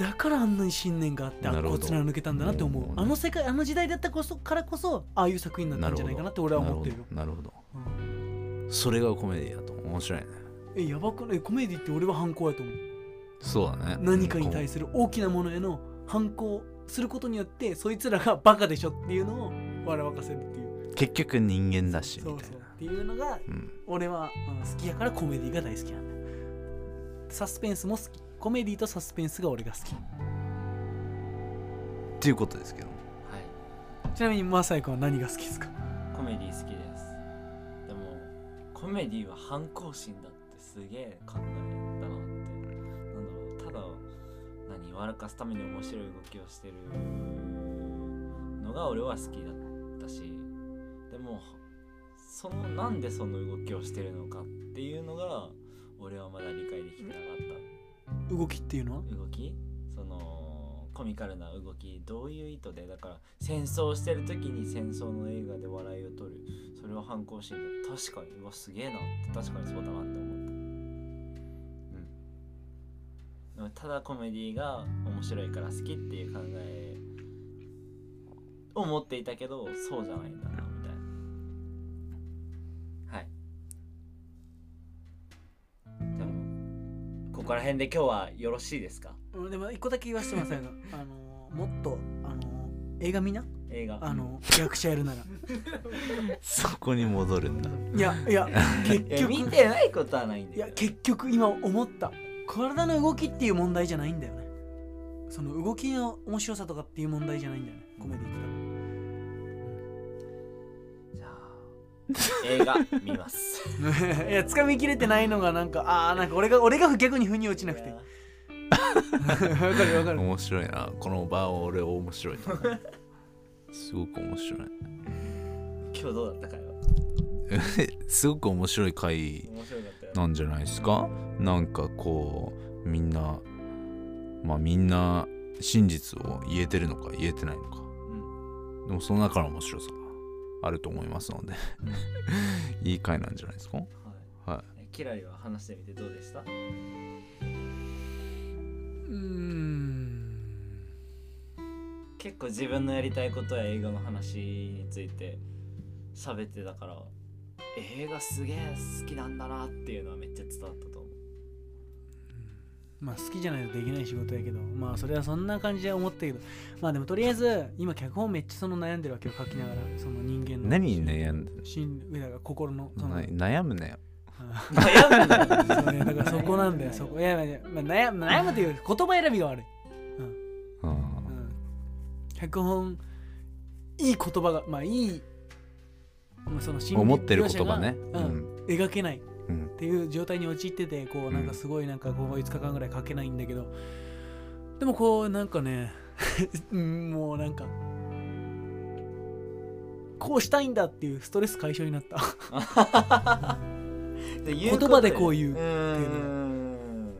S3: だからあんなに信念があってあ
S1: なる
S3: こ
S1: ほ
S3: っ
S1: ど
S3: ちな抜けたんだなって思う、
S1: うん
S3: あの世界あの時代だったこそからこそああいう作品になったんじゃないかなって俺は思ってるよ、
S1: なるほどなるほどそれがコメディだと面白いね
S3: えやばくないコメディって俺は反抗やと思う
S1: そうだね
S3: 何かに対
S1: す
S3: する大きなものへの反抗することによってそいつらがバカでしょっていうのを笑わかせるっていう
S1: る結局人間だしみ
S3: そう
S1: たい
S3: そう
S1: な
S3: っていうのが
S1: うん、
S3: 俺は、うん好きやからコメディが大好きなんだサスペンスも好きコメディとサスペンスが俺が好き
S1: っていうことですけど
S2: い
S3: ちなみにマサイ君は何が好きですか
S2: コメディ好きですでもコメディは反抗心だってすげえ考えたなってなんだろうただ何笑かすために面白い動きをしてるのが俺は好きだったしでもそのなんでその動きをしてるのかっていうのが俺はまだ理解できてなかった
S3: 動きっていうのは
S2: 動きそのコミカルな動きどういう意図でだから戦争してる時に戦争の映画で笑いを取るそれを反抗心だ確かにうわすげえなって確かにそうだなって思ったうんでもただコメディが面白いから好きっていう考えを持っていたけどそうじゃないんだなみたいなはいでもここら辺で今日はよろしいですか
S3: うんでも一個だけ言わせてませんがあのーもっとあのー映画見な
S2: 映画
S3: あのー役者やるなら
S1: そこに戻るんだ
S3: いやい [LAUGHS] や結
S2: いや
S3: 局
S2: 見てないことはないんだ
S3: い
S2: けど
S3: や結局今思った体の動きっていう問題じゃないんだよねその動きの面白さとかっていう問題じゃないんだよねコメディって多分
S2: じゃあ映画見ます
S3: [LAUGHS] いや掴みきれてないのがなんかああなんか俺が俺が逆に腑に落ちなくて
S2: いや
S3: わかるわかる
S1: 面白いなこの場を俺面白いと思
S3: [LAUGHS]
S1: うすごく面白い
S2: 今日どうだったかよ
S1: えすごく面白い回
S2: 面白かったよ
S1: なんじゃないですかなんかこうみんなまあみんな真実を言えてるのか言えてないのか、でもその中の面白さがあると思いますので [LAUGHS] いい回なんじゃないですかは
S2: はい、キラリは話してみてどうでした
S3: うーん
S2: 結構自分のやりたいことや映画の話について喋ってたから映画すげえ好きなんだなっていうのはめっちゃ伝わった
S3: [LAUGHS]
S2: と思う
S3: まあ好きじゃないとできない仕事やけどまあそれはそんな感じで思ったけどまあでもとりあえず今脚本めっちゃその悩んでるわけを書きながらその人間
S1: い
S3: の
S1: 何に悩んで
S3: 心上だから心のその
S1: な悩むね
S3: あ
S2: 悩むんだよ
S3: ーそうねだからそ [LAUGHS] こなんだよそこいやいや、まあ、悩む悩むというか言葉選びが悪い、
S1: うん
S3: うん、脚本いい言葉がまあいいまあその心理
S1: 思ってる言
S3: 描写
S1: 葉
S3: が
S1: ね
S3: うん描けない
S1: うん
S3: っていう状態に陥っててこうなんかすごいなんかこう5日間ぐらい書けないんだけどでもこうなんかね [LAUGHS] うんもうなんかこうしたいんだっていうストレス解消になった
S2: 言
S3: 言葉でこう言う
S2: う
S3: っ
S2: ってて
S3: い
S2: いううん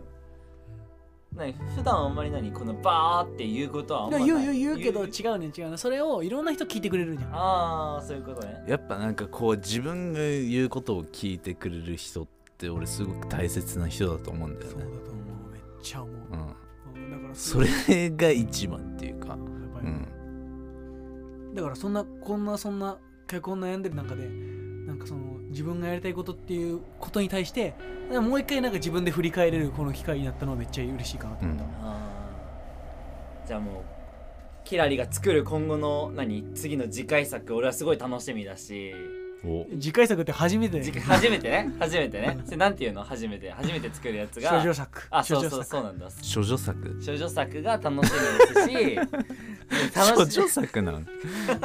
S2: 何普段あんまり何このバーって言うことはあんま
S3: で
S2: な
S3: も
S2: い
S3: [LAUGHS] 言う言う言うけど違うね違うねそれをいろんな人聞いてくれるじゃん
S2: ああそういうことね
S1: やっぱなんかこう自分が言うことを聞いてくれる人って俺すごく大切な人だと思うんだよ
S3: そうだ
S1: ね
S3: と思うめっちゃ思う
S1: うん
S3: うんだからす
S1: そ
S3: ごい
S1: れが一番っていうか
S3: や
S1: う
S3: ばい
S1: ん
S3: だからそんなこんなそんな脚本悩んでる中でなんかその自分がやりたいことっていうことに対してもう一回なんか自分で振り返れるこの機会になったのはめっちゃ嬉しいかなと
S1: う
S3: 思っ
S1: ん
S3: た、
S2: あーじゃあもうキラリが作る今後の何次の次回作俺はすごい楽しみだし
S1: お
S3: 次回作って初めて
S2: 次回初めてね初めてねそれなんていうの初めて初めて作るやつが
S3: 少女作
S2: あ
S3: 少
S2: そ
S3: 女
S2: う
S3: 作
S2: そうそうなんだ
S1: 処女作
S2: 少女作が楽しみですし
S1: 処
S2: 楽し
S1: 女作なん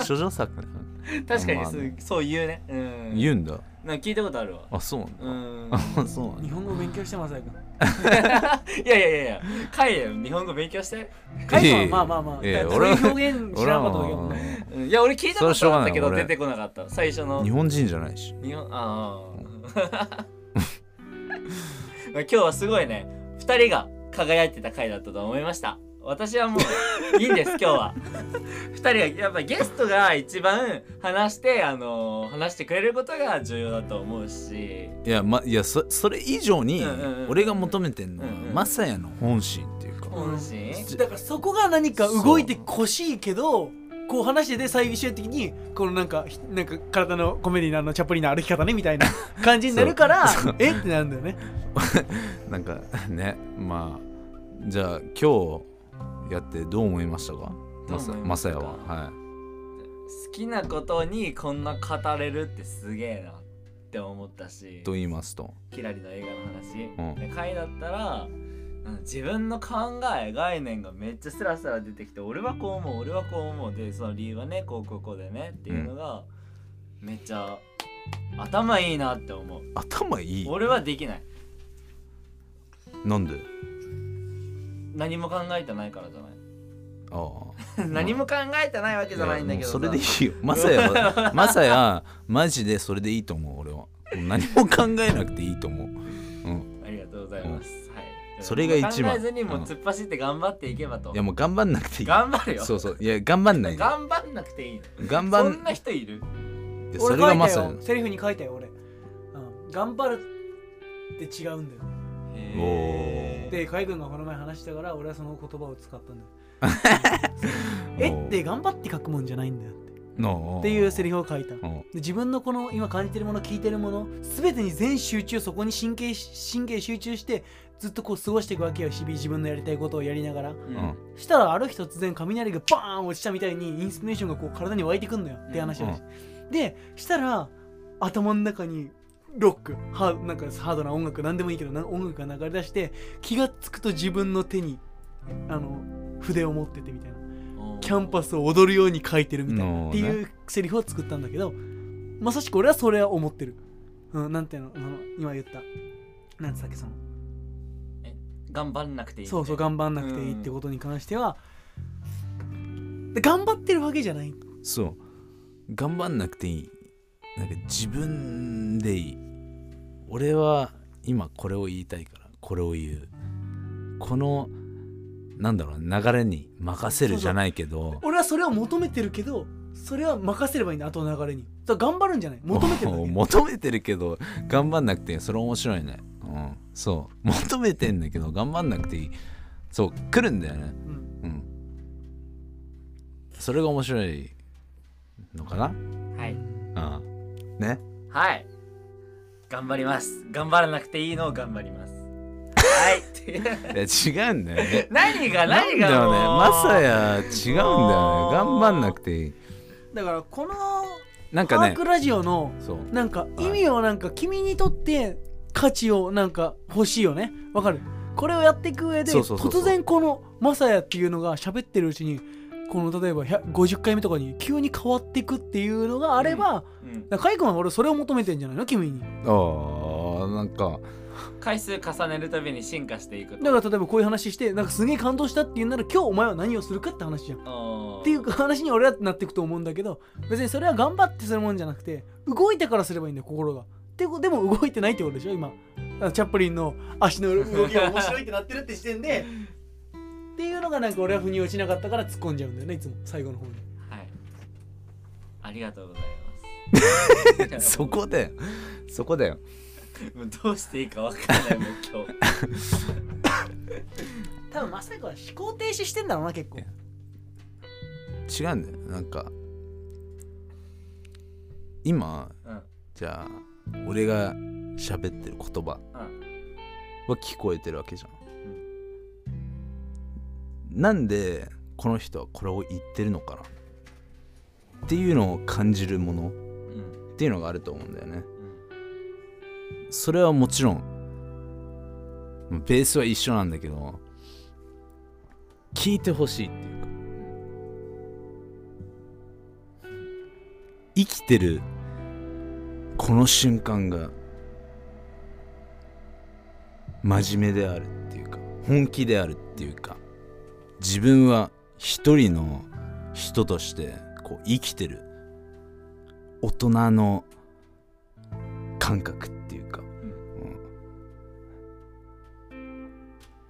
S1: 処女作なん
S2: 確かにそう,、
S1: まあね
S2: そう言うねうん
S1: 言うんだ
S2: なんか聞いたことあるわ
S1: あそうなん
S2: う
S1: だ
S2: ん
S1: あそうなん
S3: 日
S1: だ
S3: 本語勉強してますや君
S2: いやいやいやいや海で日本語勉強して
S3: カイト
S1: いえい
S3: は
S1: え
S3: まあまあまあ
S1: いやいや
S3: そういう
S1: 俺は
S3: 表現知
S1: 俺
S3: ら
S1: は
S3: なかったけ
S1: も
S3: どね
S1: う
S2: うんいや俺聞いたこ
S1: それはしょう
S2: と
S1: が
S2: あっ
S1: ない
S2: たけど
S1: 俺
S2: 出てこなかった最初の
S1: 日本人じゃないし
S2: 日本ああ [LAUGHS] 今日はすごいね2人が輝いてた回だったと思いました私はもういいんです今日は2人がやっぱゲストが一番話してあのー話してくれることが重要だと思うし
S1: いやまいやそそれ以上に
S2: うんうんうん
S1: 俺が求めてんのは
S2: うんうん
S1: マサヤの本心っていうか
S2: 本心
S3: だからそこが何か動いてほしいけどこう話してて最終的にこのなんかひなんか体のコメディのあのチャップリンの歩き方ねみたい
S1: [LAUGHS]
S3: な感じになるからえってなるんだよね
S1: なんか [LAUGHS] ねまあじゃあ今日やってどう思いましたかマサ
S2: どう思いまし
S1: マサ
S2: たか
S1: ヤはは
S2: 好きなことにこんな語れるってすげえなっって思ったし
S1: と言いますと
S2: キラリの映画の話、
S1: うん
S2: で回だったらうん自分の考え概念がめっちゃスラスラ出てきて俺はこう思う俺はこう思うでその理由はねこうこうこうでねっていうのが、めっちゃ頭いいなって思う
S1: 頭いい
S2: 俺はできない
S1: なんで
S2: 何も考えてないからじゃない
S1: ああ
S2: 何も考えてないわけじゃないんだけどさ
S1: いやもうそれでいいよ [LAUGHS] まさや
S2: [LAUGHS]
S1: はまさやマジでそれでいいと思う俺はもう何も考えなくていいと思ううん
S2: ありがとうございます、はい
S1: それが一番
S2: 考えずにもう突っ走って頑張っていけばと
S1: いやもう頑張んなくていい
S2: 頑張るよ
S1: そうそういや頑張んない
S2: 頑張んなくていいの
S1: 頑張
S2: そ
S1: ん
S2: んな人いる
S1: いやそ
S3: 俺
S1: れが
S3: 書い
S1: ま
S3: た
S1: さや
S3: よセリフに書いたよ俺、うん、頑張るって違うんだよ
S1: へ
S3: で海軍がこの前話したから俺はその言葉を使ったんだよ
S1: お
S3: え
S1: う
S3: って頑張って書くもんじゃないんだよって
S1: の
S3: っていうセリフを書いたで
S1: うん
S3: 自分のこの今感じてるもの聞いてるもの全てに全集中そこに神経し神経集中してずっとこう過ごしていくわけよ日々自分のやりたいことをやりながら
S2: うん
S1: うん
S3: したらある日突然雷がバーン落ちたみたいにインスピレーションがこう体に湧いてくんのよって話をし、でしたら頭の中にロックハーなんかハードな音楽何でもいいけどな音楽が流れ出して気がつくと自分の手にあの筆を持っててみたいなキャンパ
S2: ス
S3: スを踊るように書いてるみたい
S1: の
S3: な
S1: ー
S3: っていうセリフを作ったんだけどまさしく俺はそれは思ってる、うん、なんていうのあの今言ったなんつったっけその
S2: 頑張んなくていい
S3: そうそう
S2: 頑
S3: 頑張んなくていいってことに関しては、で頑張ってるわけじゃない
S1: そう頑張んなくていいなんか自分でいい俺は今これを言いたいからこれを言うこのなんだろう流れに任せるじゃないけど
S3: 俺はそれを求めてるけどそれは任せればいいんだ後の流れにだから頑張るんじゃない求めてるだ
S1: もう [LAUGHS]
S3: け
S1: 求めてるけど頑張んなくていいそれ面白いねうんそう求めてんだけど頑張んなくていいそう来るんだよね
S3: うん
S1: うんそれが面白いのかな
S2: はい
S1: うんね
S2: はい頑張ります頑張らなくていいのを頑張りますはい
S1: [LAUGHS] いや違うんだよね
S2: 何が
S1: なん
S2: 何
S1: だ
S2: が
S1: よね
S2: もう
S1: まさや違うんだよ
S2: もう
S1: ね頑張んなくていい
S3: だからこの
S1: なん
S3: パ
S1: か
S3: ー
S1: ね
S3: クラジオの
S1: そう
S3: なんか意味をなんか君にとって価値をなんか欲しいよねわかるこれをやっていく上で
S1: そうそうそうそう
S3: 突然このマサヤっていうのが喋ってるうちにこの例えば100 50回目とかに急に変わっていくっていうのがあれば、
S2: うん
S3: だからカイ君は俺それを求めてんじゃないの君に
S1: あーなんか
S2: 回数重ねるたびに進化していくと
S3: だから例えばこういう話してなんかすげえ感動したっていうなら今日お前は何をするかって話じゃんっ
S2: おー
S3: ていう話に俺はなっていくと思うんだけど別にそれは頑張ってするもんじゃなくて動いてからすればいいんだよ心がってこでも動いてないってことでしょ今あチャップリンの足の動きが面白いってなってるって時点でっていうのがなんか俺は腑に落ちなかったから突っ込んじゃうんだよねいつも最後の方に
S2: はいありがとうございます
S1: [LAUGHS] そこでそこだよ
S2: もうどうしていいかわかんないもう今日
S3: 多分まさかは思考停止してんだろうな結構
S1: いや違うんだよなんか今
S2: うん
S1: じゃあ俺が喋ってる言葉は聞こえてるわけじゃん。なんでこの人はこれを言ってるのかなっていうのを感じるもの
S2: うん
S1: っていうのがあると思うんだよね。
S2: うん
S1: それはもちろんベースは一緒なんだけど聞いてほしいっていうか生きてるこの瞬間が真面目であるっていうか本気であるっていうか自分は一人の人としてこう生きてる大人の感覚っていうか、うん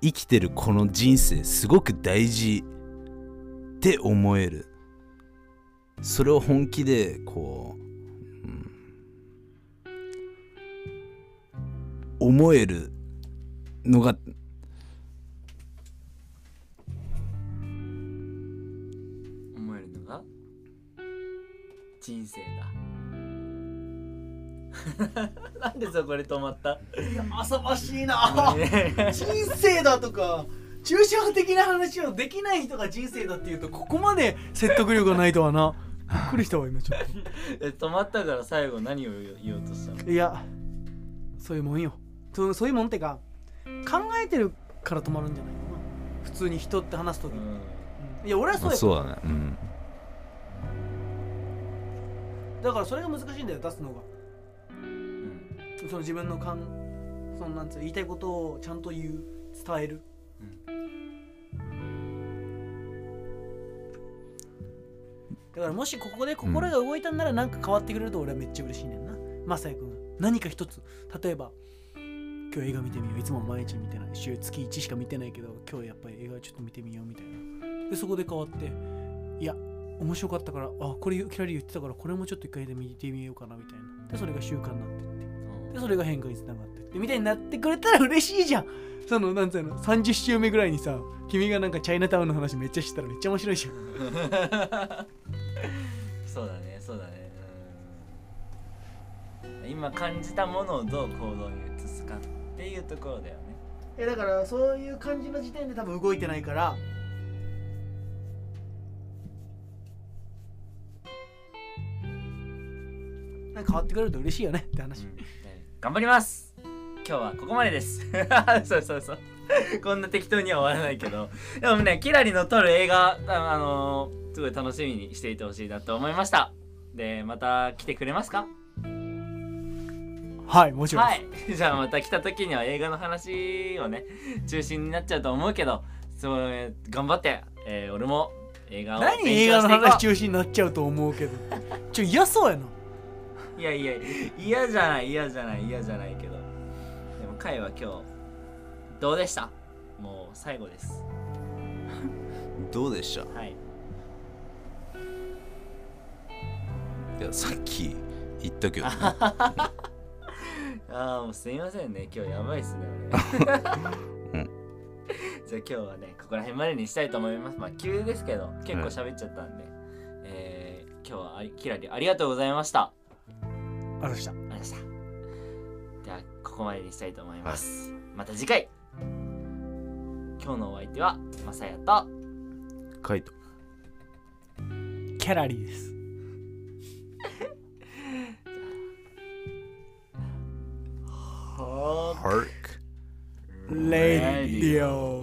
S1: 生きてるこの人生すごく大事って思えるそれを本気でこう、うん思えるのが
S2: 思えるのが人生だ [LAUGHS] なんでそこで止まった [LAUGHS]
S3: 浅ましいな人生だとか抽象的な話をできない人が人生だっていうとここまで説得力がないとはなびっくりしたわ今ちょっ
S2: え止まったから最後何を言おうとしたの
S3: といやそういうもんよそうそういうもんってか考えてるから止まるんじゃないかな普通に人って話す時、
S2: うん
S3: うんいや俺はそう
S1: まあ
S3: や
S1: そうだねうん
S3: だからそれが難しいんだよ出すのが
S2: うん [LAUGHS]
S3: その自分の感そのなんつうの言いたいことをちゃんと言う伝えるだからもしここで心が動いたんなら何か変わってくれると俺はめっちゃ嬉しいねんな。まさやくんが何か一つ例えば今日映画見てみよういつも毎日見てない週月1しか見てないけど今日やっぱり映画ちょっと見てみようみたいなでそこで変わっていや面白かったからあこれキラリ言ってたからこれもちょっと一回で見てみようかなみたいなでそれが習慣になってってでそれが変化につながってってみたいになってくれたら嬉しいじゃんそのなんつうの30週目ぐらいにさ君がなんかチャイナタウンの話めっちゃしてたらめっちゃ面白いじゃん
S2: そうだねそうだねうん今感じたものをどう行動に移すかっていうところだよね
S3: えだからそういう感じの時点で多分動いてないからなんか変わってくれると嬉しいよねって話、
S2: 頑張ります今日はここまでです [LAUGHS] そうそうそうこんな適当には終わらないけどでもねキラリの撮る映画ああのーすごい楽しみにしていてほしいなと思いましたでまた来てくれますか
S3: はいもちろん、
S2: は、い [LAUGHS] じゃあまた来た時には映画の話をね中心になっちゃうと思うけどそう頑張って、えー俺も映画を
S3: 何
S2: 勉
S3: 映
S2: 強
S3: 画
S2: し
S3: の
S2: ていこう
S3: 話中心になっちゃうと思うけどちょ嫌そうやない
S2: やいや嫌じゃない嫌じゃない嫌じゃないけどでも会は今日どうでしたもう最後です
S1: どうでした
S2: はい
S1: いやさっき言ったけど
S3: [LAUGHS]
S1: ね、
S2: ああもうすみませんね今日やばいっすね
S1: う
S3: [LAUGHS]
S2: 俺
S1: ん
S2: じゃあ今日はねここら辺までにしたいと思いますまあ急ですけど結構喋っちゃったんで、えー今日はありキラリありがとうございました
S3: あの人
S2: ありがとうございましたではここまでにしたいと思います、また次回今日のお相手はまさやと
S1: カイト
S3: キャラリーです
S1: ハーク
S3: レディオ